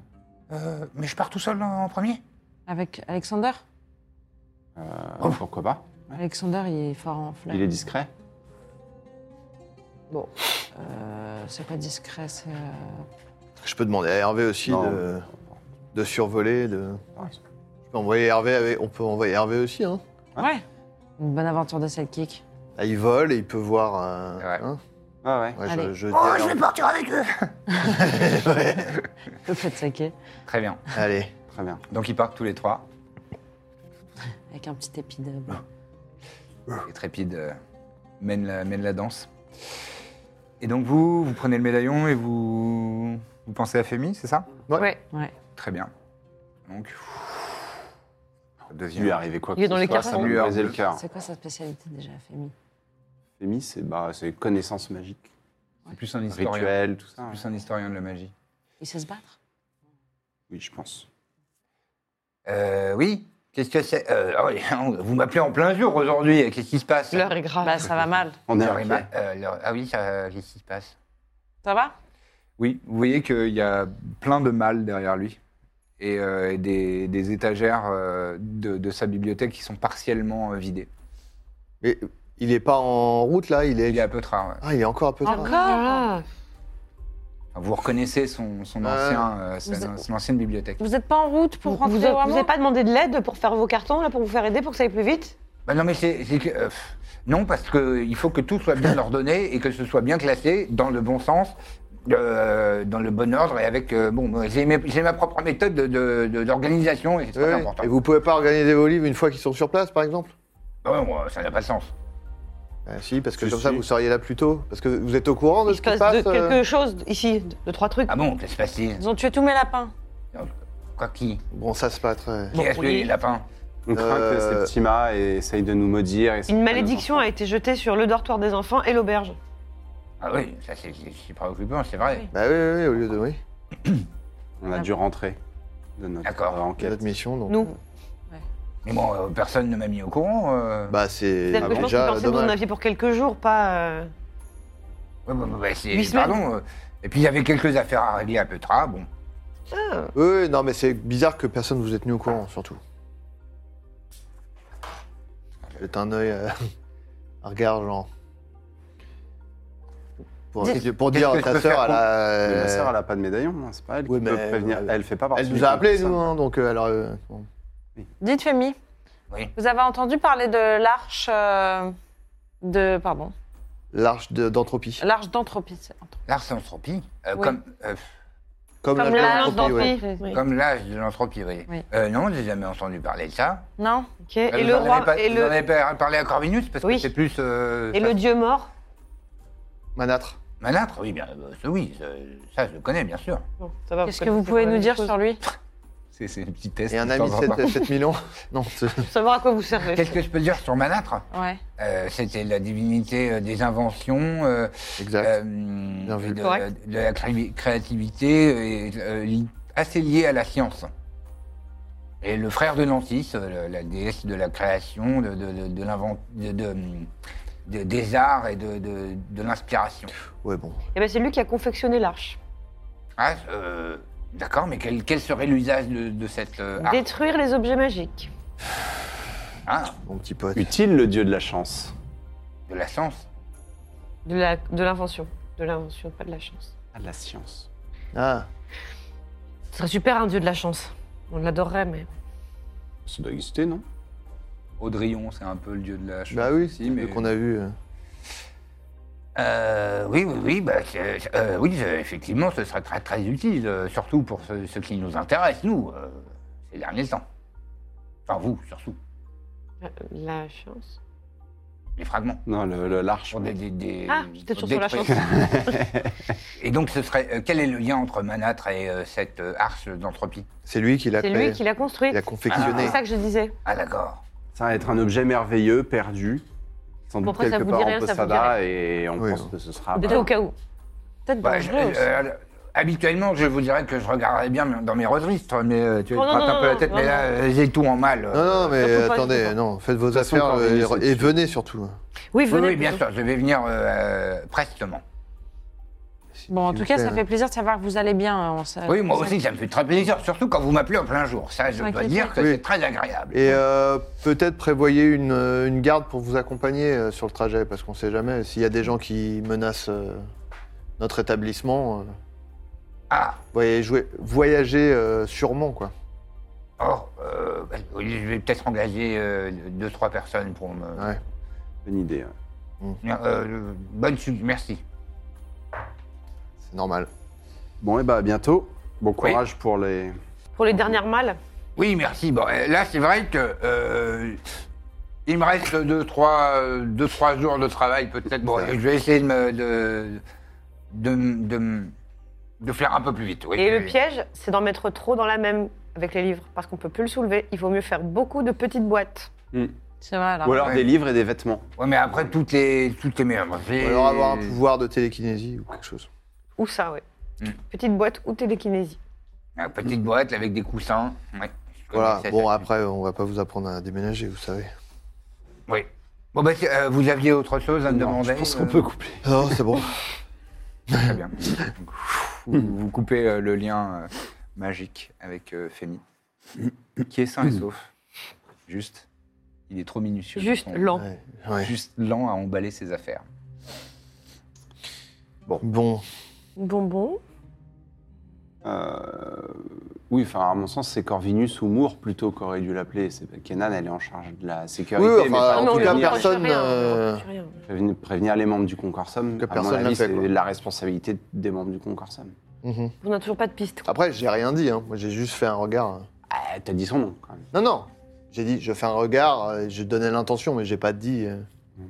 Euh, mais je pars tout seul en, en premier
Avec Alexander
Euh, Pourquoi pas
Alexander, il est fort en flamme.
Il est discret.
Euh, c'est pas discret, c'est. euh,
Je peux demander à Hervé aussi
Non.
de, de survoler, de. Je peux envoyer Hervé avec- On peut envoyer Hervé aussi, hein.
Ouais.
Ouais. Une bonne aventure de sidekick.
Là, il vole et il peut voir. euh,
Ouais.
hein.
Ah ouais.
Ouais,
Allez.
je, je dis
Oh,
à
je vais
Hervé-
partir avec eux
Le fait de saquer.
Très bien.
Allez.
Très bien.
Donc ils partent tous les trois.
Avec un petit épi de bleu.
et Trépide euh, mène, la, mène la danse. Et donc vous, vous prenez le médaillon et vous, vous pensez à Femi, c'est ça
Ouais.
Ouais.
Très bien. Donc,
Il lui est
deuxième.
arrivé quoi
Il est
que
dans
ce
les
soit, ça
cartons.
me brisait le cœur.
C'est quoi sa spécialité déjà, Femi
Fémi, c'est bah, c'est connaissance magique,
C'est plus un historien.
rituel, tout ça.
C'est plus un historien de la magie.
Il sait se battre
Oui, je pense.
Euh, oui Qu'est-ce que c'est Euh, ah oui, Vous m'appelez en plein jour aujourd'hui, qu'est-ce qui se passe
L'heure est grave.
Bah, ça va mal.
On est
L'heure est
inquiet.
ma- euh, l'heure- Ah oui, ça- qu'est-ce qui se passe
Ça va
Oui, vous voyez qu'il y a plein de mâles derrière lui et, euh, et des, des étagères euh, de, de sa bibliothèque qui sont partiellement euh, vidées.
Mais il est pas en route là, il est.
Il est à peu tard. ouais.
Ah, il est encore un peu.
Encore
Ah.
Enfin, vous reconnaissez son, son,
Ah.
ancien, euh, sa-
Vous êtes-
son ancienne bibliothèque.
Vous êtes pas en route pour
Vous
rentrer
vous
au Hamon
n'avez pas demandé de l'aide pour faire vos cartons, là, pour vous faire aider, pour que ça aille plus vite
Bah non, mais c'est c'est que. euh, pff, non, parce qu'il faut que tout soit bien ordonné et que ce soit bien classé dans le bon sens. euh, dans le bon ordre et avec euh, bon moi, j'ai mes- j'ai ma propre méthode de- de- de- d'organisation et c'est
Oui,
très
oui.
important
Et vous pouvez pas organiser vos livres une fois qu'ils sont sur place, par exemple
Ah ouais, moi, ça n'a pas de sens
Ah, Si, parce que
Si,
comme
si.
ça vous seriez là plus tôt. Parce que vous êtes au courant de
Il
ce
se
qui se
passe
passe.
de-
euh,
quelque chose ici, de, de trois trucs.
ah bon qu'est-ce qui se passe-t-il
Ils ont tué tous mes lapins.
quoi qui
Bon, ça c'est pas très.
qui a tué les lapins
On craint que
Euh,
Septima et- essaye de nous maudire. et-
Une malédiction a été jetée sur le dortoir des enfants et l'auberge.
Ah oui, ça c'est c'est préoccupant, c'est vrai.
Oui.
Bah oui, oui, oui, au lieu de oui.
On a dû rentrer de notre
D'accord.
euh, enquête.
Notre mission, donc.
Nous.
Mais bon, euh, personne ne m'a mis au courant. euh.
Bah, c'est
Peut-être que je pense que
déjà
pensait dans un
dommage.
avis pour quelques jours, pas. euh,
Ouais, bah, bah, bah, c'est-
Huit semaines.
pardon. euh. Et puis il y avait quelques affaires à régler à Petra. Bon,
Oui, non, mais c'est bizarre que personne vous ait tenu au courant, surtout. Jette un œil, euh, un regard, genre. Pour,
Dis-
pour
qu'est-ce
dire,
que je
ta
peux
sœur,
faire
elle
contre-
Mais
a.
ma sœur, elle a pas de médaillon, hein, c'est pas elle
Euh, Oui,
qui peut
mais-
prévenir. Elle fait pas partie
elle
des
nous a appelés,
personnes.
nous, hein, donc euh, alors. euh, bon.
Dites, Femi,
Oui.
vous avez entendu parler de l'arche euh, de. Pardon.
L'arche de- d'entropie.
L'arche d'entropie. c'est-
l'arsentropie, euh,
Oui.
comme, euh,
Comme,
Comme
l'arche
l'âge
d'entropie, ouais.
d'entrée.
Oui.
comme l'âge de l'entropie, oui.
Oui.
Euh, non, j'ai jamais entendu parler de ça.
Non
Ok. Et
vous
le
en avez
roi.
pas-
et
vous
le-
en avez pas parlé à Corvinus parce
Oui.
que c'est plus. euh,
et
ça-
le dieu mort
Manâtre.
Manâtre, oui, bien, euh, ça, oui, ça- ça je le connais, bien sûr.
Bon, ça va,
Qu'est-ce
vous
que vous
connaissez
pouvez
pas mal
nous
de
dire
choses.
sur lui
C'est c'est une petite test.
Et un ami de
histoire de voir.
7, 7000 ans. Non, c'est-
Pour savoir à quoi vous servez.
Qu'est-ce que je peux dire sur Manâtre
Ouais.
Euh, C'était la divinité euh, des inventions, euh,
exact.
euh,
vu.
de,
Correct.
euh, de la cré- créativité, et, euh, li- assez liée à la science. Et le frère de Nantis, euh, le- la déesse de la création, de, de, de- de l'invent- de- de- de- des arts et de, de- de l'inspiration.
Ouais, bon.
Eh ben, c'est lui qui a confectionné l'arche.
Ah, euh, D'accord, mais quel, quel serait l'usage de, de cette euh, arme
Détruire les objets magiques.
Ah,
Mon petit pote.
Utile, le dieu de la chance.
de la science
De la- de l'invention. De l'invention, pas de la chance.
Ah, de la science.
Ah,
Ce serait super un dieu de la chance. On l'adorerait, mais.
Ça doit exister, non
Audrillon, c'est un peu le dieu de la chance.
bah oui,
aussi, mais...
qu'on a vu. euh.
Euh, oui, oui, oui, bah, c'est- c'est- euh, oui, c'est- effectivement, ce serait très, très utile, euh, surtout pour ce, ce qui nous intéresse, nous, euh, ces derniers temps. Enfin, vous, surtout,
Euh, La chance
les fragments.
Non, le- le- l'arche.
Pour des, des- des-
Ah, j'étais toujours
pour
sur la
détruire.
chance.
Et donc, ce serait, euh, quel est le lien entre Manâtre et euh, cette euh, arche d'entropie
C'est lui qui l'a
C'est
créé.
lui qui l'a construite.
Il a confectionné.
C'est ça que je disais.
Ah, d'accord.
Ça va être un objet merveilleux, perdu, sans
Bon,
doute
après, ça
quelque
vous
part
dit
en
rien, ça vous
Posada, et on
Oui,
pense
oui.
que ce sera.
Peut-être
voilà.
au cas où.
Peut-être
Bah, je-
dangereux aussi.
euh, habituellement, je vous dirais que je regarderais bien dans mes registres, mais euh, tu
Oh, non,
grattes
non,
un peu
non,
la tête,
non,
mais
non.
là, euh, j'ai tout en mal. euh.
Non, non, mais
Surtout pas,
attendez,
surtout pas.
non, faites vos
toute façon,
affaires
quand
euh,
on est
et,
sur-
et venez surtout. hein,
Oui,
Oui,
venez.
oui, bien
plutôt.
sûr, je vais venir euh, prestement.
Si-
Bon, en
s'il
tout
vous
cas,
plaît,
ça
hein.
fait plaisir de savoir que vous allez bien. On sait-
Oui, moi
on sait-
aussi, ça me fait très plaisir, surtout quand vous m'appelez en plein jour. Ça, je
Sans
dois
inquiéter.
dire que
Oui.
c'est très agréable.
Et euh, peut-être prévoyez une, euh, une garde pour vous accompagner euh, sur le trajet, parce qu'on sait jamais s'il y a des gens qui menacent euh, notre établissement. euh,
Ah,
voyez- jouez- voyagez euh, sûrement, quoi.
or, euh, oui, je vais peut-être engager euh, deux, trois personnes pour me.
Ouais.
Bonne idée. ouais.
Euh, bonne suite, merci.
C'est normal.
Bon, et bah, à bientôt. Bon courage pour les.
Pour les dernières malles.
Oui, merci. Bon, euh, là, c'est vrai que. euh, il me reste deux trois, euh, deux, trois jours de travail, peut-être. Bon, je vais essayer de me. de. de, m- de, m- de faire un peu plus vite. oui.
Et
Oui.
le piège, c'est d'en mettre trop dans la même avec les livres, parce qu'on peut plus le soulever. Il vaut mieux faire beaucoup de petites boîtes.
C'est vrai, alors.
Ou alors
ouais.
des livres et des vêtements.
Ouais, mais après, toutes les. toutes les merdes.
Ou alors avoir un pouvoir de télékinésie ou quelque chose.
Ou ça, ouais.
Hmm.
Petite boîte ou télékinésie.
Une petite boîte là, avec des coussins. Ouais, je
Voilà,
connaissais
bon,
ça.
après, on va pas vous apprendre à déménager, vous savez.
Oui. Bon, bah, c'est- euh, vous aviez autre chose à me
Non,
demander
je pense
euh,
qu'on peut couper.
Non, Oh, c'est bon.
Très bien. Donc, vous, vous coupez euh, le lien euh, magique avec euh, Femi, qui est sain et sauf. Juste, il est trop minutieux. dans
Juste
son-
lent.
Ouais, ouais.
Juste lent à emballer ses affaires.
Bon,
Bonbon.
Euh, Oui, enfin, à mon sens, c'est Corvinus ou Moore plutôt qu'aurait dû l'appeler. C'est Kenan, elle est en charge de la sécurité.
Oui, oui, enfin,
mais pas
en
non,
tout
on
cas,
ne
prévenir-
reproche
personne,
rien, on ne
euh,
reproche rien.
prévenir, prévenir les membres du Concorsum.
Que
à mon
personne
avis,
l'a fait,
c'est
quoi.
la responsabilité des membres du Concorsum.
mhm.
On n'a toujours pas de piste.
après, j'ai rien dit, hein. moi j'ai juste fait un regard. hein.
Ah, t'as dit son nom quand même.
Non, non. J'ai dit, je fais un regard, euh, je donnais l'intention, mais j'ai pas dit. euh.
Vous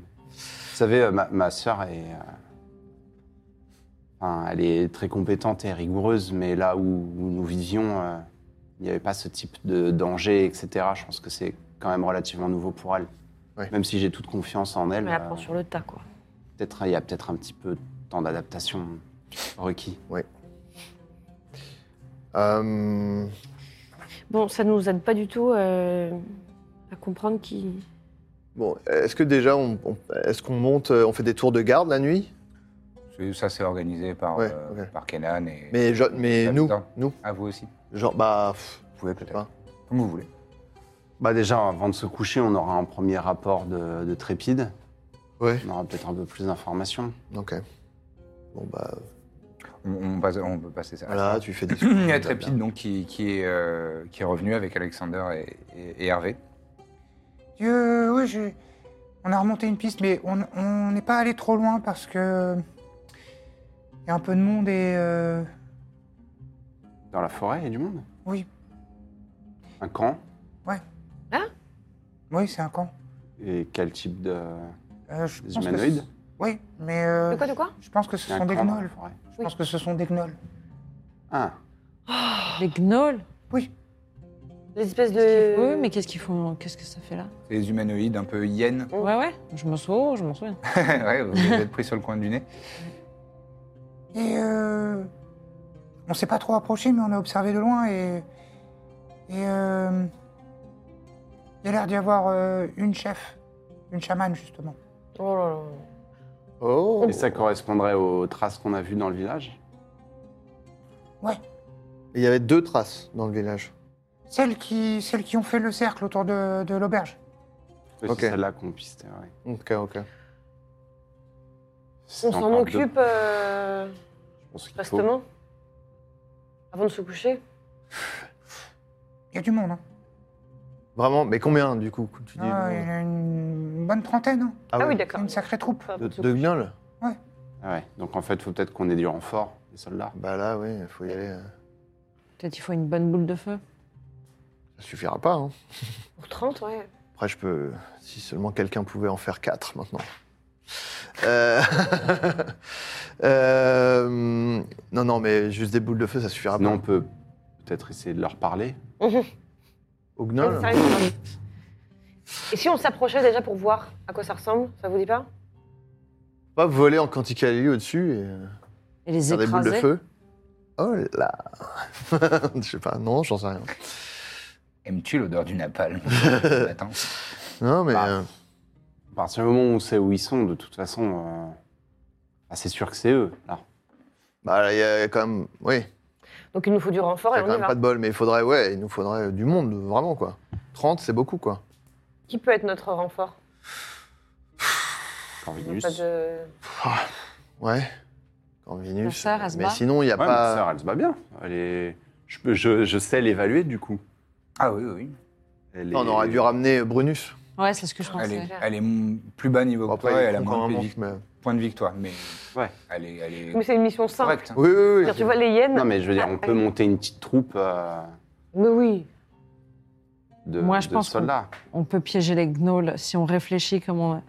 savez, euh, ma, ma sœur est. euh, enfin, elle est très compétente et rigoureuse, mais là où, où nous vivions, euh, il n'y avait pas ce type de danger, etc. Je pense que c'est quand même relativement nouveau pour elle.
Oui.
Même si j'ai toute confiance en elle,
On la
euh,
prend sur le tas, quoi.
peut-être il y a peut-être un petit peu de temps d'adaptation requis.
Euh,
Bon, ça nous aide pas du tout. euh, à comprendre qui.
Bon, est-ce que déjà, on, on- est-ce qu'on monte, euh, on fait des tours de garde la nuit
C'est- Ça, c'est organisé par,
Ouais,
euh,
ok.
par Kenan et
Mais, je- mais
Ah,
nous,
putain.
nous,
à vous aussi.
genre, bah, pff,
Vous pouvez peut-être.
pas.
Comme vous voulez.
Bah déjà, avant de se coucher, on aura un premier rapport de, de Trépide.
ouais,
On aura peut-être un peu plus d'informations.
ok. Bon, bah,
On, on passe- on peut passer ça.
voilà, tu fais des euh,
Il y a Trépide donc, qui, qui est, euh, qui est revenu avec Alexander et, et- et Hervé.
Euh, oui, je- on a remonté une piste, mais on on n'est pas allé trop loin parce que. Il y a un peu de monde et. euh,
Dans la forêt, il y a du monde
Oui,
Un camp
oui, c'est un camp.
Et quel type de...
Euh, je
Des
pense que
humanoïdes
ce- Oui, mais. euh,
De quoi, de quoi
Je pense que ce
Il y a
sont
un
des
camp dans la
gnolls.
forêt.
Je pense que ce sont des gnolls.
Ah,
Les gnolls
Oui.
Les espèces de.
Oui, mais qu'est-ce qu'ils font Qu'est-ce que ça fait là
C'est des humanoïdes un peu hyènes.
Ouais, ouais, je m'en souviens, je m'en souviens.
ouais, vous les êtes pris sur le coin du nez.
Et. euh, On s'est pas trop approché, mais on a observé de loin et. Et. euh, Il y a l'air d'y avoir euh, une chef, une chamane, justement.
Oh là là.
Oh,
et ça correspondrait aux traces qu'on a vues dans le village
Ouais.
il y avait deux traces dans le village.
Celles qui, celles qui ont fait le cercle autour de, de l'auberge.
Oui,
Ok.
C'est celle-là qu'on pistait, ouais.
Ok, ok.
C'est
On s'en
encore deux-
occupe euh,
je pense qu'il faut.
vastement. Avant de se coucher.
Il y a du monde, hein.
Vraiment, mais combien du coup tu dis, euh,
Ah, il y en a une bonne trentaine, hein.
Ah,
ouais,
oui,
C'est
d'accord.
une sacrée troupe.
Avant
de,
de se
de gnolls
Ah ouais, donc en fait, il faut peut-être qu'on ait du renfort, des soldats.
Bah là, oui, il faut y aller. euh,
Peut-être qu'il faut une bonne boule de feu.
Ça suffira pas. Hein.
Pour 30, ouais.
Après, je peux. Si seulement quelqu'un pouvait en faire quatre maintenant. Euh, euh, Non, non, mais juste des boules de feu, ça suffira
Sinon, on
pas.
peut peut-être essayer de leur parler.
Au
Ça
gnoll
me fait une- Et si on s'approchait déjà pour voir à quoi ça ressemble Ça vous dit pas
Pas voler en quanticali au-dessus et euh,
Et les
faire des boules de
écraser.
feu. Oh là Je sais pas, non, j'en sais rien.
Aimes-tu l'odeur du napalm le matin
Non, mais.
Ah.
euh,
À partir du moment où on sait où ils sont, de toute façon, euh, ah, c'est sûr que c'est eux, là.
Bah, là, il y a quand même. Oui,
Donc il nous faut du renfort
il y
et
a
on
quand
y
même
va.
pas de bol, mais il faudrait. Ouais, il nous faudrait du monde, vraiment, quoi. 30, c'est beaucoup, quoi.
Qui peut être notre renfort
Corvinus.
Pas de...
Ouais. Corvinus.
Ta sœur, elle se
mais
bat
sinon, il n'y a
Ouais, ma
pas.
sœur, elle se bat bien. Elle est- je, peux- je- je sais l'évaluer, du coup.
Ah oui, oui.
Elle
On
est-
aurait dû ramener Brunus.
Ouais, c'est ce que je
Elle
pensais.
est, elle est m- plus bas niveau que
Après,
toi et
ils
elle a
font
moins
quand
de
même
vic-
un-
points de victoire. Mais
Ouais.
elle est, elle est
Mais c'est une mission simple.
correcte. hein.
Oui, oui, oui.
C'est-à-dire, Tu vois les hyènes
Non, mais je veux dire, on
Ah.
peut monter une petite troupe euh,
Mais oui.
de,
Moi, je
de
pense qu'on-
soldats.
On peut piéger les gnolls si on réfléchit comme on...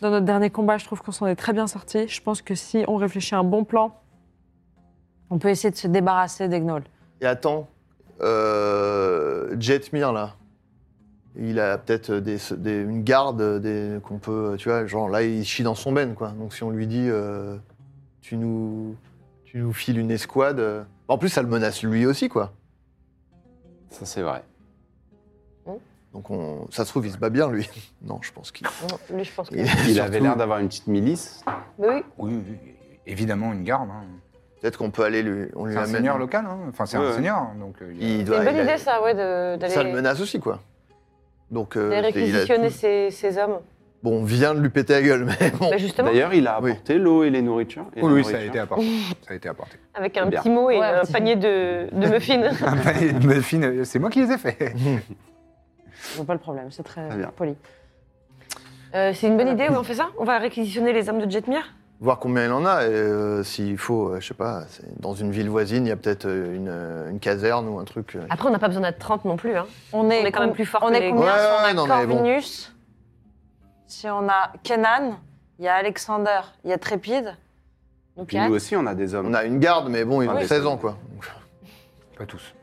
Dans notre dernier combat, je trouve qu'on s'en est très bien sorti. Je pense que si on réfléchit à un bon plan, on peut essayer de se débarrasser des gnolls.
Et attends, euh, Jetmir, là, il a peut-être des, des- une garde des, qu'on peut. Tu vois, genre là, il chie dans son ben, quoi. Donc si on lui dit, euh, tu, nous, tu nous files une escouade. euh, En plus, ça le menace lui aussi, quoi.
Ça, c'est vrai.
Donc on, ça se trouve, il se bat bien, lui. non, je pense qu'il.
Non, Lui, je pense que...
il-
Il avait
surtout,
l'air d'avoir une petite milice.
Mais oui.
Oui, oui, oui, évidemment une garde. hein.
Peut-être qu'on peut aller lui. On lui
C'est un
amène-
seigneur local. hein. Enfin, c'est
Ouais,
un
ouais.
seigneur. hein, Donc, euh, il y a-
Il
C'est
doit,
une bonne
il a-
idée, ça, ouais, de-
Ça le
d'aller
menace aussi, quoi. Donc, euh,
d'aller
il a-
réquisitionner ces, ces hommes.
Bon, on vient de lui péter la gueule, mais bon.
Eh,
Bah, justement,
D'ailleurs, il a
Oui.
apporté l'eau et les nourritures. et
Oh
la
oui, ça a
nourriture.
été apporté. ça a été apporté.
avec un
bien.
petit mot et
Ouais,
un
un petit-
panier de, de muffins.
Un panier de muffins, euh, c'est moi qui les ai faits.
Je vois pas le problème, c'est très,
Très bien.
poli.
Euh, c'est une bonne idée, ouais, on fait ça On va réquisitionner les hommes de Jetmir
voir combien il en a et euh, s'il faut, euh, je sais pas, c'est- dans une ville voisine, il y a peut-être euh, une, euh, une caserne ou un truc.
Ah.
euh.
Après, on n'a pas besoin d'être 30 non plus. Hein.
On est,
On est quand même plus fort
On
que
est
les
combien
Ouais,
si on
ouais,
a
non, mais bon.
Corvinus Si on a Kenan, il y a Alexander, il y a Trépide. Donc,
Puis
il y a-
nous aussi, on a des hommes.
On a une garde, mais bon, ils
Ah,
ont
mais
16
ça-
ans, quoi. Donc,
Pas tous.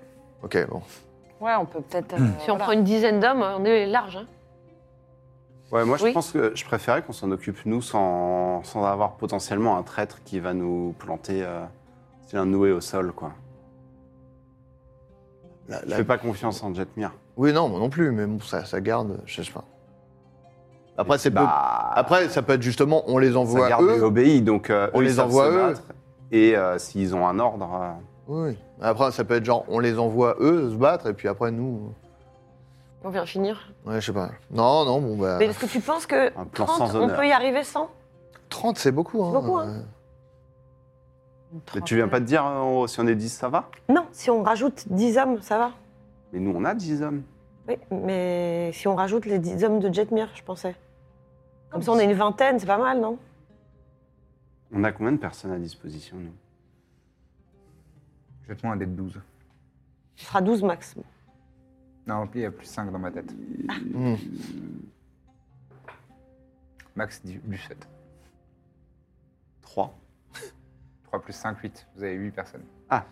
Ok, bon.
Ouais, on peut peut-être. euh,
Si on
voilà.
prend une dizaine d'hommes, on est large. Hein.
Ouais, moi, je
Oui.
pense que je préférais qu'on s'en occupe, nous, sans, sans avoir potentiellement un traître qui va nous planter euh, s'il y a un noué au sol, quoi.
la-
Je
la-
fais pas confiance en Jetmir.
Oui, non, moi non plus, mais bon, ça, ça garde, euh, je sais pas. Après, c'est peu-
Bah,
Après, ça peut être justement, on les
ça
envoie à
garde
eux.
et obéit, donc euh,
On
eux, ils
les
savent
envoie
se
eux.
battre. Et euh, s'ils ont un ordre, euh,
Oui. oui. Après, ça peut être genre, on les envoie eux se battre, et puis après, nous. euh,
On vient finir.
Ouais, je sais pas. Non, non, bon, bah.
Mais est-ce que tu penses que
Un plan
30,
sans
on
honneur.
peut y arriver sans
30, c'est beaucoup, hein.
C'est beaucoup, hein.
mais tu viens pas de dire euh, oh, si on est 10, ça va
Non, si on rajoute 10 hommes, ça va.
Mais nous, on a 10 hommes.
Oui, mais si on rajoute les 10 hommes de Jetmir, je pensais. Comme ça, on est une vingtaine, c'est pas mal, non
On a combien de personnes à disposition, nous
Jette-moi un dé de 12.
Ce sera 12 max.
Non, il y a plus 5 dans ma tête.
Hmm.
Max du, du 7.
3.
3 plus 5, 8. Vous avez 8 personnes.
Ah.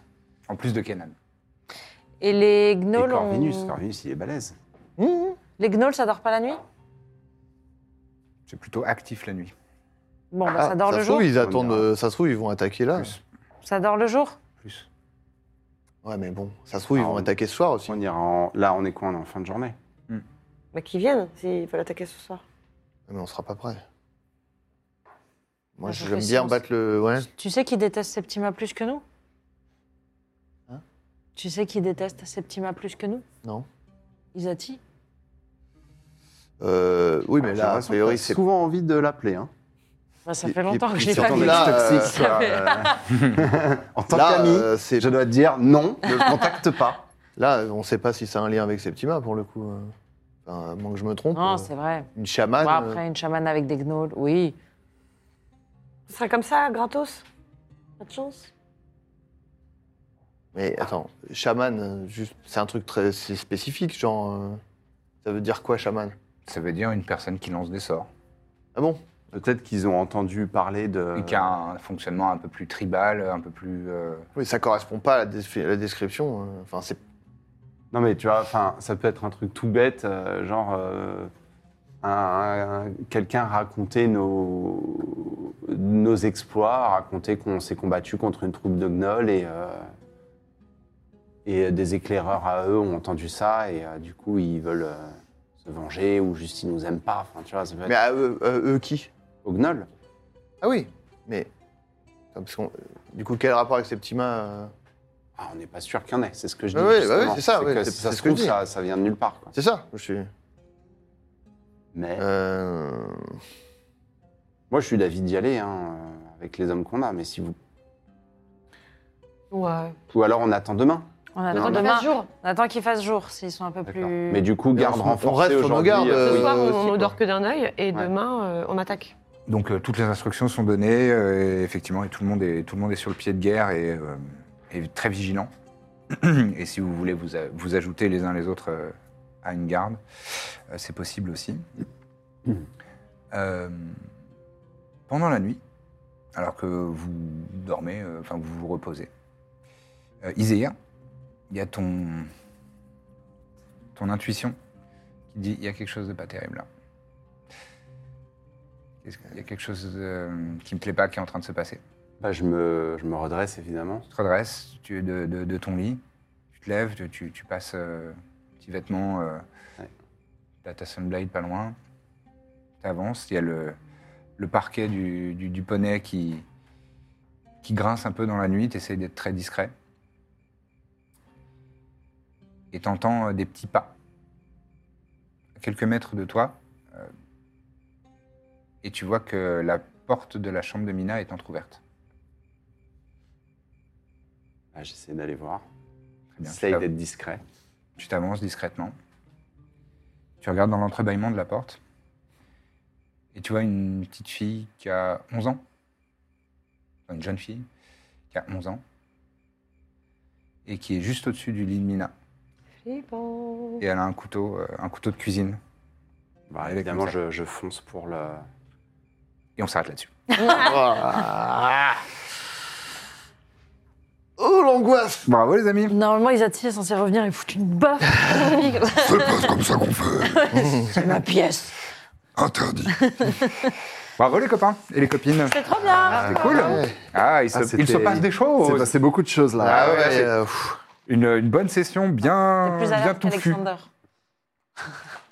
En plus de Kenan.
Et les
Et
gnolls. ont-
Corvinus, Corvinus, il est balèze.
Les gnolls, ça dort pas la nuit
C'est plutôt actif la nuit.
Bon, bah,
Ah,
ça dort
se
le
trouve,
jour.
ils
On
attendent.
verra.
euh, Ça se trouve, ils vont attaquer là.
Plus.
Ça dort le jour.
Plus.
Ouais, mais bon, ça se trouve, ils
Ah,
vont
on-
attaquer ce soir aussi.
On ira en- Là, on est quoi On est en fin de journée.
Mais qu'ils viennent, s'ils veulent attaquer ce soir.
Mais on sera pas prêts. Moi,
Moi, Bah, je
j'aime
fais
bien
science.
battre le. Ouais.
Tu sais qui déteste Septima plus que nous
Hein
Tu sais qui déteste Septima plus que nous
Non.
Isati
Euh, oui, mais
J'ai
là, a
l'impression que
priori,
t'as
c'est.
souvent envie de l'appeler. Hein.
Bah, Ça
Et-
fait longtemps
et-
que
et
je l'ai
surtout
pas vu.
là, euh,
toxique, quoi. Euh, en tant
Là,
qu'ami,
euh, c'est-
je dois te dire non, ne contacte pas.
Là, on sait pas si ça a un lien avec Septima pour le coup. euh. Enfin, à moins que je me trompe. euh,
Non, c'est vrai.
Une chamane. euh,
Bon, après, une chamane avec des gnolls, oui.
Ce sera comme ça, gratos Pas de chance
Mais attends, chaman, euh, juste, c'est un truc très c'est spécifique, genre. euh, ça veut dire quoi, chaman
Ça veut dire une personne qui lance des sorts.
Ah bon
Peut-être qu'ils ont entendu parler de.
Et qui a un fonctionnement un peu plus tribal, un peu plus. euh,
Oui, ça correspond pas à la, dé- la description. euh. Enfin, c'est.
Non, mais tu vois, enfin, ça peut être un truc tout bête, euh, genre euh, un- un- quelqu'un raconter nos, nos exploits, raconter qu'on s'est combattu contre une troupe de gnolls et, euh, et euh, des éclaireurs à eux ont entendu ça et euh, du coup ils veulent euh, se venger ou juste ils nous aiment pas. Enfin, tu vois, ça peut être
Mais à eux, à eux qui
aux gnolls.
Ah oui Mais. Attends, parce qu'on- Du coup, quel rapport avec Septima euh,
Ah, on n'est pas sûr qu'il y en ait, c'est ce que je dis.
Ah oui, bah
justement.
oui, c'est ça, oui,
que
c'est-
ça
c'est
se
ce que je
trouve,
dis.
ça, ça vient de nulle part. quoi.
C'est ça, je suis.
Mais
Euh,
moi je suis d'avis d'y aller hein, euh, avec les hommes qu'on a, mais si vous.
Ouais.
Ou alors on attend demain.
On attend
Non,
demain. On attend qu'il fasse jour, s'ils sont un peu
D'accord.
plus.
Mais du coup,
Et
garde
on se- on
renforcée
reste sur nos
aujourd'hui.
gardes,
euh,
Ce
Euh,
soir,
oui,
on
aussi,
ne dort
quoi.
que d'un œil et
Ouais.
demain, euh, on attaque.
Donc euh, toutes les instructions sont données, euh, et effectivement, et tout le monde est tout le monde est sur le pied de guerre et, euh, et très vigilant. et si vous voulez vous, a- vous ajouter les uns les autres euh, à une garde, euh, c'est possible aussi. Euh, pendant la nuit, alors que vous dormez, euh, enfin que vous vous reposez, euh, Iséa, il y a ton ton intuition qui dit il y a quelque chose de pas terrible là. Est-ce qu'il y a quelque chose euh, qui me plaît pas qui est en train de se passer
bah, je, me, je me redresse évidemment.
Tu te redresses tu, de, de- de ton lit, tu te lèves, tu, tu- tu passes euh, petit vêtement, euh,
Ouais.
t'as ta sunblade pas loin, t'avances, il y a le, le parquet du, du- du poney qui, qui grince un peu dans la nuit, t'essayes d'être très discret. Et t'entends euh, des petits pas à quelques mètres de toi, euh, et tu vois que la porte de la chambre de Mina est entr'ouverte.
Bah, J'essaie d'aller voir.
Très bien, tu
J'essaie
t'avances.
d'être discret.
Tu t'avances discrètement. Tu regardes dans l'entrebâillement de la porte. Et tu vois une petite fille qui a 11 ans. Enfin, Une jeune fille qui a 11 ans. Et qui est juste au-dessus du lit de Mina.
Flippant.
Et elle a un couteau, euh, un couteau de cuisine.
Bah,
Allez,
évidemment,
comme ça.
je, je fonce pour le.
Et on s'arrête là-dessus.
oh, Ah. Oh, l'angoisse
Bravo les amis
Normalement, Isati est censé revenir et foutre une baffe. C'est
C'est pas comme ça qu'on fait.
ma pièce.
Interdit.
Bravo les copains et les copines.
C'est trop bien.
C'est cool. Ah, il se,
Ah,
il se
c'était-
passe des choses.
beaucoup de choses
Ah ouais,
c'est-
euh, pff.
Une, une bonne session bien,
T'es plus
bien
alerte
touffue.
qu'Alexander.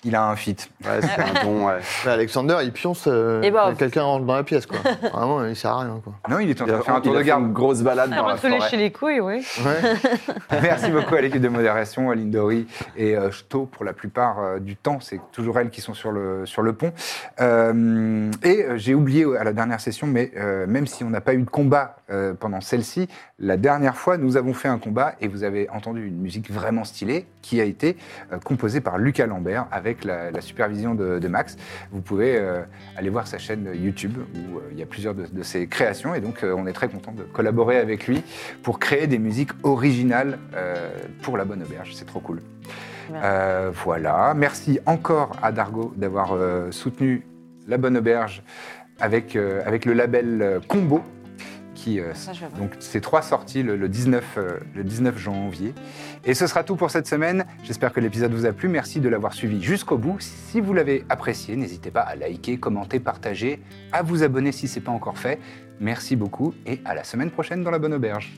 Il a un fit.
Ouais, c'est un-
Bon, ouais.
Mais Alexander, il pionce euh,
Et bah,
quand quelqu'un rentre dans la pièce, quoi. Vraiment, il sert à rien, quoi.
Non, il est en train
Il a
de
fait
faire un tour de
une
garde.
grosse balade dans
va
la
te
forêt.
lécher les couilles, oui.
Ouais.
Merci beaucoup à l'équipe de modération, à Lindori et euh, Sto pour la plupart euh, du temps. C'est toujours elles qui sont sur le, sur le pont. Euh, et euh, j'ai oublié à la dernière session, mais euh, même si on n'a pas eu de combat euh, pendant celle-ci, la dernière fois, nous avons fait un combat et vous avez entendu une musique vraiment stylée qui a été euh, composée par Lucas Lambert avec la, la supervision de, de Max. Vous pouvez euh, aller voir sa chaîne YouTube où euh, il y a plusieurs de, de ses créations et donc euh, on est très content de collaborer avec lui pour créer des musiques originales euh, pour la bonne auberge. C'est trop cool.
Merci.
Euh, voilà. Merci encore à Dargo d'avoir euh, soutenu la bonne auberge avec, euh, avec le label euh, Combo. Qui, euh,
Ça, je vais voir.
donc ces trois sorties le, le 19, euh, le 19 janvier. Et ce sera tout pour cette semaine. J'espère que l'épisode vous a plu. Merci de l'avoir suivi jusqu'au bout. Si vous l'avez apprécié, n'hésitez pas à liker, commenter, partager, à vous abonner si ce n'est pas encore fait. Merci beaucoup et à la semaine prochaine dans la bonne auberge.